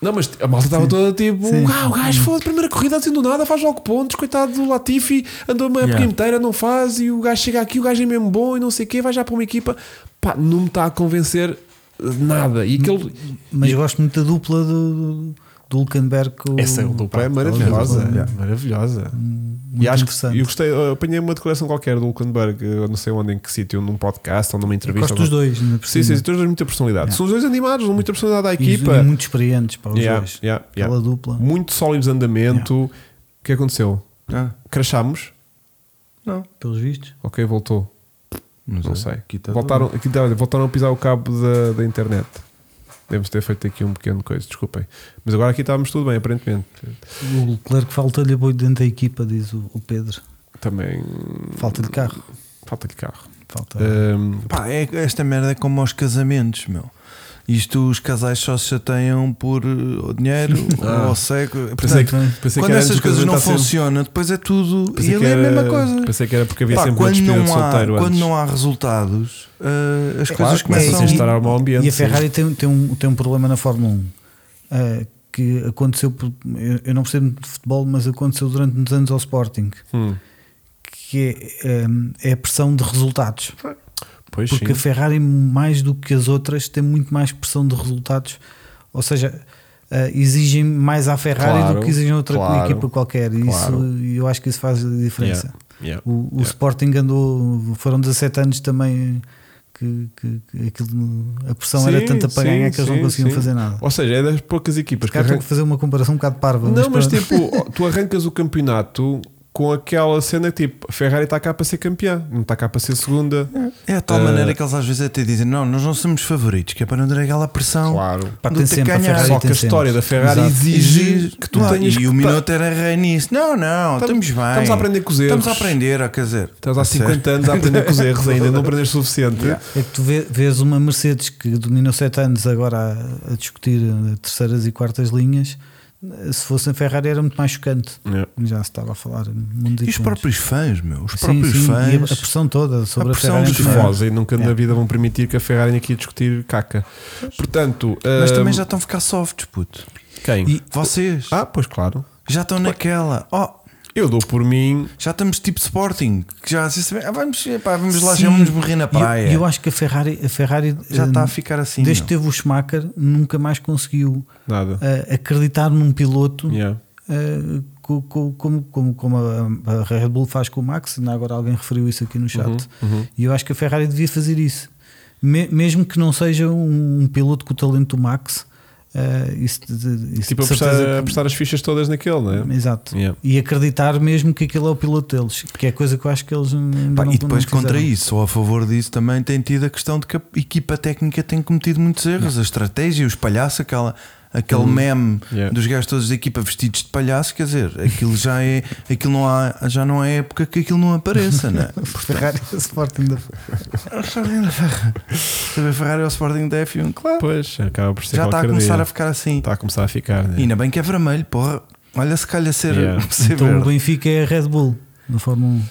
não, mas a malta estava toda tipo,
Sim.
uau, o gajo foi de primeira corrida assim do nada, faz logo pontos, coitado do Latifi, andou uma época
Yeah.
inteira, não faz, e o gajo chega aqui, o gajo é mesmo bom e não sei o quê, vai já para uma equipa, pá, não me está a convencer de nada. E aquele.
Mas gosto muito da dupla do, do, do Hulkenberg. com-
é
maravilhosa, Hum,
yeah.
maravilhosa.
Muito
e acho
interessante.
que eu gostei, eu apanhei uma declaração qualquer do Hulkenberg, eu não sei onde, em que sítio, num podcast ou numa
Eu
entrevista.
gosto dos dois, ainda por
Sim, sim,
cima.
os dois têm muita personalidade.
Yeah.
São os dois animados, dão muita personalidade à
E-
equipa.
E muito experientes para os
Yeah,
dois.
yeah, yeah.
Aquela dupla.
Muito sólidos de andamento. O que aconteceu?
Ah,
Crashámos.
não,
Pelos vistos.
Ok, voltou.
não sei.
Não sei.
Aqui está
voltaram,
tudo.
aqui, tá, olha, voltaram a pisar o cabo da, da internet. Devemos ter feito aqui um pequeno coisa, desculpem. Mas agora aqui estávamos tudo bem, aparentemente.
O Leclerc falta-lhe apoio dentro da equipa, diz o, o Pedro.
Também
Falta-lhe carro.
falta-lhe carro.
Falta.
Tá. Ahm,
Pá, é- esta merda é como aos casamentos, meu. Isto os casais só se chateiam por eh, o
<laughs>
dinheiro
Ah.
ou seco.
pensei,
Portanto,
que, pensei que
quando
era
essas
antes tá
coisas
de
não
apresentar sempre-
funcionam, depois é tudo. E
pensei que
ele é a
era-
mesma coisa.
Pensei que era porque havia
Pá,
sempre uma
quando,
despedida de
não há,
solteiro
quando
antes. É
não há resultados, eh, as
Claro,
coisas começam
começa a
começam-
instalar um ambiente.
E a
sim.
Ferrari tem, tem, um, tem um problema na Fórmula 1 eh, que aconteceu. por- eu, eu não percebo muito de futebol, mas aconteceu durante uns anos ao Sporting.
Hum,
Que é, eh, é a pressão de resultados.
Hum. pois
Porque a
sim.
Ferrari, mais do que as outras, tem muito mais pressão de resultados. Ou seja, eh, exigem mais à Ferrari
Claro,
do que exigem a outra
claro,
equipa qualquer. E
claro.
isso, eu acho que isso faz a diferença.
Yeah.
O, o
Yeah.
Sporting andou, foram 17 anos também que, que- que aquilo- a pressão
Sim,
era tanta para
sim,
ganhar que eles
sim,
não conseguiam
sim.
fazer
ah.
nada.
Ou seja, é das poucas equipas que
Se calhar
arran-
tenho que fazer uma comparação um bocado parva.
Não, mas
pronto.
tipo, tu arrancas o campeonato com aquela cena tipo: a Ferrari está cá para ser campeã, não está cá para ser segunda.
É a tal
Eh,
maneira que eles às vezes até dizem: não, nós não somos favoritos, que é para não ter aquela pressão.
Claro.
Pá,
Do
tem
ter
sempre a
ganhado.
Ferrari
Só que
tem
a
sempre.
história da Ferrari
Exato.
exige que tu
Não,
tenhas
e
que
o Minotto era rei nisso. Não, não, estamos, bem.
estamos a aprender com os
Estamos a
erros.
aprender, ó, quer dizer. tá
Estás há
a sério.
50 anos a aprender com os erros ainda, não aprendeste o suficiente.
É que tu vê- vês uma Mercedes que dominou sete anos agora a, a discutir eh, terceiras e quartas linhas. Eh, Se fosse a Ferrari era muito mais chocante.
É.
Já se estava a falar mundo
E os próprios fãs, meu. Os
Sim,
próprios
sim, e a-
fãs.
a pressão toda sobre a,
pressão
Ferrari. é?
dos
em geral.
fãs.
Tifós e nunca na vida vão permitir que a Ferrari venha aqui a discutir caca. Portanto,
Mas
ah,
também já estão a ficar softs, puto.
quem?
E vocês
Ah, pois claro.
já
Ah.
estão naquela. Ó,
Eu dou por mim.
já estamos tipo Sporting. Que já assim, ah, vamos, pá, vamos lá, já vamos morrer na
E eu-
praia.
E eu, acho que a Ferrari, a Ferrari
já
eh,
está a ficar assim.
desde que
meu.
teve o Schumacher, nunca mais conseguiu
Nada.
eh, acreditar num piloto
Yeah.
eh, co- co- como, como, como a, a Red Bull faz com o Max. Ainda agora alguém referiu isso
Uhum,
aqui no chat. E eu acho que a Ferrari devia fazer isso, Me- mesmo que não seja um, um piloto com o talento do Max. eh, isso, de- de- isso
Tipo,
de certeza
apostar,
que-
apostar as fichas todas naquele, não é?
Exato.
Yeah.
E acreditar mesmo que aquilo é o piloto deles, que é coisa que eu acho que eles ainda
Pá,
não
e depois
não
contra
fizeram.
isso, ou a favor disso, também tem tido a questão de que a equipa técnica tem cometido muitos erros, a estratégia, os palhaços, aquela, aquele
Hum.
meme
Yeah.
dos gajos todos da equipa vestidos de palhaço, quer dizer, aquilo já é aquilo não há, já não é época que aquilo não apareça, não é?
Ferrari e Sporting da
É o Sporting da Ferrari. Saber Ferrari é o Sporting da F1, claro.
Pois, acaba por ser
já está a
qualquer
começar
dia. Tá.
a ficar assim.
Está a começar a ficar.
E
Né?
ainda bem que é vermelho, porra. Olha se calha ser,
Yeah.
<laughs> ser
Então o
verde.
Benfica é a Red Bull na Fórmula 1.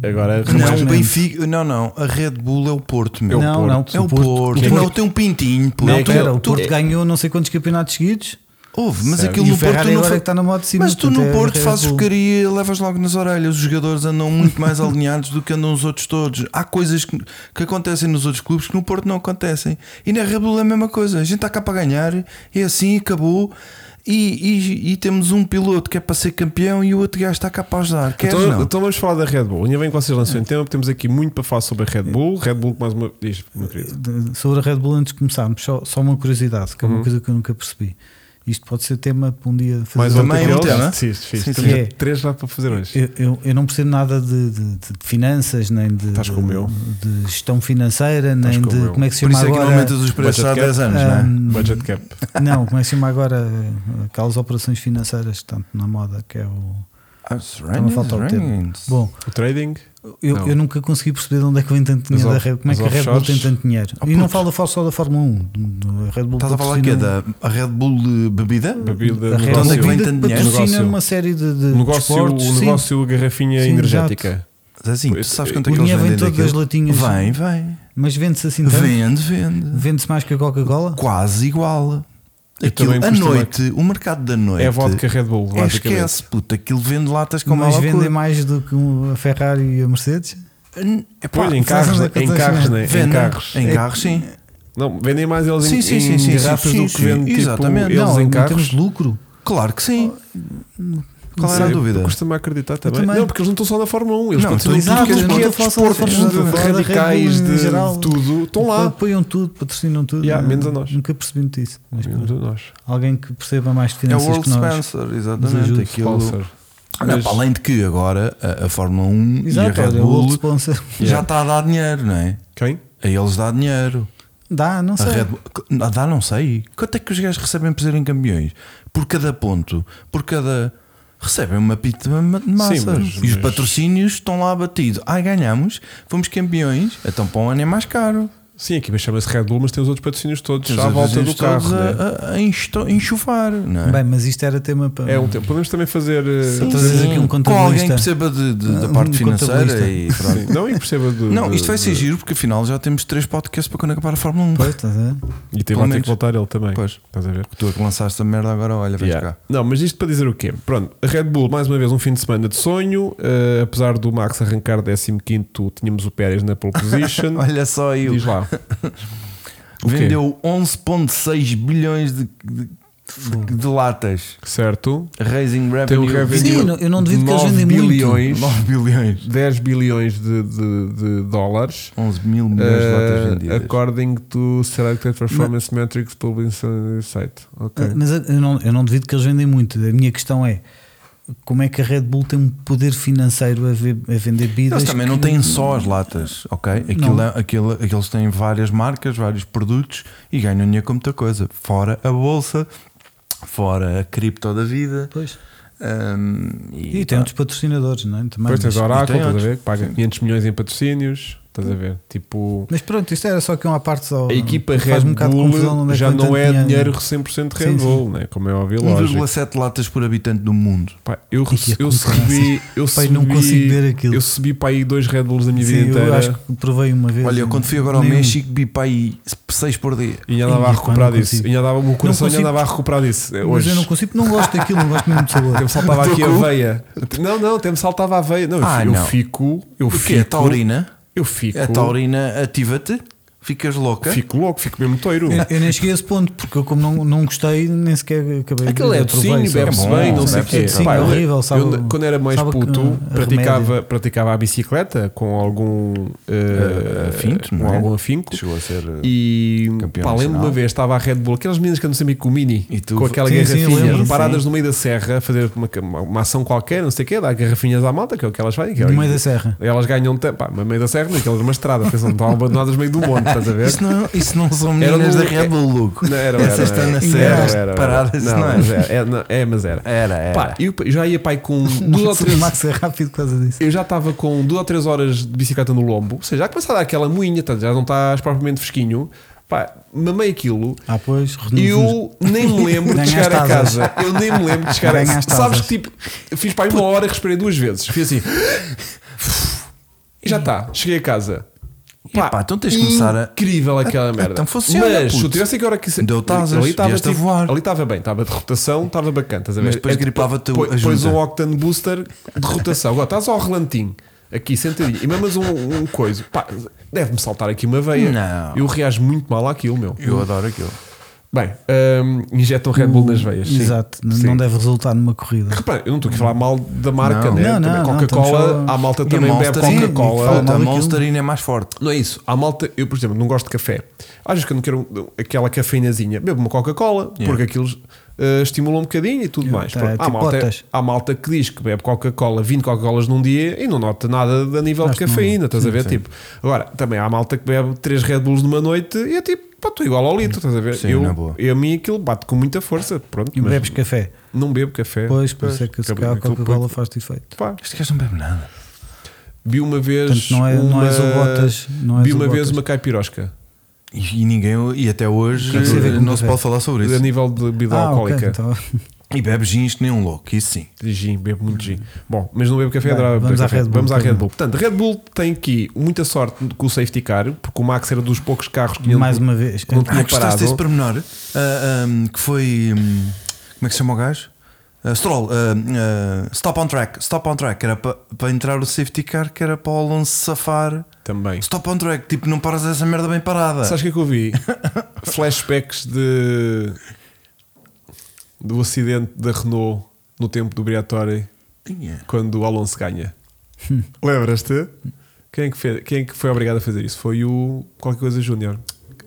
Agora,
Não,
remédio-
o Benfica, não, não, a Red Bull é o Porto, meu.
o
não, não,
É o Porto.
O
Não,
Porto,
tem um pintinho, pô.
não,
é que-
pera, o
Tu-
Porto ganhou não sei quantos campeonatos seguidos
Houve, mas
Sério?
aquilo
e o
no Porto
Ferrari
não
agora
foi...
é que está na moda de cima.
Mas tu
portanto,
no
é
Porto
Red
fazes
Bull.
porcaria e levas logo nas orelhas. Os jogadores andam muito
<laughs>
mais alinhados do que andam os outros todos. Há coisas que, que acontecem nos outros clubes que no Porto não acontecem. E na Red Bull é a mesma coisa. A gente está cá para ganhar, é assim, acabou. E, e- e temos um piloto que é para ser campeão e o outro gajo está cá para ajudar. Queres
Então,
não? É.
então vamos falar da Red Bull. Ainda bem que vocês lançam em tema, porque temos aqui muito para falar sobre a Red Bull. Red Bull, mais uma diz, meu querido.
De- Sobre a Red Bull, antes de começarmos, só, só uma curiosidade, que é
Uhum.
uma coisa que eu nunca percebi. Isto pode ser tema para um dia fazer
Mais
um
outra
também
ontem
é um
deles?
tema.
Sim, fiz.
Sim,
Temos
sim.
Três lá para fazer hoje.
Eu, eu, eu não percebo nada de, de- de finanças, nem de,
Estás como eu.
de gestão financeira, nem
como
de
eu.
como é que se
Por
chama
isso é que não
agora. hum,
aumentas os preços há
Budget
10 anos, não é?
Ahm,
Budget cap.
<laughs> não, como é que se chama agora eh, aquelas operações financeiras, tanto na moda, que é o.
Ah, os
a faltar o tempo.
ratings.
Bom,
O trading?
eu,
Não.
eu nunca consegui perceber de onde é que vem tanto
Mas
dinheiro da
off-
Red Como é
mas
que a Red Bull
offshores?
tem tanto dinheiro?
Oh,
e não
puto.
falo, falo só da Fórmula 1. do- do- A Red Bull
Estás a falar que é da a Red Bull eh, bebida?
Bebida,
A
onde é
Red
que vem
Bull
negócio,
tanto
ainda
dinheiro?
patrocina
Negócio.
uma série de, de,
o negócio,
de esportes.
o
sim.
negócio garrafinha
Sim,
energética.
Mas assim, tu
Pois,
sabes
eh,
quanto é
o
que eles
dinheiro vem
vendem
todo das
daquilo?
latinhas.
Vem, vem.
Mas vende-se assim tanto?
Vende, vende.
Vende-se mais que a Coca-Cola?
Quase igual.
Eu
Aquilo,
também
à
costumo-
noite, o mercado da noite.
É a vodka Red Bull,
É,
basicamente.
esquece, puta. Aquilo vende latas como a
Mas vendem
loucura.
mais do que um, a Ferrari e a Mercedes?
É pá,
Pois, em carros,
fazes
em
a
carros,
cotação.
né?
vende.
Em carros.
Em carros, sim.
Não, vendem mais eles
Sim,
em,
sim, sim,
em
sim,
garrafas
sim,
do que
sim,
vendem tipo,
exatamente.
eles
não,
em
em
carros.
termos de lucro.
Claro que sim. Qual
Não
era a
sei,
dúvida?
Custa-me a acreditar também.
também.
Não, porque eles não estão só na Fórmula 1, eles
Não,
continuam
estão em
tudo
tudo,
que
mas
é
não
estou a falar só da
desportos
Fórmula 1,
de
estou a falar da
radicais,
Red Bull em geral.
de tudo, estão lá.
Apoiam tudo, patrocinam tudo.
Yeah,
Não-
menos a nós.
Nunca percebi muito isso. Mas
Menos
pronto.
a nós.
alguém que perceba mais de
É o
finanças
World
que nós.
Spencer,
ajuda.
exatamente. Aquilo.
Sponsor.
Não,
Mas-
para além de que agora a, a Fórmula 1 e
Exato,
a
olha,
Red
o World
Bull
Sponsor. <laughs>
já está a dar dinheiro, não é?
Quem?
A eles dá dinheiro.
Dá, não
A
sei.
Red Bull, Ah, dá, não sei. Quanto é que os gajos recebem por serem campeões? Por cada ponto, por cada. Recebem uma pita de massas.
Sim, mas-
e os
mas-
patrocínios estão lá batidos. Ai, ganhamos, fomos campeões. Então para um ano é mais caro.
Sim, aqui chama-se Red Bull, mas tem os outros patrocínios todos
Os
à volta do
adesivos
carro.
todos
né?
A, a- a enxo- a enxovar. Não é? Então
Bem, mas isto era tema para.
É um tempo. Podemos também fazer. eh,
Sim,
fazer-
sim. aqui um
Com alguém que
contabilista.
perceba de- de- da
Ah, um
parte financeira
contabilista.
e pronto.
Sim. Não, e perceba do.
<laughs> Não,
do-
isto vai ser
do-
giro porque afinal já temos três podcasts para quando acabar a Fórmula 1.
Pois, estás a ver?
E tem
pelo
vai ter
menos.
que voltar ele também.
Pois.
Estás a ver?
Tu é que lançaste a merda agora, olha, vens
Yeah.
cá.
Não, mas isto para dizer o quê? Pronto, a Red Bull, mais uma vez, um fim de semana de sonho. eh, apesar do Max arrancar 15, tínhamos o Pérez na pole position.
<laughs> Olha só eu.
Diz lá. O quê?
Vendeu 11,6 bilhões de, de- de- de latas.
Certo?
Raising
Tem o
revenue.
revenue.
Sim, eu não- eu não duvido que eles
9
vendem muito.
bilhões,
9 bilhões.
10 bilhões de, de- de dólares.
11 mil milhões de latas
eh,
vendidas.
according to Selected Performance Metrics Published on the Site. Ok.
Ah, Mas eu não, eu não duvido que eles vendem muito. A minha questão é: como é que a Red Bull tem um poder financeiro a, ver- a vender bebidas.
Eles também não
que-
têm só as latas, ok? Aquilo, é- aquilo, aqueles têm várias marcas, vários produtos e ganham dinheiro com muita coisa. Fora a bolsa, fora a cripto da vida.
Pois.
hum,
E, tem
pá,
outros patrocinadores, não é? Também,
Depois tens
mas-
a Oracle,
tem
estás a
outros.
ver? Que paga 500 milhões em patrocínios, estás a
Hum.
ver? Tipo,
Mas pronto, isto era só que um à parte só.
a equipa Red
faz um bocado de confusão
Bull
onde é que
já
vai
não
tanto
é dinheiro 100% Red
Sim,
Bull, né? como é óbvio, lógico.
1,7 latas por habitante do mundo.
Pá, eu,
Ai, que
rece- eu
caraças.
recebi. Eu
Pai, não
recebi-
consigo ver aquilo.
Eu subi para aí dois Red Bulls da minha vida
Sim, eu
inteira
acho que provei uma vez.
Olha, eu quando fui agora ao
Nem um.
México, vi para aí 6 por dia.
e ainda andava
Ih,
a
pá,
recuperar
não
disso.
consigo.
E ainda andava, o meu coração ainda
consigo.
andava a recuperar disso. eh,
Mas
Hoje.
eu não consigo, não gosto daquilo, não gosto mesmo de sabor.
Até me <laughs> saltava
Do
aqui
cu?
a veia. Não, não, até me saltava a veia. Não, eu
Ah,
fi- eu
não.
fico. Eu
O que é?
fico.
A taurina?
Eu fico.
É
A taurina ativa-te? Ficas louca?
Fico louco, fico mesmo toiro.
<laughs> Eu- Eu nem cheguei a esse ponto, porque eu, como não, não gostei, nem sequer acabei de-
Aquilo é
de provei,
docinho,
sabe?
bebe-se
É bom,
bem, não
sim,
sei o
é
quê.
docinho,
Pá, eu-
horrível,
eu,
sabe-
quando era mais
sabe que- é
puto,
a
praticava,
remédio.
praticava a bicicleta com algum eh,
Eh, afinco,
com
não é?
algum afinco.
Chegou a ser. eh,
E
Campeão
pá, lembro uma
nacional.
vez, estava a Red Bull, aquelas meninas que andam sempre com o mini,
E tu-
com aquela
Sim, sim,
garrafinha,
lembro,
paradas
sim.
no meio da serra, a fazer uma, uma- uma ação qualquer, não sei o quê, dar garrafinhas à malta, que é o que elas fazem. que é-
No meio da serra.
Elas ganham, te- pá, no meio da serra, naquelas numa estrada, pensam, estão abandonadas no meio do monte, estás a ver?
Isso não, é- isso não são
Era
meninas
no-
da Red Bull, Lugo.
Não, era,
Essas
era,
estão
era,
na
era,
serra,
era, era.
paradas,
não,
não é?
mas era, é, não, é, mas era.
Era, era.
Pá, eu eu já ia
<laughs>
pai com duas ou
O
três.
Max é rápido por causa disso.
Eu já estava com duas ou três horas de bicicleta no lombo, ou seja, já começava a dar aquela moinha, tá, já não estás propriamente fresquinho. Pá, mamei aquilo.
Ah, pois,
Eu nem me
<laughs>
lembro de
Ganhaste
chegar a
asas.
casa. Eu nem me lembro de chegar a casa.
Ganhaste
Sabes
asas.
que tipo, fiz para aí uma hora, respirei duas vezes. Fiz assim. E já está. Cheguei a casa.
Epá, então tens de começar a-
Incrível aquela merda.
então funciona,
Mas se eu
puto.
tivesse agora que se-
Deu-te asas,
ali estava
vieste a
tipo-
voar.
Ali estava bem, estava de rotação, estava bacana. Estás a ver?
Mas depois gripava-te a
Depois
junta.
um Octane Booster de rotação. Agora estás ao relantinho. Aqui, sentadinho, e mamas um, um coisa, pá, deve-me saltar aqui uma veia.
Não.
Eu reajo muito mal àquilo, meu.
Eu adoro aquilo.
Bem, hum, injetam Red Bull nas veias. sim.
Exato, n-
Sim.
não deve resultar numa corrida.
Repara, eu não estou aqui a falar mal da marca,
Não.
né?
Não,
Também
não, não,
Coca-Cola,
estamos só-
a
E
malta
a
também bebe
Monsterina,
Coca-Cola.
Falta, a
daquilo.
Monsterina é mais forte.
Não é isso. Há malta, eu, por exemplo, não gosto de café. Às vezes, quando quero um- aquela cafeinazinha, bebo uma Coca-Cola,
Yeah.
porque aquilo eh, estimula um bocadinho e tudo
Yeah,
mais.
tá,
Pronto, há,
tipo
malta,
Otas.
há malta que diz que bebe Coca-Cola, 20 Coca-Colas num dia e não nota nada a nível
Acho
de
que não.
cafeína, estás a ver? Tipo, agora, também há malta que bebe 3 Red Bulls numa noite e é tipo, pá, estou igual ao
Hum.
litro, estás a ver?
Sim,
eu,
na boa.
eu, a mim aquilo bate com muita força, pronto.
E
mas-
bebes café.
não bebo café.
Pois, por isso é que se
Acabei-
calhar a
aquilo
Coca-Cola
foi-
faz-te efeito.
Pá,
Este gajo não bebe nada.
vi uma vez.
Portanto, não é-
uma,
não és o Botas, não és
vi
o
uma vez
Botas.
uma caipirosca.
E, e ninguém, e até hoje
Tem que ser
eh,
ver com
não se
café.
pode falar sobre
A
isso.
nível de bebida
Ah, ok,
alcoólica.
então,
E bebe gins que nem um louco, isso sim.
De Gin, bebo muito gin. Bom, mas não bebo café,
Bem,
adorava
vamos
beber
à
café.
Red Bull,
é Vamos à
então.
Red Bull. Portanto, Red Bull tem aqui muita sorte com o safety car, porque o Max era dos poucos carros que tinham-
mais uma vez.
não
Ah,
tinha
gostaste
parado.
desse pormenor? Ah, ahm, que foi. hum, como é que se chama o gajo? Ah, Stroll, ah, ah, stop on track, stop on track, que era para entrar o safety car, que era para o Alonso safar.
Também.
Stop on track, tipo, não paras essa merda bem parada.
Sabes o que é que eu
<laughs>
vi? Flashbacks de. do acidente da Renault no tempo do Briatore.
Tinha.
quando o Alonso
<laughs>
ganha. Lembras-te? Quem, é que fez- quem é que foi obrigado a fazer isso? Foi o qualquer coisa Júnior.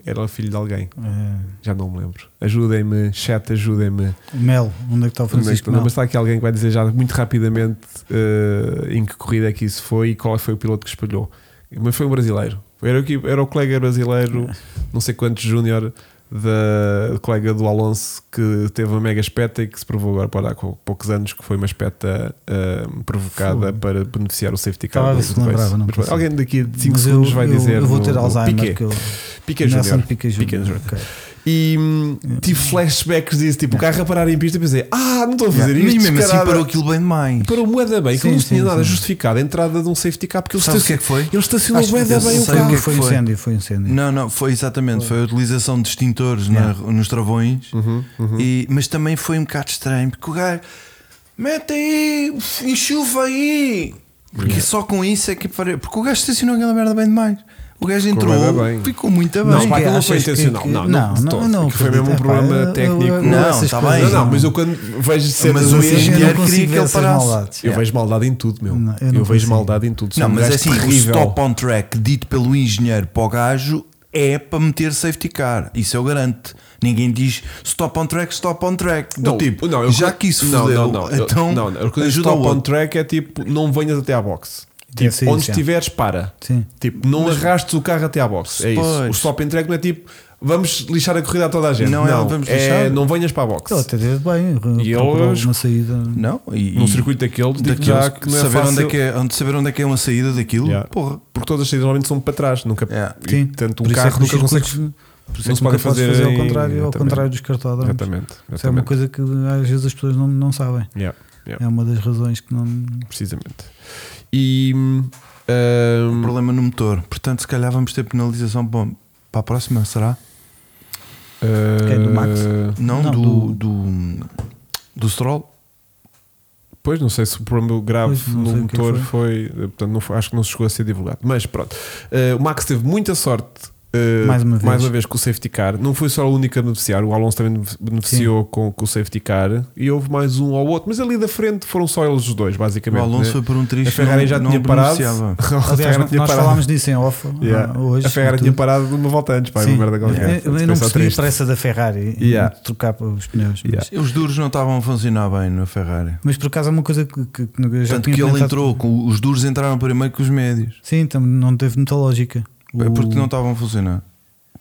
Era o filho de alguém.
eh,
Já não me lembro. Ajudem-me, chat, ajudem-me.
Mel, onde é que está o
Onde é que-
Francisco
Não,
Mel?
mas está aqui alguém que vai dizer já muito rapidamente eh, em que corrida é que isso foi e qual foi o piloto que espalhou. Mas foi um brasileiro. Era o, que- era o colega brasileiro, não sei quantos Júnior, da do colega do Alonso, que teve uma mega espeta e que se provou agora para há co- poucos anos que foi uma espeta eh, provocada
Fogo.
para beneficiar o safety car.
Estava a ver
do
se
Super
lembrava,
Race.
não
Mas,
consigo.
alguém daqui de 5
Mas
segundos vai
eu,
dizer.
Eu vou
no-
ter
no
Alzheimer.
Piquet.
que eu, assim
Piquet
Nelson
Júnior.
Piquet
Piquet
Júnior.
Júnior.
ok.
E hum, tive flashbacks disso, tipo, o carro a parar em pista e pensei, ah, não estou a fazer
Yeah.
isto.
Mas mesmo assim
caralho."
parou aquilo bem demais.
Parou moeda bem, que
Sim,
não se tinha
sim,
nada
sim.
justificado a entrada de um safety car, porque ele
Sabe o que é
estacionou,
que foi?
ele estacionou
Acho que
moeda
eu
bem o
sei o
carro.
que é que
foi
foi.
incêndio, foi incêndio.
Não, não, foi exatamente, foi a utilização de extintores na- nos travões,
Uhum,
E, mas também foi um bocado estranho, porque o gajo mete aí, enxuva aí, porque só com isso é que pare... porque o gajo estacionou aquela merda bem demais. O gajo entrou,
bem, bem.
ficou muito
Não,
bem.
pá,
que
aquilo não foi
achas que-
intencional.
que-
Não,
não,
não, de
não,
todo.
não
Aquilo Foi mesmo um
acredito,
problema
epá, eu-
técnico.
eu-
Não,
essas
tá
coisas
bem.
Não, não,
não.
mas eu quando vejo cenas
Mas o é
dessas,
engenheiro
eu não
queria
consigo
que ele
ver essas
parasse.
maldades.
eu vejo maldade em tudo, meu.
Não, eu não
eu vejo
consigo.
maldade em tudo. Sou
Não,
um
mas
gajo
é assim, o
terrível.
stop on track dito pelo engenheiro para o gajo é para meter safety car. Isso eu garanto. Ninguém diz stop on track, stop on track. Do
Não,
tipo,
não, eu-
já que isso
não,
fodeu,
não, não, eu-
então
não, não, eu quando
ajuda
stop
o outro.
on track é tipo, não venhas até à box.
Deve
Tipo,
ser
onde
isso, é.
estiveres, para.
Sim.
Tipo, não arrastes o carro até à box. É isso.
Pois.
O stop and track não é tipo, vamos lixar a corrida a toda a gente.
Não
Não,
é,
é,
vamos lixar.
não venhas para a box.
Ele Então, até teve bem,
E
procurou
eles-
uma saída.
Não, e,
Num
e
circuito daquele, digo
daqueles
já que não é
saber,
fácil.
onde é que é, onde- saber onde é que é uma saída daquilo,
Yeah.
porra.
Porque todas as saídas normalmente são para trás. Nunca,
Yeah.
e,
Sim.
Tanto
Por
um
isso é
carro
que nos
nunca consegue.
circuitos Por isso
não
é
se pode
que nunca podes
fazer
fazer ao
em-
contrário, ao
exatamente.
contrário dos cartódromos.
Exatamente.
Isso é uma
exatamente.
coisa que às vezes as pessoas não, não sabem.
Yeah, yeah,
É uma das razões que não.
Precisamente. E. ahm,
Problema no motor. Portanto, se calhar vamos ter penalização para, para a próxima, será?
Quem, é do Max?
ah,
Não,
Não,
do, do, do Stroll.
Pois, não sei se o problema grave
Pois, não
no
sei o que
motor foi. eh, portanto, não foi- acho que não se chegou a ser divulgado. Mas pronto, Eh, o Max teve muita sorte. eh,
Mais uma vez.
com o safety car, não foi só a única a beneficiar, o Alonso também beneficiou com, com o safety car e houve mais um ou outro, mas ali da frente foram só eles os dois,
O
basicamente.
Alonso
né?
foi por um triste.
A Ferrari
não-
já
não
tinha parado.
beneficiava.
<laughs> A Ferrari
Aliás,
tinha
nós falámos disso em off
<laughs> Yeah.
ah, hoje.
A Ferrari
tudo.
tinha parado de uma volta antes, pá, é
Sim.
uma merda qualquer.
Eu- Eu,
Portanto, foi
não
só
percebi a
triste.
pressa da Ferrari em
Yeah.
trocar os pneus.
Yeah.
Mas,
Os duros não estavam a funcionar bem na Ferrari.
mas por acaso é uma coisa que, que, que eu já
Tanto
tinha
que ele
comentado.
entrou, com, os duros entraram primeiro que os médios.
Sim, então não teve muita lógica.
É porque
O-
não estavam a funcionar.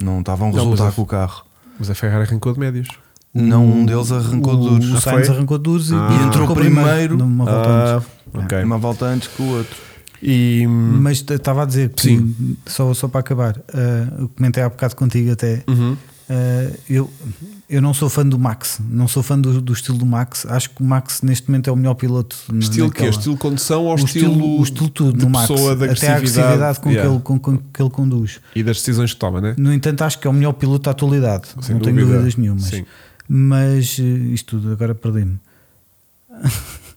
Não estavam a
Não,
resultar
mas é-
com o carro.
Mas a Ferrari arrancou de médios.
Não, um deles arrancou
o,
duros.
O Sainz
foi?
arrancou duros e,
Ah.
e
Entrou
ficou
primeiro.
numa volta antes.
ok.
Uma volta antes que o outro.
E, hum,
Mas t- estava a dizer que,
Sim.
Só, só para acabar, ah, eu comentei há bocado contigo até.
Uhum.
ah, eu, eu não sou fã do Max, não sou fã do, do estilo do Max. Acho que o Max neste momento é o melhor piloto. na-
Estilo que é?
naquela.
Estilo condução ou
o estilo, o estilo tudo
de
no Max,
pessoa, de
até a agressividade com,
Yeah.
que ele, com, com que ele conduz.
e das decisões que toma, né?
No entanto, acho que é o melhor piloto da atualidade,
Sem
não tenho
dúvida.
dúvidas nenhumas.
Sim.
Mas eh, isto tudo, agora perdi-me. <laughs>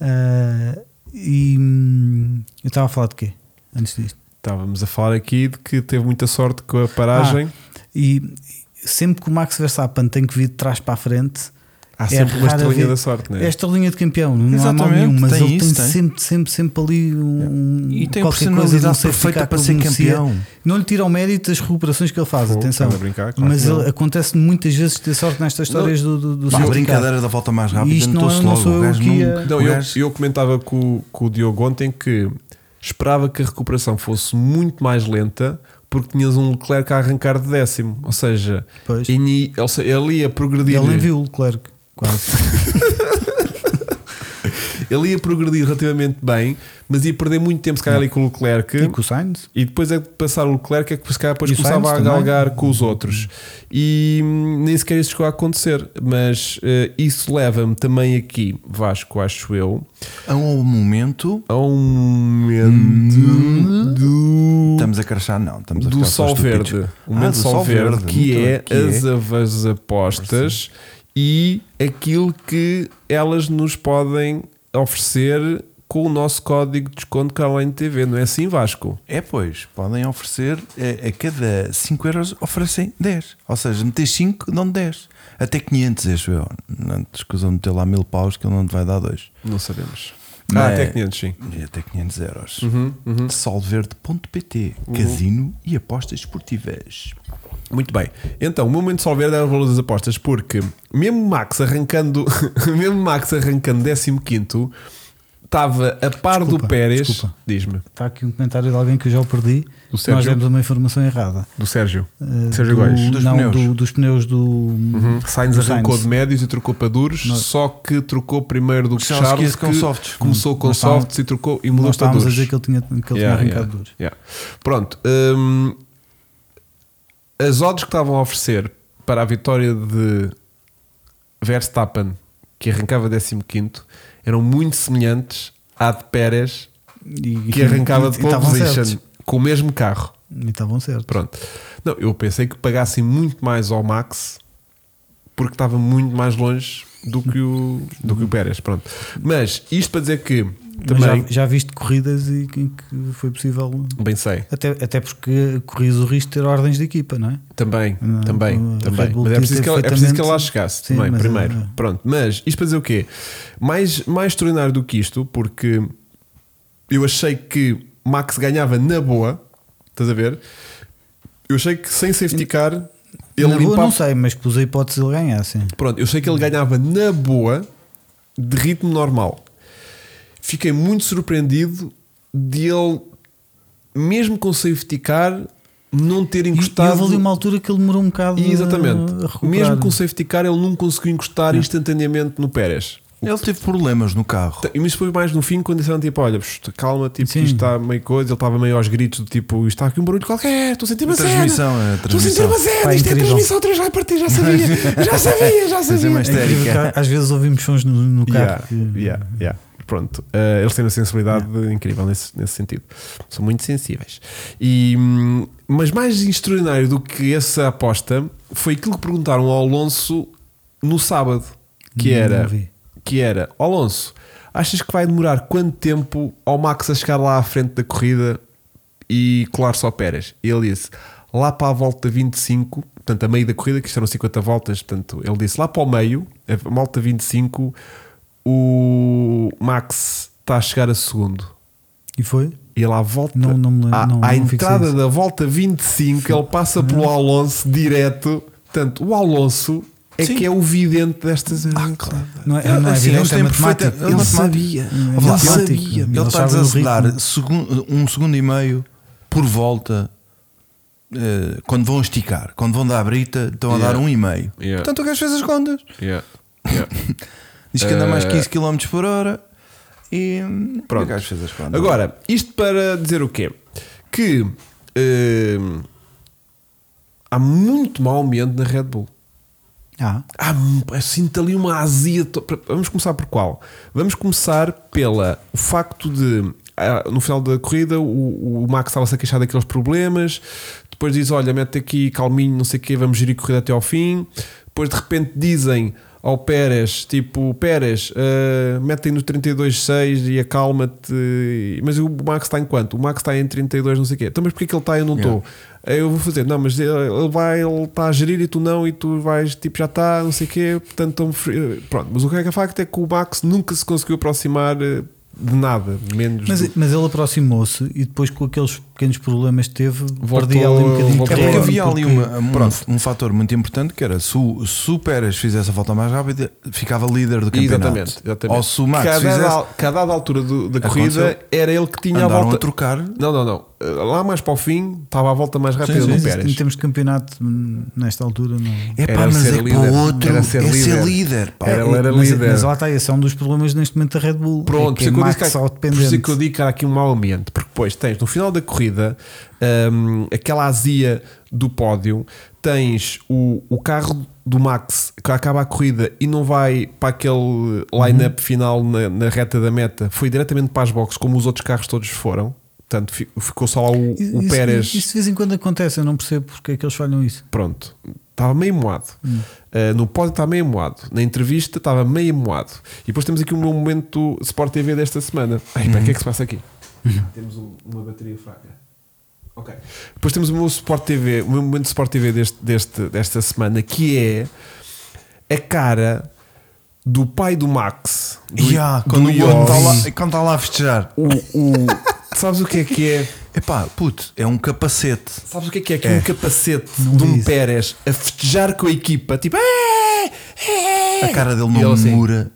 Ah, e hum, eu estava a falar de quê? Antes disto.
Estávamos a falar aqui de que teve muita sorte com a paragem.
Ah, E sempre que o Max Verstappen tem que vir de trás para a frente,
Há
É
sempre uma
raro
estrelinha
haver-
da sorte, né?
é a estrelinha de campeão, não há mal
Exatamente,
nenhum, mas
tem
ele
isso,
tem,
tem.
sempre, sempre, sempre ali um,
É.
E tem
qualquer coisa de um
personalidade
safety
perfeita
car
para
que
ser
beneficia.
campeão.
Não lhe tira o mérito das recuperações que ele faz,
Fogo,
atenção.
estás a brincar, claro
mas
que não.
ele- acontece muitas vezes ter sorte nestas histórias do, do, do
Pá, a
safety
brincadeira da volta mais rápida.
Isto não
estou
é-
se
não
logo,
sou
o
eu
gajo
que
não-
ia-
é- Não,
o
eu,
gajo-
eu comentava com, o- com o Diogo ontem que esperava que a recuperação fosse muito mais lenta porque tinhas um Leclerc a arrancar de décimo. Ou seja,
Pois.
ini- ou seja, ele ia
car.
progredir.
Ele nem viu o Leclerc,
<laughs>
quase.
Ele ia progredir relativamente bem, mas ia perder muito tempo, se calhar, ali com o Leclerc.
e com o Sainz.
E depois é de passar o Leclerc, é que se calhar depois
E o
começava
Sainz
a
também.
galgar com os outros. E hum, nem sequer isso chegou a acontecer. Mas eh, isso leva-me também aqui, Vasco, acho eu,
A um momento.
a um momento do,
Estamos a crachar, não. Estamos a
do
ficar só
sol
estúpidos.
verde. O
Ah,
momento
do
sol verde, que
Muito
é
bem, que
as, av- as apostas e aquilo que elas nos podem oferecer com o nosso código de desconto Caroline TV, não é assim, Vasco?
É, pois, podem oferecer eh, a, cada 5 euros oferecem 10. Ou seja, meter 5, dão 10. Até 500, acho eu. Não te escusam de meter lá mil paus que ele não te vai dar dois.
Não sabemos.
Não
Ah,
é-
até 500, sim.
E até 500 euros. uhum. Solverde.pt Casino e apostas esportivas.
Muito bem. Então, o meu momento de solver era o valor das apostas, porque mesmo Max arrancando, <laughs> mesmo Max arrancando 15 estava a par do
Desculpa,
Pérez,
desculpa.
diz-me,
Está aqui um comentário de alguém que eu já o perdi.
Do Sérgio?
Nós demos uma informação errada.
do Sérgio.
Eh,
Sérgio
do-
Góes.
Dos
não,
pneus.
do- dos pneus do.
Sainz
do
arrancou
Sainz.
de médios e trocou para duros, só que trocou primeiro do que
Charles
Charles,
quis com
que
softs.
começou com
Nós estávamos-
softs e trocou e
Nós
mudou para
estávamos
duros.
a dizer que ele tinha, que ele tinha
Yeah,
arrancado
yeah,
duros.
yeah. Pronto. hum, as odds que estavam a oferecer para a vitória de Verstappen, que arrancava 15, eram muito semelhantes à de Pérez,
E-
que arrancava de
e
pole
estavam
position,
certos.
com o mesmo carro.
E estavam certos.
Pronto. Não, eu pensei que pagassem muito mais ao Max porque estava muito mais longe do que o, do que o Pérez. Pronto. Mas isto para dizer que
Mas
também,
Já, já viste corridas e em que foi possível.
bem sei,
Até, até porque corrias o risco de ter ordens de equipa, não é?
Também,
Não,
também, também.
o então, Red Bull
Mas é
podia
preciso,
ter
que ela, é
perfeitamente-
preciso que ela lá chegasse
Sim,
também,
mas,
primeiro.
é.
Pronto, mas isto para dizer o quê? Mais, mais extraordinário do que isto, porque eu achei que Max ganhava na boa, estás a ver? Eu achei que sem safety car ele
Na boa
limpava.
não sei, mas pus a hipótese de ele ganhar, sim.
Pronto, eu sei que ele ganhava na boa de ritmo normal. Fiquei muito surpreendido de ele, mesmo com safety car, não ter
E, e
encostado.
houve ali uma altura que ele demorou um bocado
E, Exatamente.
a recuperar. É
Mesmo com safety car, ele não conseguiu encostar instantaneamente no Pérez.
Ele teve problemas no carro.
E isso foi mais no fim quando disseram tipo: olha, puxa, calma, tipo,
Sim.
isto está meio coisa. Ele estava meio aos gritos, do tipo, isto está aqui um barulho qualquer, estou a sentir uma cena.
Transmissão, é,
Estou a sentir
transmissão.
uma cena,
Pá,
isto é
incrível.
transmissão 3 vai partir, já sabia,
<laughs>
já sabia, já
Mas é
sabia.
uma
É incrível
histérica.
que às vezes ouvimos sons no, no carro.
Yeah,
que-
yeah, yeah. Pronto, Uh, eles têm uma sensibilidade incrível nesse, nesse sentido. São muito sensíveis. E, hum, mas mais extraordinário do que essa aposta foi aquilo que perguntaram ao Alonso no sábado, que
não
era,
vi.
que era Alonso, achas que vai demorar quanto tempo ao Max a chegar lá à frente da corrida e colar-se ao Pérez? E ele disse, lá para a volta 25, portanto a meio da corrida, que isto eram 50 voltas, portanto ele disse, lá para o meio, a volta 25, o Max está a chegar a segundo.
E foi?
E lá à volta,
Não- não me lembro,
à,
não,
à
não fixei
entrada
isso.
da volta 25, ele passa pelo Alonso direto. Portanto, o Alonso é que é o vidente destas. Ah, claro.
Não é, não é
Assim, eles
evidente, é
têm perfeita-
matemático.
Ele
sabia.
Hum, é
Olá,
matemático.
sabia.
Ele
Ele
está a
sabe do ritmo.
desacelerar segun- um segundo e meio por volta eh, quando vão esticar, quando vão dar a brita, estão a
Yeah.
dar um e meio.
Yeah.
Portanto, o gajo fez as contas.
Yeah. Yeah.
Diz que anda mais
Eh.
15 km por hora e hum,
Pronto.
o gajo fez as contas.
Agora, isto para dizer o quê? Que hum, há muito mau ambiente na Red Bull.
Ah,
Ah, eu sinto ali uma azia. to- Vamos começar por qual? Vamos começar pela o facto de ah, no final da corrida o, o Max estava-se a queixar daqueles problemas. Depois diz: Olha, mete aqui calminho, não sei o quê, vamos gerir a corrida até ao fim. Depois de repente dizem ao Pérez: Tipo, Pérez, ah, metem no 32,6 e acalma-te. Mas o Max está em quanto? O Max está em 32, não sei o quê. Então, mas porquê que ele está? e Eu não estou. Aí Eu vou fazer, não, mas ele ele vai, ele está a gerir e tu não, e tu vais, tipo, já está, não sei o quê, portanto, tão frio. pronto. Mas o que é que é facto é que o Max nunca se conseguiu aproximar eh, de nada, menos. do-
mas, é- mas ele aproximou-se e depois com aqueles pequenos problemas que teve,
Voltou-
perdia ali um bocadinho de
É
voltou-
porque
ritmo,
havia ali
porque-
uma- um, um fator muito importante que era se o, se o Pérez fizesse a volta mais rápida, ficava líder do campeonato.
Exatamente, exatamente.
Ou se o Max
cada,
fizesse,
al- cada dada altura do- da
Aconteceu.
corrida era ele que tinha a
andaram
volta.
a trocar.
Não, não, não. Eh, Lá mais para o fim estava a volta mais rápida
Sim,
do
sim,
Pérez.
Em termos de campeonato, hum, nesta altura, não.
É pá,
Era
mas
ser
é que para
líder.
o outro
Era ser
é
líder.
ser líder. pá.
Era- ele
mas,
líder.
mas lá está, esse é um dos problemas neste momento da Red Bull.
Pronto,
é que é
por isso
Max
que há-
ao
por isso que eu
dependente.
digo que há aqui um mau ambiente, porque depois tens no final da corrida hum, aquela azia do pódio, tens o, o carro do Max que acaba a corrida e não vai para aquele line-up
Uhum.
final na, na reta da meta, foi diretamente para as boxes, como os outros carros todos foram. Portanto, fi- ficou só o, o
Isso- isso-
Pérez.
Isso de vez em quando acontece, eu não percebo porque é que eles falham isso.
Pronto, estava meio moado.
Hum.
Uh, no pódio estava meio moado. Na entrevista estava meio moado. E depois temos aqui o meu momento Sport TV desta semana. Ai, pá, o que é que se passa aqui?
Hum.
temos um- uma bateria fraca. Ok. Depois temos o meu Sport TV, o meu momento Sport TV deste, deste- desta semana, que é a cara do pai do Max. Do,
E há,
do
quando o
Ion.
outro está lá, quando está lá a festejar,
O- o- sabes o que é que é?
epá, puto, é um capacete.
Sabes o que é que é? Que
É.
um capacete
Não
de um
diz.
Pérez a festejar com a equipa, tipo, "É, é, é."
A cara dele
E ele
não
assim, Ah! "Hum,
mura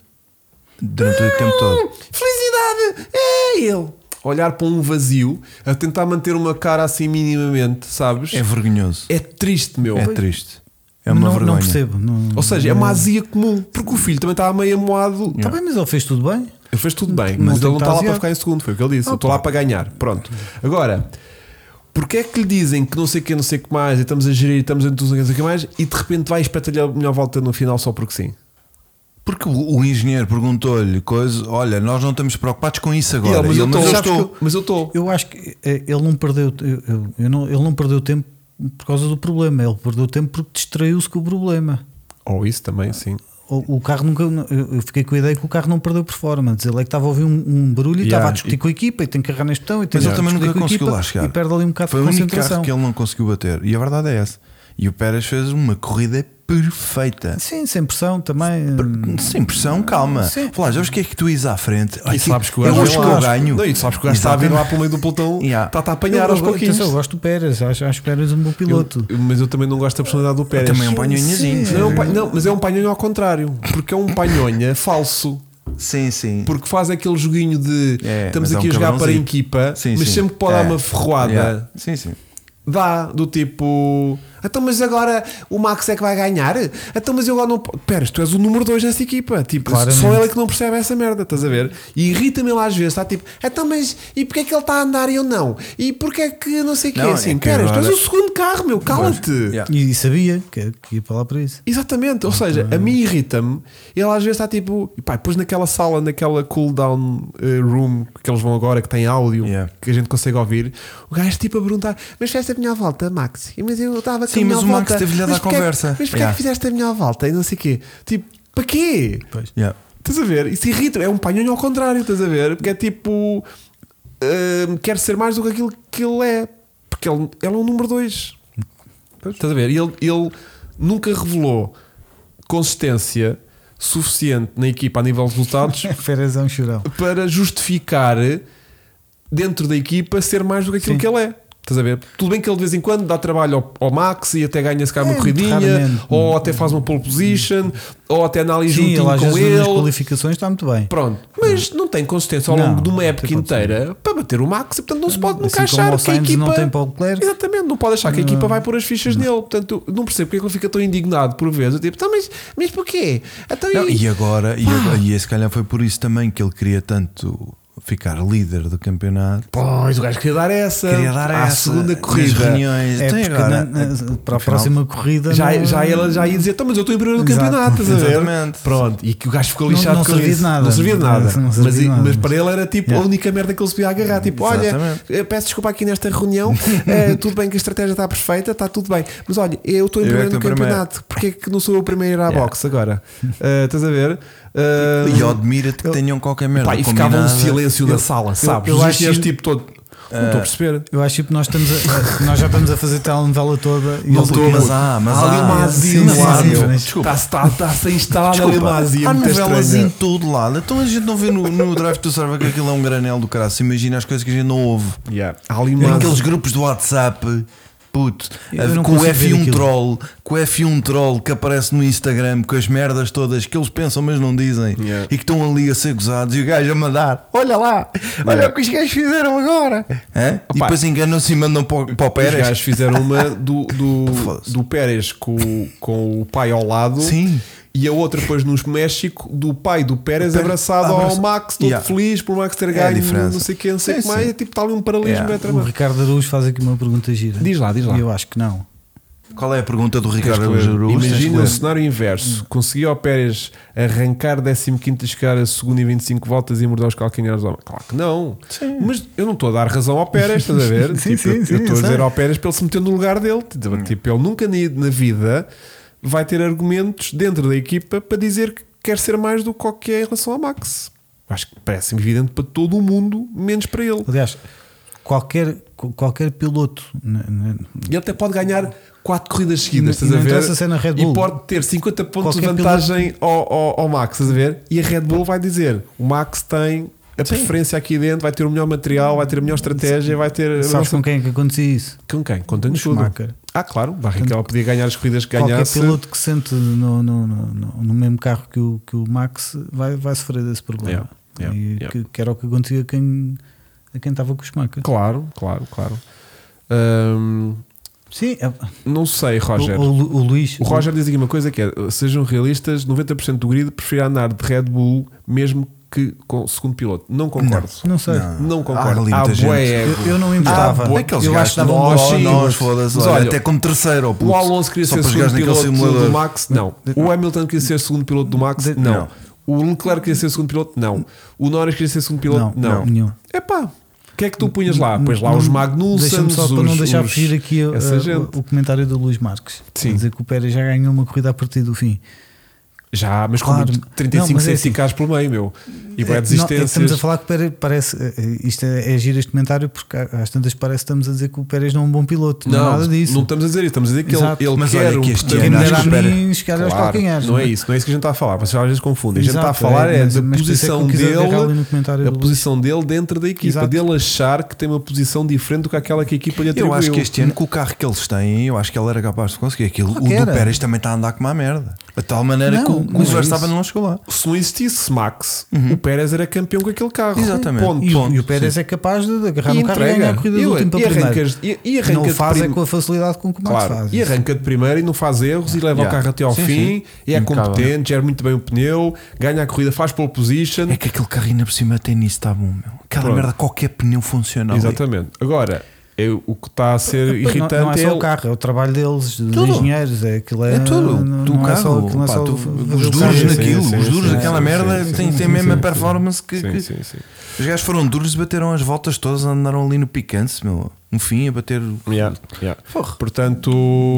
durante o tempo todo.
Felicidade! É ele! Olhar para um vazio, a tentar manter uma cara assim minimamente, sabes?
É vergonhoso.
É triste, meu.
É triste. É uma
não,
vergonha.
não percebo. Não,
Ou seja, é uma azia comum, porque o filho também estava meio
É
amoado.
Está Tá bem, mas ele fez tudo bem.
Ele fez tudo bem,
Não
mas ele
tem
não
que
está lá para
tasear.
ficar em segundo, foi o que ele disse. eu estou lá para ganhar. Pronto. Agora, porque é que lhe dizem que não sei o que, não sei o que mais, e estamos a gerir, estamos a não sei o que mais, e de repente vai espetalhar a melhor volta no final só porque sim?
Porque o, o engenheiro perguntou-lhe coisa, olha, nós não estamos preocupados com isso
E
agora.
ele, mas,
E
eu
ele,
tô,
"Mas eu
sabes que
estou."
eu- mas eu estou.
Eu acho que eh, ele não perdeu, eu- eu- eu não- ele não perdeu tempo por causa do problema, ele perdeu tempo porque distraiu-se com o problema.
Ou Oh, isso também, sim.
O, o carro nunca, eu eu fiquei com a ideia que o carro não perdeu performance. Ele é que estava a ouvir um, um barulho e
Yeah.
estava a discutir com a equipa e tem que agarrar neste botão e tem
Mas
que
ele também
discutir
nunca
com a
conseguiu
equipa
lá chegar.
E perde ali um bocado
Foi
de
o único carro
concentração.
que ele não conseguiu bater. E a verdade é essa. E o Pérez fez uma corrida perfeita.
Sim, sem pressão também. hum,
Sem pressão, calma.
Sim.
Flávio, hoje o que é que tu ires à frente?
E
Olha,
sabes que o
é
gajo
hoje que
vem lá.
eu ganho.
Não, e sabes que o gajo está a vir lá pelo meio do pelotão,
Yeah.
está-te a apanhar
eu,
aos pouquinhos.
atenção, eu gosto do Pérez, acho, acho que o Pérez é um bom piloto.
Eu- mas eu também não gosto da personalidade do Pérez.
Também é um panhonhazinho.
Não, é um pa- não, mas é um panhonha ao contrário, porque é um panhonha falso.
Sim, sim.
Porque faz aquele joguinho de
É,
estamos
mas é
aqui
um
a jogar para a
cabrãozinho.
equipa,
Sim,
mas
sim.
sempre que pode
É.
dar uma ferroada,
Yeah. Sim, sim.
dá do tipo. Então, mas agora o Max é que vai ganhar? Então, mas eu agora não. po-" Pera, tu és o número 2 dessa equipa. Tipo,
Claramente.
só ele é que não percebe essa merda, estás a ver? E irrita-me lá às vezes, está tipo, então, mas e porque é que ele está a andar e eu não? E porque é que não sei o quê?
Não, é
Assim,
que
pera, tu
agora-
és o segundo carro, meu, cala-te.
Yeah.
E sabia que, que ia para lá para
<laughs>
isso.
Exatamente, ou seja, a mim irrita-me. Ele às vezes está tipo, e pá, depois naquela sala, naquela cool down eh, room que eles vão agora, que tem áudio,
Yeah.
que a gente consegue ouvir, o gajo tipo a perguntar: Mas fizeste a minha volta, Max? E, Mas eu estava com
Sim,
a minha
mas o
volta.
Max teve-lhe a
Mas
dar
porque é que-
conversa."
Mas porquê é
Yeah.
que fizeste a minha volta? E não sei o quê. Tipo, para quê?
Yeah.
Estás a ver? Isso irrita é um panhonho ao contrário, estás a ver? Porque é tipo, hum, quer ser mais do que aquilo que ele é, porque ele, ele é um número 2. Estás a ver? E Ele, ele nunca revelou consistência suficiente na equipa a nível de resultados <laughs>
Pérez é um chorão.
para justificar dentro da equipa ser mais do que aquilo
Sim.
que ele é. Estás a ver? Tudo bem que ele de vez em quando dá trabalho ao, ao Max e até ganha se calhar uma
É,
corridinha,
raramente.
ou até faz uma pole position, ou até analisa
Sim,
um
ele
time
às
com
vezes nas
ele.
qualificações está muito bem.
Pronto, mas não tem consistência ao
Não,
longo de
não
uma
tem
época
consistência.
inteira para bater o Max, e, portanto não se pode nunca
assim
achar
como o
que a
Sainz
equipa.
não tem para o Leclerc.
Exatamente, não pode achar que a equipa vai pôr as fichas nele. Portanto, eu não percebo porque é que ele fica tão indignado por vezes. Eu, tipo, "Tá, mas, mas porquê? Então,
Não,
e-
e agora, e, agora e se calhar foi por isso também que ele queria tanto ficar líder do campeonato.
Pois, o gajo queria dar essa
Queria dar
à
essa
segunda
nas
corrida.
reuniões.
É
Então, e
porque
agora,
na- na-
no
para
final-
a próxima corrida
Já,
não-
já ela já ia dizer, então, mas eu estou em primeiro do
Exato,
campeonato,
<laughs>
estás a ver?
exatamente.
Pronto, e que o gajo ficou
Não-
lixado
não
com
servia de
isso.
nada.
Não servia de nada.
Não servia
mas,
de nada.
mas para ele era tipo
Yeah.
a única merda que ele se podia agarrar. Tipo, olha,
Exatamente.
eh, peço desculpa aqui nesta reunião,
<laughs>
eh, tudo bem que a estratégia está perfeita, está tudo bem, mas olha, eu estou em
Eu é
primeiro
que
do
estou em primeiro.
campeonato, porque é que não sou o primeiro a ir à
Yeah.
boxe agora? Eh, estás a ver? Eh,
E admira-te que tenham qualquer merda.
pá, e ficava um
combinada.
silêncio na sala, sabes?
eu
Os
acho- Eh,
engenheiros, tipo todo. Não estou a perceber.
Eu acho que nós,
<laughs>
estamos a- a- nós já estamos a fazer telenovela toda e um
Não
eles
estou,
aqui-
mas há, mas há.
ali um uma azia
Sim,
no
sim,
ar,
sim,
meu.
mas-
Está- Está está-se a instalar ali uma azia
Ah, há
muito
novelas em
estranha.
todo lado. Então a gente não vê no, no Drive to Server que aquilo é um granel do caralho. Se imagina as coisas que a gente não ouve.
Há ali uma
Aqueles
azia.
grupos do WhatsApp, puto,
Eu não
com o
consigo ver
F1
aquilo.
Troll, com o F1 Troll que aparece no Instagram com as merdas todas que eles pensam, mas não dizem
Yeah.
e que estão ali a ser gozados e o gajo a mandar. Olha lá, olha
Yeah.
o que os gajos fizeram agora. Hã? E
Opa.
depois enganam-se e mandam para, o- para o
Os
Pérez.
gajos fizeram uma do,
<laughs>
do,
Foda-se.
do Pérez com, o- com o pai ao lado
Sim.
e a outra depois no México do pai do Pérez
Pérez
abraçado
abraça-
ao Max, todo
Yeah.
feliz por Max ter
É a
ganho,
diferença.
não sei o que, não sei o que
Sim,
mais.
sim.
É tipo, está ali um paralelismo.
Yeah.
é
O
tramado.
Ricardo Araújo faz aqui uma pergunta gira.
Diz lá, diz lá.
Eu acho que não.
Qual é a pergunta do
Tens que
Ricardo
ler.
Araújo?
Imagina o
Tens que ler.
um cenário inverso. Conseguia o Pérez arrancar 15 e chegar a segunda e 25 voltas e morder os calcanhares ao Claro que não. Mas eu não estou a dar razão ao Pérez, estás
<laughs>
a ver?
Sim,
Tipo,
sim,
eu-
sim,
eu estou
eu
a dizer
sei. Hum.
ao Pérez para ele se meter no lugar dele. Tipo, tipo, ele nunca ni- na vida vai ter argumentos dentro da equipa para dizer que quer ser mais do que qualquer em relação ao Max. Acho que parece evidente para todo o mundo, menos para ele.
Aliás, qualquer, qualquer piloto né, né,
E ele até pode ganhar 4 corridas seguidas,
E
estás a
não
ver?
interessa ser na Red
E
Bull.
pode ter 50 pontos
Qualquer
de vantagem ao, ao, ao Max, estás a ver? E a Red Bull vai dizer: o Max tem a preferência aqui dentro, vai ter o melhor material, vai ter a melhor estratégia, vai ter. a
sabes
nossa-
com quem é que acontecia isso?
Com quem? Contando
No
tudo.
Schumacher.
Ah, claro, Barrichello podia ganhar as corridas que
Qualquer
ganhasse.
piloto que sente no, no, no, no- no mesmo carro que o, que o Max vai, vai sofrer desse problema.
Yeah, yeah,
e
yeah.
Que, que era o que acontecia a quem, a quem estava com o Schumacher.
Claro, claro, claro. Ahm,
Sim, é-
não sei, Roger.
O, o, Lu- o Luís.
O Roger diz aqui uma coisa que é: sejam realistas, 90% do grid prefere andar de Red Bull mesmo que com segundo piloto. Não concordo.
Não sei.
Não
Há
concordo.
ali
Há
muita
bué
gente.
ego.
Eu, eu não
Ah,
importava.
boa.
Aqueles
eu
gajos
acho que dava um
nós,
bom
nós,
sim.
foda-se,
Mas
olha,
olha,
até como terceiro, oh, puto.
O Alonso queria
Só
ser
para os
segundo
gajos naquele
piloto do
simulador.
Max, não. O Hamilton queria ser segundo piloto do Max, não.
Não.
O Leclerc queria ser segundo piloto, não. O Norris queria ser segundo piloto, não.
nenhum.
É pá. O que é que tu punhas lá? Pois lá
Não-
os Magnussen,
Deixa-me só para não
os-
deixar
os-
fugir aqui uh,
essa gente.
o comentário do Luís Marques.
Sim.
Quer Dizer que o Pérez já ganhou uma corrida a partir do fim.
Já, mas
Claro.
com 35
Não, mas é
safety cars pelo meio, meu. E vai
É,
a
não, é que estamos a
desistências.
falar que o Pérez parece. é, é, Isto é, é giro este comentário, porque há- às tantas parece que estamos a dizer que o Pérez não é um bom piloto. Não, é nada disso.
não estamos a dizer isso, estamos a dizer que
Exato.
ele, ele
Mas
quer
olha que
um
este
Quem
ano
me
acho
dera
que
a
espera.
mim chegar aos calcanhares.
não é isso, não é isso que a gente está a falar, vocês às vezes confundem. a gente
Exato,
está a falar é,
mas-
da
mas por isso é que eu
posição
quis agarrar ali
dele,
no comentário
a
do Luís.
posição dele dentro da equipa,
Exato.
dele achar que tem uma posição diferente do que aquela que a equipa lhe atribuiu.
Eu acho que este ano, com o carro que eles têm, eu acho que ele era capaz de conseguir aquilo.
Claro
o
que
do
era.
Pérez também está a andar como uma merda. De tal maneira
Não,
que o- que
não
o
é isso.
Verstappen não chegou lá.
se não existisse Max, o Pérez era campeão com aquele carro.
Exatamente.
Ponto.
E o, e o
Ponto.
Pérez é capaz de de agarrar
E
um carro e ganhar a corrida
E-
do último para
e
primeiro.
arrancas- e- e
Que
arranca
não
de
faz é
prim-
com a facilidade com é que o Max
Claro.
faz.
E arranca de primeira e não faz erros e leva
Yeah.
o carro até ao
Sim,
fim.
sim.
E é
Impecável.
competente, gera muito bem o pneu, ganha a corrida, faz pole position.
É que aquele carro ainda por cima tem nisso, está bom, meu. Aquela
Pronto.
merda, qualquer pneu funcional.
Exatamente. Agora, eu- o que está a ser
Pois, não,
irritante
não é
é
só
ele-
o carro, é o trabalho deles, dos
Tudo.
engenheiros, é aquilo é,
É tudo.
não-
do
não é
carro.
só- aquilo não é
pá,
só
tu-
fazer
os
o
duros
carro.
Sim,
naquilo,
sim,
os
sim,
duros
sim,
daquela
sim,
merda
sim,
têm,
sim,
têm
sim,
mesmo a
sim,
performance que,
Sim,
que-
sim, sim.
Os gajos foram duros e bateram as voltas todas, andaram ali no picante, meu. Um fim a bater. o-
Yeah, yeah. Portanto,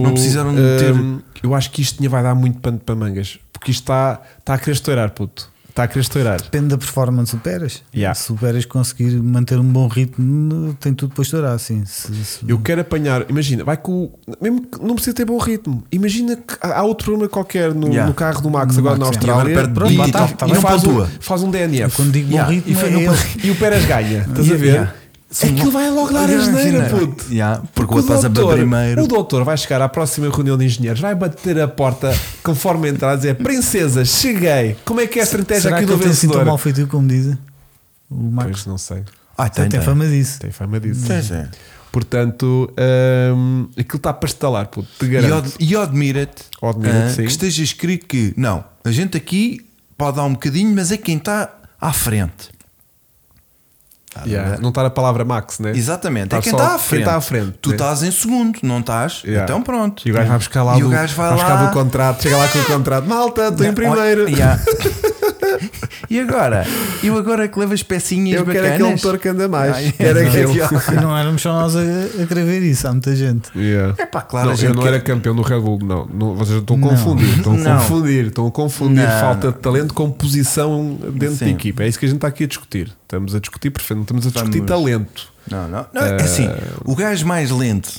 não
precisaram de meter-
Eu acho que isto tinha- vai dar muito pano para mangas. Porque isto está, está a querer estourar, puto. Está a querer estourar.
Depende da performance do Pérez.
Yeah.
Se o Pérez conseguir manter um bom ritmo, tem tudo para estourar. Assim. Se, se-
Eu quero apanhar, imagina, vai com. o- Mesmo que não precisa ter bom ritmo. Imagina que há há outro problema qualquer no,
Yeah.
no carro do Max
No
agora na
Max,
yeah.
Austrália.
E agora perde
e,
de
e,
bita, tá- tá bem.
faz, um,
pontua.
faz um DNF.
quando digo
Yeah.
bom ritmo,
E foi-
é
não
<laughs>
ele.
pode-
E o Pérez <laughs> ganha, estás a ver?
Yeah.
Aquilo vai logo dar asneira, puto.
Yeah, porque o outro estás a
doutor,
bater primeiro.
o doutor vai chegar à próxima reunião de engenheiros, vai bater a porta conforme entrar, dizer: Princesa, cheguei. Como é que é a estratégia
Será
aqui
que
do
ele tem assim tão
vencedor?
mal feito como dizem? O Max
Pois não sei.
Ah,
tem,
tem, tem.
fama disso.
Tem fama disso.
Sim, sim.
Portanto, hum, aquilo está para estalar, puto. Te
E,
garanto.
ad- e admira-te
Admira-te,
ah,
sim.
que esteja escrito que não, a gente aqui pode dar um bocadinho, mas é quem está à frente. Tá a
Yeah,
ver?
Não está a palavra Max, né?
Exatamente,
Tá
é quem
só
está à
quem
frente.
tá à frente,
tu
né?
estás em segundo, não estás?
Yeah.
Então pronto.
E o gajo vai buscar lá,
E
do,
o gajo vai
buscar
lá-
do contrato, chega lá com o contrato. Malta, estou em primeiro.
Olha, yeah. <laughs> e agora? Eu agora é que levo as pecinhas
Eu quero
bacanas.
aquele motor que anda mais.
Ah,
Quero <laughs> aquele.
<laughs> não éramos só nós a, a querer ver isso, há muita gente.
Yeah.
É pá, claro,
Não,
a
eu
gente
não
quer-
era campeão do Red Bull, não. não vocês estão a
Não.
confundir. Estão a
Não.
confundir. Estão a confundir
Não.
falta de talento com posição dentro da
Sim.
equipa. É isso que a gente está aqui a discutir. Estamos a discutir, perfeito. Não estamos a discutir
Vamos.
talento.
Não, não.
Eh,
não é assim, o gajo mais lento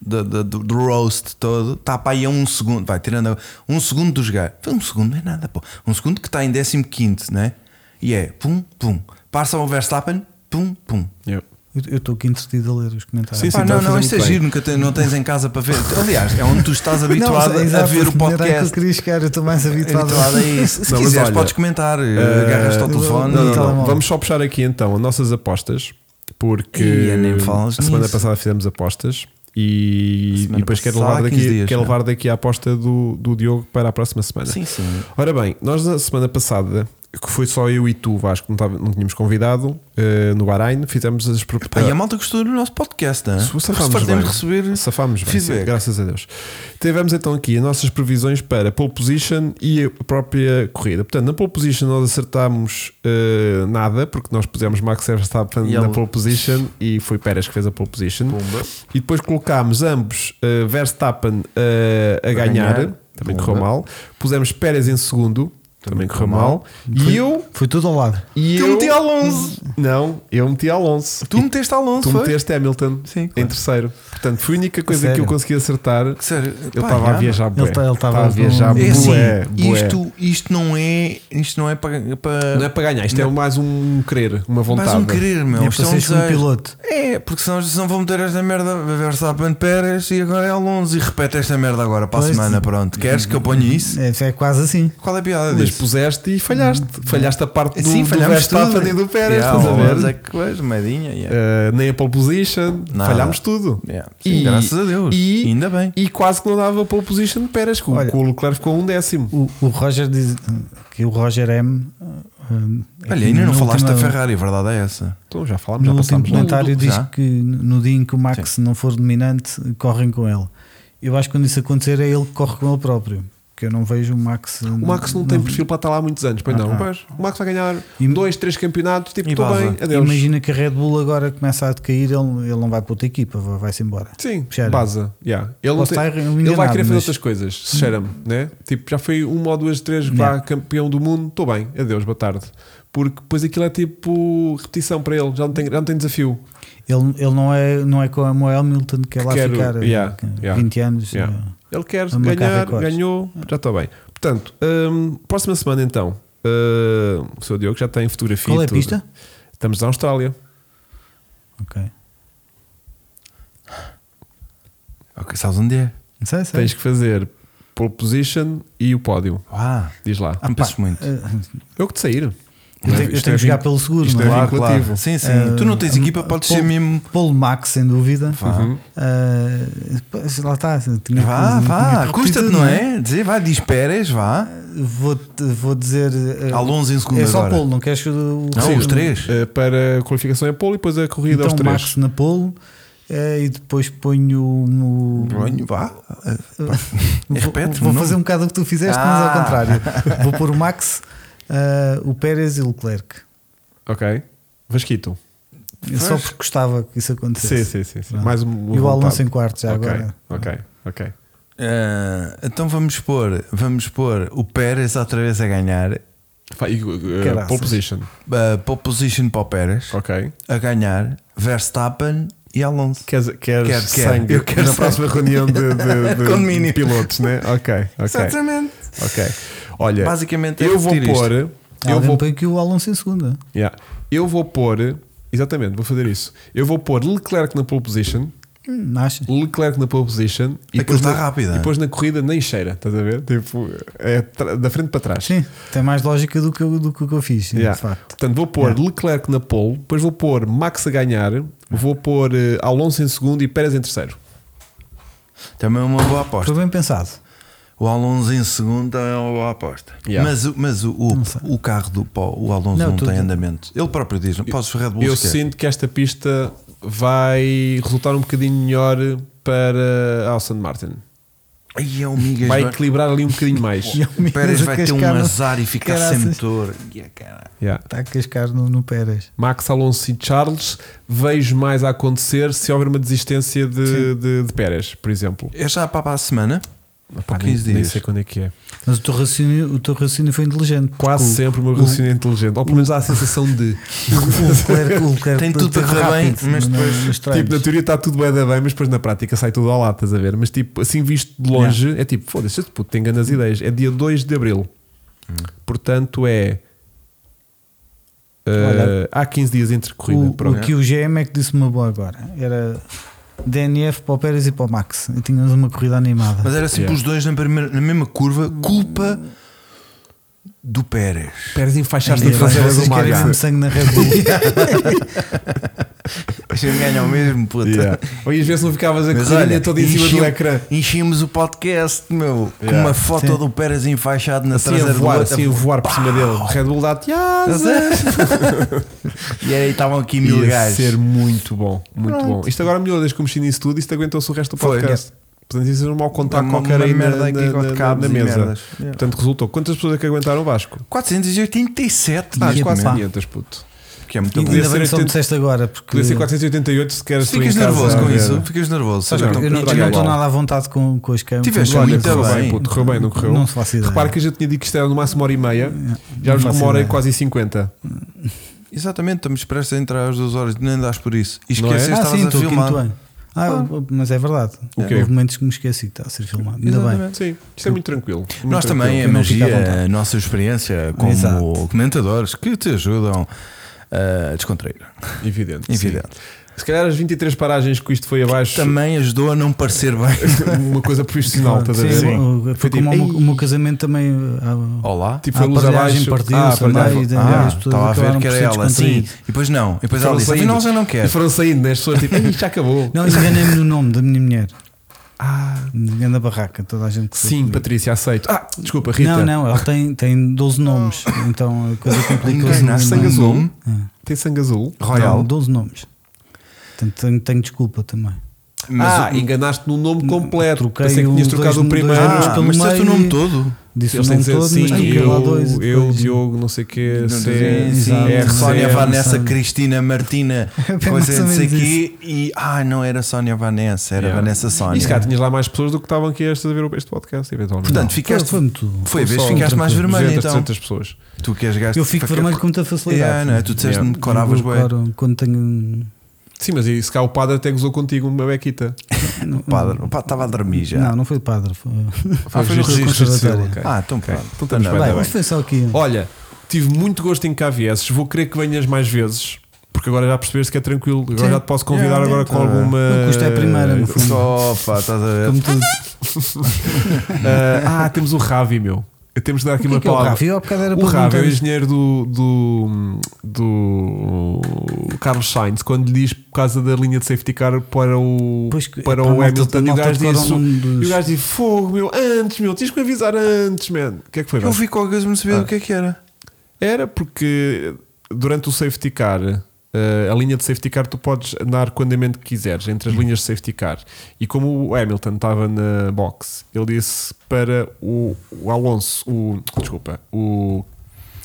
do, do, do- do roast todo está para aí a um segundo, vai tirando a- um segundo dos gajos. Um segundo não é nada, pô. Um segundo que está em 15, né? E é pum, pum. Passa ao Verstappen, pum, pum.
Yeah.
Eu eu estou aqui entretido a ler os comentários.
Sim, sim.
Pá,
está a
não,
fazer
não, isto é
muito bem.
giro, nunca te- não tens em casa para
<laughs>
ver. Aliás, é onde tu estás
Não,
habituado
é
a
exato,
ver o
Era que eu
podcast. É,
queria chegar, eu estou mais habituado,
Habituado a
<laughs>
isso. Se
Não, mas
quiseres,
olha,
podes comentar,
eh,
agarras-te ao
eu-
telefone.
não,
e-
não, não. telemóvel.
Vamos só puxar aqui então as nossas apostas, porque
Ia, nem me
a
falas
semana
nisso.
passada fizemos apostas e,
Semana
e depois quero
passada,
levar,
há 15
daqui,
dias,
quero
não é?
levar daqui a aposta do, do Diogo para a próxima semana.
Sim, sim.
Ora bem, nós na semana passada, que foi só eu e tu, Vasco, não, tava- não tínhamos convidado, eh, no Bahrein, fizemos as
Pá, e a
propriedades.
malta gostou do nosso podcast, não é?
Safámos bem,
Fartamos de receber
Safámos bem, sim,
feedback.
graças a Deus. Tivemos então aqui as nossas previsões para pole position e a própria corrida. Portanto, na pole position nós acertámos eh, nada, porque nós pusemos Max Verstappen
E
na
ele-
pole position e foi Pérez que fez a pole position. E depois colocámos ambos eh, Verstappen eh, a,
ganhar.
ganhar, também
Pumba.
correu mal. Pusemos Pérez em segundo, também, correu mal. E eu.
Foi tudo ao lado.
E
Tu
eu
meti Alonso.
Não, eu meti Alonso.
Tu meteste Alonso,
Tu
foi?
meteste Hamilton
Sim, claro.
em terceiro. Portanto, foi a única coisa que
Sério?
eu consegui acertar. Eu
Sério, pá,
estava a
yeah.
viajar bué.
Ele tá- ele
Estava
tava
a viajar
com-
bué,
É assim,
bué.
isto, isto não é isto não é para, para
não é para ganhar, isto é mais um querer, uma vontade.
mais um querer, meu.
é
Isto
para
um
seres como
desejo.
piloto.
É, porque senão, senão vão meter esta merda Verstappen Pérez e agora é Alonso e repete esta merda agora para a
Pois.
semana, pronto. Queres que eu ponha isso?
É, é quase assim.
Qual é a piada
Mas
disso? Hum.
puseste e falhaste. Falhaste a parte do, do
falhámos
Verstappen e do Pérez,
Yeah,
estás a ver?
Alonso é que coisa, medinha, yeah.
Eh, nem a pole position,
Nada.
falhámos tudo.
Yeah. Sim, graças a Deus.
E,
Ainda bem.
e quase que não dava pole position de Pérez, que o-
Olha.
que o Leclerc ficou um décimo.
O, o Roger diz que o Roger M. eh,
Olha, ainda
no
não falaste da
último-
Ferrari, a verdade é essa.
Então já falámos, já
No último
passámos. não é?
comentário
do-
diz
já?
que no dia em que o Max não for dominante, correm com ele. Eu acho que quando isso acontecer é ele que corre com ele próprio. Porque eu não vejo o Max.
O Max não tem perfil para estar lá há muitos anos, pois não.
Ah, ah.
Pois, o Max vai ganhar
E-
dois, três campeonatos, tipo,
E
estou
vaza.
bem, adeus.
Imagina que a Red Bull agora começa a decair, ele, ele não vai para outra equipa, vai- vai-se embora.
Sim,
Cheira.
baza. Yeah. Ele, não
Posso
tem-
estar
ele
enganado,
vai querer fazer
mas-
outras coisas, se cheira-me, né? Tipo, já foi uma ou duas, três, vá
Yeah.
campeão do mundo, estou bem, adeus, boa tarde. Porque depois aquilo é tipo repetição para ele, já não tem, já não tem desafio.
Ele, ele não, é, não é como o Hamilton que é
Que
lá
quer-
ficar eh,
yeah,
20
yeah,
anos.
yeah.
eh,
Ele quer
A marcar
ganhar,
recordes.
ganhou, já está bem. Portanto, hum, próxima semana então, hum, o seu Diogo já tem fotografia.
Qual
e
é a
tudo.
pista?
Estamos na Austrália.
Ok.
Ok, sabes onde é?
Não sei, sei.
Tens que fazer pole position e o pódio.
Ah,
Diz lá.
não é penses muito.
Eh,
Eu que te sair.
Eu tenho, eu tenho que jogar pelo seguro,
isto
não
é
é?
vinculativo.
Sim, sim.
Eh,
tu não tens equipa, podes ser
Polo-
mesmo.
Polo Max, sem dúvida. Uhum.
Vá.
Uhum.
Ah. Eh, pois, lá está. Tinha, que-
Vá,
tinha que
vá,
repetir
custa-te,
tudo,
não é? Dizer, vá, diz Pérez, vá.
Vou, vou dizer. eh,
Alonso em segundo
É só
agora.
Polo, não queres que o.
Não,
o-
os três.
Eh, para a qualificação é pole e depois a corrida
Então
aos três.
Max na Polo eh, e depois ponho no. Eh,
Bronho, vá.
Vou-
Repete,
vou
não.
fazer um bocado o que tu fizeste, mas
Ah.
ao contrário. Vou pôr o Max, eh, o Pérez e o Leclerc.
Ok. Vasquito.
Eu Só porque gostava que isso
Sim,
acontecesse.
sim, sim. sim.
Pronto.
Mais um.
Ah. E o Alonso
resultado.
em quarto já
Ok,
agora.
Ok, ok.
Ah, então vamos pôr, vamos pôr o Pérez outra vez a ganhar.
Fa- e, eh,
Caraças.
pole position.
Uh, pole position para o Pérez.
Ok.
A ganhar Verstappen e Alonso.
Queres,
Quero,
queres
quero.
sangue
Eu quero
na
sangue.
próxima reunião de,
<laughs>
de- de-
Condomínio.
de pilotos, né?
<laughs>
Ok, ok.
Exatamente.
ok. Olha,
Basicamente é
eu vou
repetir isto.
pôr. Eu
Eu
vou,
põe aqui o Alonso em segunda.
yeah, eu vou pôr. Exatamente, vou fazer isso. Eu vou pôr Leclerc na pole position,
Hum, não achas?
Leclerc na pole position e
Aquilo
depois,
está
na,
rápido,
e
é?
depois na corrida nem cheira, estás a ver? Tipo, é tra- da frente para trás.
Sim, tem mais lógica do que, eu- do que o que eu fiz, sim,
Yeah.
de facto.
Portanto, vou pôr Leclerc na pole, depois vou pôr Max a ganhar, vou pôr eh, Alonso em segundo e Pérez em terceiro.
Também é uma boa
Foi
aposta.
bem pensado.
O Alonso em segundo também é uma boa aposta.
Yeah.
Mas, o- mas o, o, o carro do pó, o Alonso
Não,
não,
tu-
tem andamento. Ele próprio diz: não posso Red Bull
Eu
esquece.
sinto que esta pista vai resultar um bocadinho melhor para a Aston Martin.
Ai, é o Migas.
Vai
vai-
equilibrar ali um bocadinho mais.
<laughs> E ao
O
menos
Pérez
a
vai ter um
cascar no-
azar e ficar
Caraças.
sem motor. Yeah, cara.
Yeah.
Está assim? Tá a cascar no, no Pérez.
Max Alonso e Charles, vejo mais a acontecer se houver uma desistência de, de, de Pérez, por exemplo.
É já para a semana? Para
Nem-
15
Nem
dias.
sei quando é que é.
Mas o teu raciocínio, o teu raciocínio foi inteligente. porque
Quase
o,
sempre o meu raciocínio é inteligente. Ou pelo menos há a sensação de.
O Leclerc, o Leclerc
Tem tudo
teve
a correr bem,
rápido é
mas
no-
depois-
nos treinos.
Tipo, na teoria está tudo bem, da bem, mas depois na prática sai tudo ao lado, estás a ver? Mas tipo, assim visto de longe, é tipo, foda-se, este puto tem grandes ideias. É dia 2 de abril.
Hum.
Portanto, é. uh,
Olha.
há 15 dias entre corrida.
o, o
pronto.
que o GM é que disse uma boa agora. Era DNF para o Pérez e para o Max. E tínhamos uma corrida animada.
Mas era sempre
Yeah.
os dois na, primeira- na mesma curva, culpa do Pérez.
Pérez enfaixaste
Ainda
na
É,
bem,
traseira do
vocês querem
Maga.
mesmo sangue na Red
<laughs>
Bull.
A
Então é um
gente ganha o mesmo, puta. <laughs>
Yeah. Ou ias ver se não ficavas a
Mas
corrida
olha,
toda em cima do
encheu-
ecrã. Assim
enchemos o podcast, meu, com
Yeah.
uma foto do Pérez enfaixado na
Assim a
traseira
voar,
do outro. <laughs>
assim a voar por cima dele. Red Bull dá-te.
Estás
"Yes!"
a ver? e aí estavam aqui mil
Ia
gajos.
ser muito bom, muito bom. Isto agora melhorou desde que mexi nisso tudo, isto aguentou-se o resto do
Foi.
podcast. Portanto, isso é um mau
Está
contar
uma-
qualquer
uma
aí na,
merda
na,
aqui com
na, na,
cabos e
mesa.
merdas. Yeah.
Portanto, resultou. Quantas pessoas é que aguentaram o Vasco?
487,
Ah,
neste
quase
momento,
500, puto.
que é muito
E
bom.
devia
Ainda bem que só me
ser
disseste agora. Porque
Podia ser 488 se queres tu em
Ficas
casa
nervoso
a
com
ver.
isso? Ficas nervoso?
Sabes
Sabes, então,
que
eu não
Traga
eu não estou
igual.
nada à vontade com, com as câmeras.
Tiveste
Olha,
é muito
correu
bem.
bem, puto, correu bem, não correu?
Não se faço ideia.
Repara que eu já tinha dito que isto era no máximo uma hora e meia, já
Não
vos
faço
uma hora e
ideia.
quase 50.
Exatamente, estamos prestes a entrar às duas horas, nem dás por isso. E
Não é?
esqueces,
Ah,
estavas
sim,
a
estou aqui
filmar.
muito bem. Ah, mas é verdade.
O quê?
Houve momentos que me esqueci que está a ser filmado. Ainda bem.
Sim, isto é muito tranquilo. muito
Nós também,
tranquilo.
a
Eu não fico à
magia,
vontade.
a nossa experiência como
Exato.
comentadores que te ajudam a descontrair.
Evidente.
é Evidente.
sim. Se calhar as 23 paragens que isto foi abaixo,
Também ajudou a não parecer bem.
uma coisa profissional, estás a
Sim,
ver?
o- Foi,
Foi
como
tipo,
o meu- o meu casamento também. ah,
Olá.
Tipo,
A
foi a luz
aparelhagem
abaixo.
partiu-se é?
Ah,
também,
aparelhagem.
de-
Ah,
as pessoas
estava a ver
acabaram
que
por
era
ser
ela, sim. E
descontraídas.
depois não. E depois
Foram
ela disse:
saindo.
Afinal já não
E
quero.
foram saindo, né? As pessoas tipo, "Ih, já acabou.
Não, enganei-me no nome da minha mulher.
Ah,
Anda barraca, toda a gente que
sim, Patrícia, aceito. Ah, desculpa, Rita.
Não, não, ela tem, tem 12 nomes, então a coisa complicou-se.
Enganaste
muito
Sangue
mais.
azul.
Nome?
É.
Tem sangue azul.
Não,
Royal.
12 nomes. Portanto, tenho, tenho desculpa também.
Mas
ah,
o-
enganaste no nome completo.
troquei
Pensei que tinhas
o
trocado
dois
o
no
primeiro.
dois
Ah, mas
Ah,
pelo
disseste o
meio
nome todo.
Disse
Eles
o
têm que dizer
nome todo,
assim,
mas troquei
eu,
lá dois. e
eu,
depois-
Diogo, não sei o quê,
Não
C,
sei, sim, É
R,
Sónia
C,
Vanessa,
sabe.
Cristina Martina,
É bem mais
coisa
ou
não sei
menos
quê. E ah, não era Sónia Vanessa, era
Yeah.
Vanessa
E
Sónia.
se calhar tinhas lá mais pessoas do que estavam aqui estas a ver este podcast, eventualmente.
Portanto,
Foi,
ficaste.
foi-me tudo.
Foi a vez
Só
que ficaste mais
200,
vermelho então.
300 pessoas.
Tu que és gajo
Eu fico
de faca-
vermelho com muita facilidade.
Yeah, não é? Tu disseste-me que coravas
Eu
bué.
coro Quando tenho. um-
Sim, mas e se cá o padre até gozou contigo uma bequita.
Ah,
Padre, o padre estava a dormir já.
Não, não foi o padre. Foi...
Ah,
<laughs>
Foi
foi no
registro
registro
judicial,
conservatório.
ok.
Ah, então pronto.
Então estamos
Então
bem,
não,
Bem,
tá
mas foi só aqui.
Olha, tive muito gosto em cá viesses. Vou querer que venhas mais vezes, porque agora já percebeste que é tranquilo. Agora
Sim. então.
já te posso convidar
Yeah,
agora
tá.
com alguma.
Não custa a primeira, no fundo.
Só, pá, estás a ver?
Como tudo.
Ah, ah, temos o Ravi, meu. Temos de dar aqui
O que
uma
é que é o
palavra.
Ravi? Eu há bocado era
O
para
Ravi é o
perguntar.
engenheiro do, do, do Carlos Sainz, quando lhe diz por causa da linha de safety car para o,
Pois que-
para
epá,
o
malta-
Hamilton. E o
malta
gajo
decora
disse:
o nome
e
dos-
o gajo diz, Fogo, meu, antes, meu, tens que me avisar antes, man. O que é que foi,
Eu
Vasco?
vi qualquer coisa, mas não sabia
Ah.
o que é que era.
Era porque durante o safety car, eh, a linha de safety car, tu podes andar com o andamento que quiseres entre
Uhum.
as linhas de safety car. E como o Hamilton estava na box, ele disse para o, o Alonso, o, desculpa, o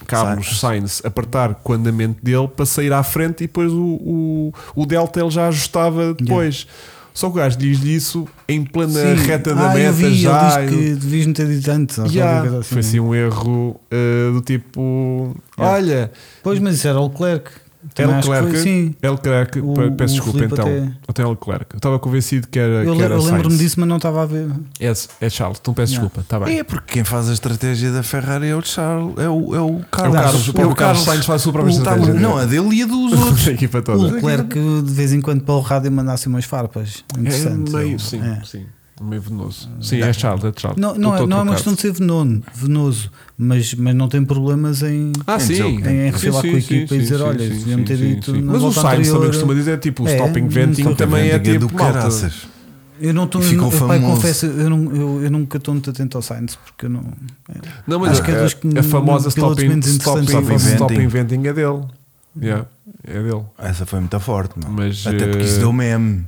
Carlos Sainz apertar com o andamento dele para sair à frente e depois o, o, o Delta ele já ajustava depois. Só que o gajo diz-lhe isso em plena
Sim.
reta da
ah,
meta
eu vi,
já.
Ele diz que devias não ter dito antes. ou
Yeah.
qualquer coisa
Foi assim um erro eh, do tipo:
Yeah.
Olha,
Pois, mas isso era o Leclerc.
é
Também acho que
Leclerc,
foi, sim.
é Leclerc,
O-
pe- peço
o
desculpa
Filipe
então.
até-
Até Leclerc. Eu estava convencido que era.
Eu,
que
le-
era
eu lembro-me
Sainz.
disso, mas não estava a ver.
É, é Charles, então peço
Yeah.
desculpa, está bem.
É porque quem faz a estratégia da Ferrari é o Charles, é o, é o
É o
Carlos.
Carlos, o próprio Carlos Sainz faz a sua própria
O Carlos-
estratégia.
Não, a dele e a
<laughs>
dos outros.
a equipa
É O
toda.
Leclerc de vez em quando para o rádio mandasse umas farpas.
É
Interessante.
meio, sim,
É.
sim. Meio venenoso. Sim, é Charles, é Charles.
Não, não,
Estou
é, não é uma
trocado.
questão de ser venoso, venoso mas, mas não tem problemas em.
Ah, sim.
Em
em refilar com a equipa e dizer, olha, deviam ter dito na
Mas o
volta
Sainz também
anterior-
costuma dizer, tipo, o
É,
stopping
não
venting
foi-
também é
Vendiga
tipo.
do
malta.
caraças.
Eu não estou.
E
eu
ficou
não- eu, pai,
famoso.
confesso, eu, não, eu, eu nunca estou muito atento ao Sainz, porque eu não. <laughs>
Não, mas
Acho que é
a-
dos que-
a famosa
pilotos
stopping,
menos
stopping,
interessantes
stopping,
ao vivo.
stopping venting é dele. Yeah, é dele.
Essa foi muito forte, mano.
Mas,
Até porque isso
eh,
deu memes.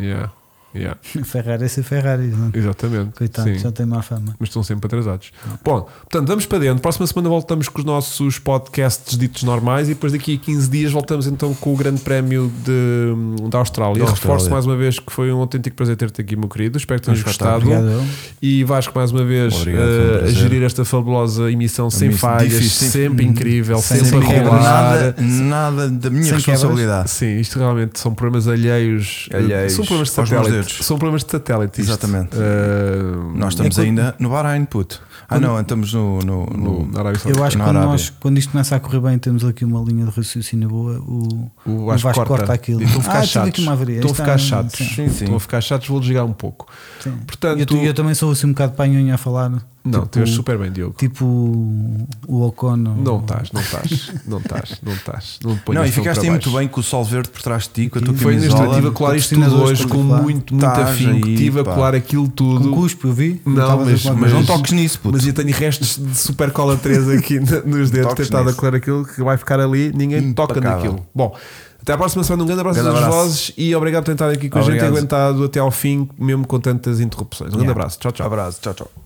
Yeah, yeah,
Ferrari é ser Ferrari, não é?
exatamente.
coitado,
Sim.
já tem má fama.
Mas estão sempre atrasados. Bom, portanto, vamos para dentro. Próxima semana voltamos com os nossos podcasts ditos normais e depois daqui a 15 dias voltamos então com o Grande Prémio de, da Austrália.
Da Austrália.
Reforço mais uma vez que foi um autêntico prazer ter-te aqui, meu querido. Espero que tenhas
Mas, Costa,
gostado.
Obrigado. eu.
E Vasco, mais uma vez,
Obrigado,
eh,
foi um
a
prazer.
gerir esta fabulosa emissão sem
missão
falhas,
difícil,
sempre incrível,
Sem
sempre, a
quebras.
rolar.
nada, nada da minha
Sem
responsabilidade.
Sim, isto realmente são problemas alheios. eh,
Alheios.
São problemas de
Aos meus
satélite.
dedos.
São problemas de satélite. isto.
Exatamente.
Eh,
Nós estamos
É quando-
ainda no Bahrein, puto. Ah, não, estamos no. no,
no,
no-
na Arábia Saudita.
Eu acho que
Na
quando,
Arábia.
nós, quando isto começa a correr bem, temos aqui uma linha de raciocínio boa. O,
O
o
Vasco
Vasco,
corta.
corta. aquilo.
Então ficar
ah, tive
chatos.
aqui uma avaria.
Estão a
Isto
ficar
é-
chatos.
sim,
Sim, sim.
Estão a ficar chatos, vou desligar um pouco.
sim. Eu,
Portanto,
tu- eu também sou assim um bocado panhonha a falar.
não,
tipo,
estás super bem, Diogo.
Tipo o Ocon.
Não estás, não estás, não estás, não estás. Não, te ponhas
Não, e
tão
ficaste
para
aí muito
baixo.
bem com o sol verde por trás de ti, com a tua
Aqui.
Foi
camisola.
inesperado. Estive a colar isto tudo
Patrocinadores
hoje com
estamos a falar.
muito, muito
Estás
afinco.
aí,
Estive a
Tá, pá.
colar aquilo
Com
tudo.
cuspo, eu vi.
Não,
estavas a
mas-
falar
Mas não
disso.
toques nisso, puto.
Mas eu tenho restos de super cola 3 aqui na- nos dedos,
Toques
tentado a
nisso.
colar aquilo que vai ficar ali, ninguém toca
Impecável.
naquilo. Bom, até à próxima semana, um grande abraço a
Grande
todas as
abraço.
vozes e obrigado por tentar aqui com a gente e
Obrigado.
aguentado até ao fim, mesmo com tantas interrupções. Um grande
Yeah.
abraço, tchau, tchau.
Abraço, tchau, tchau.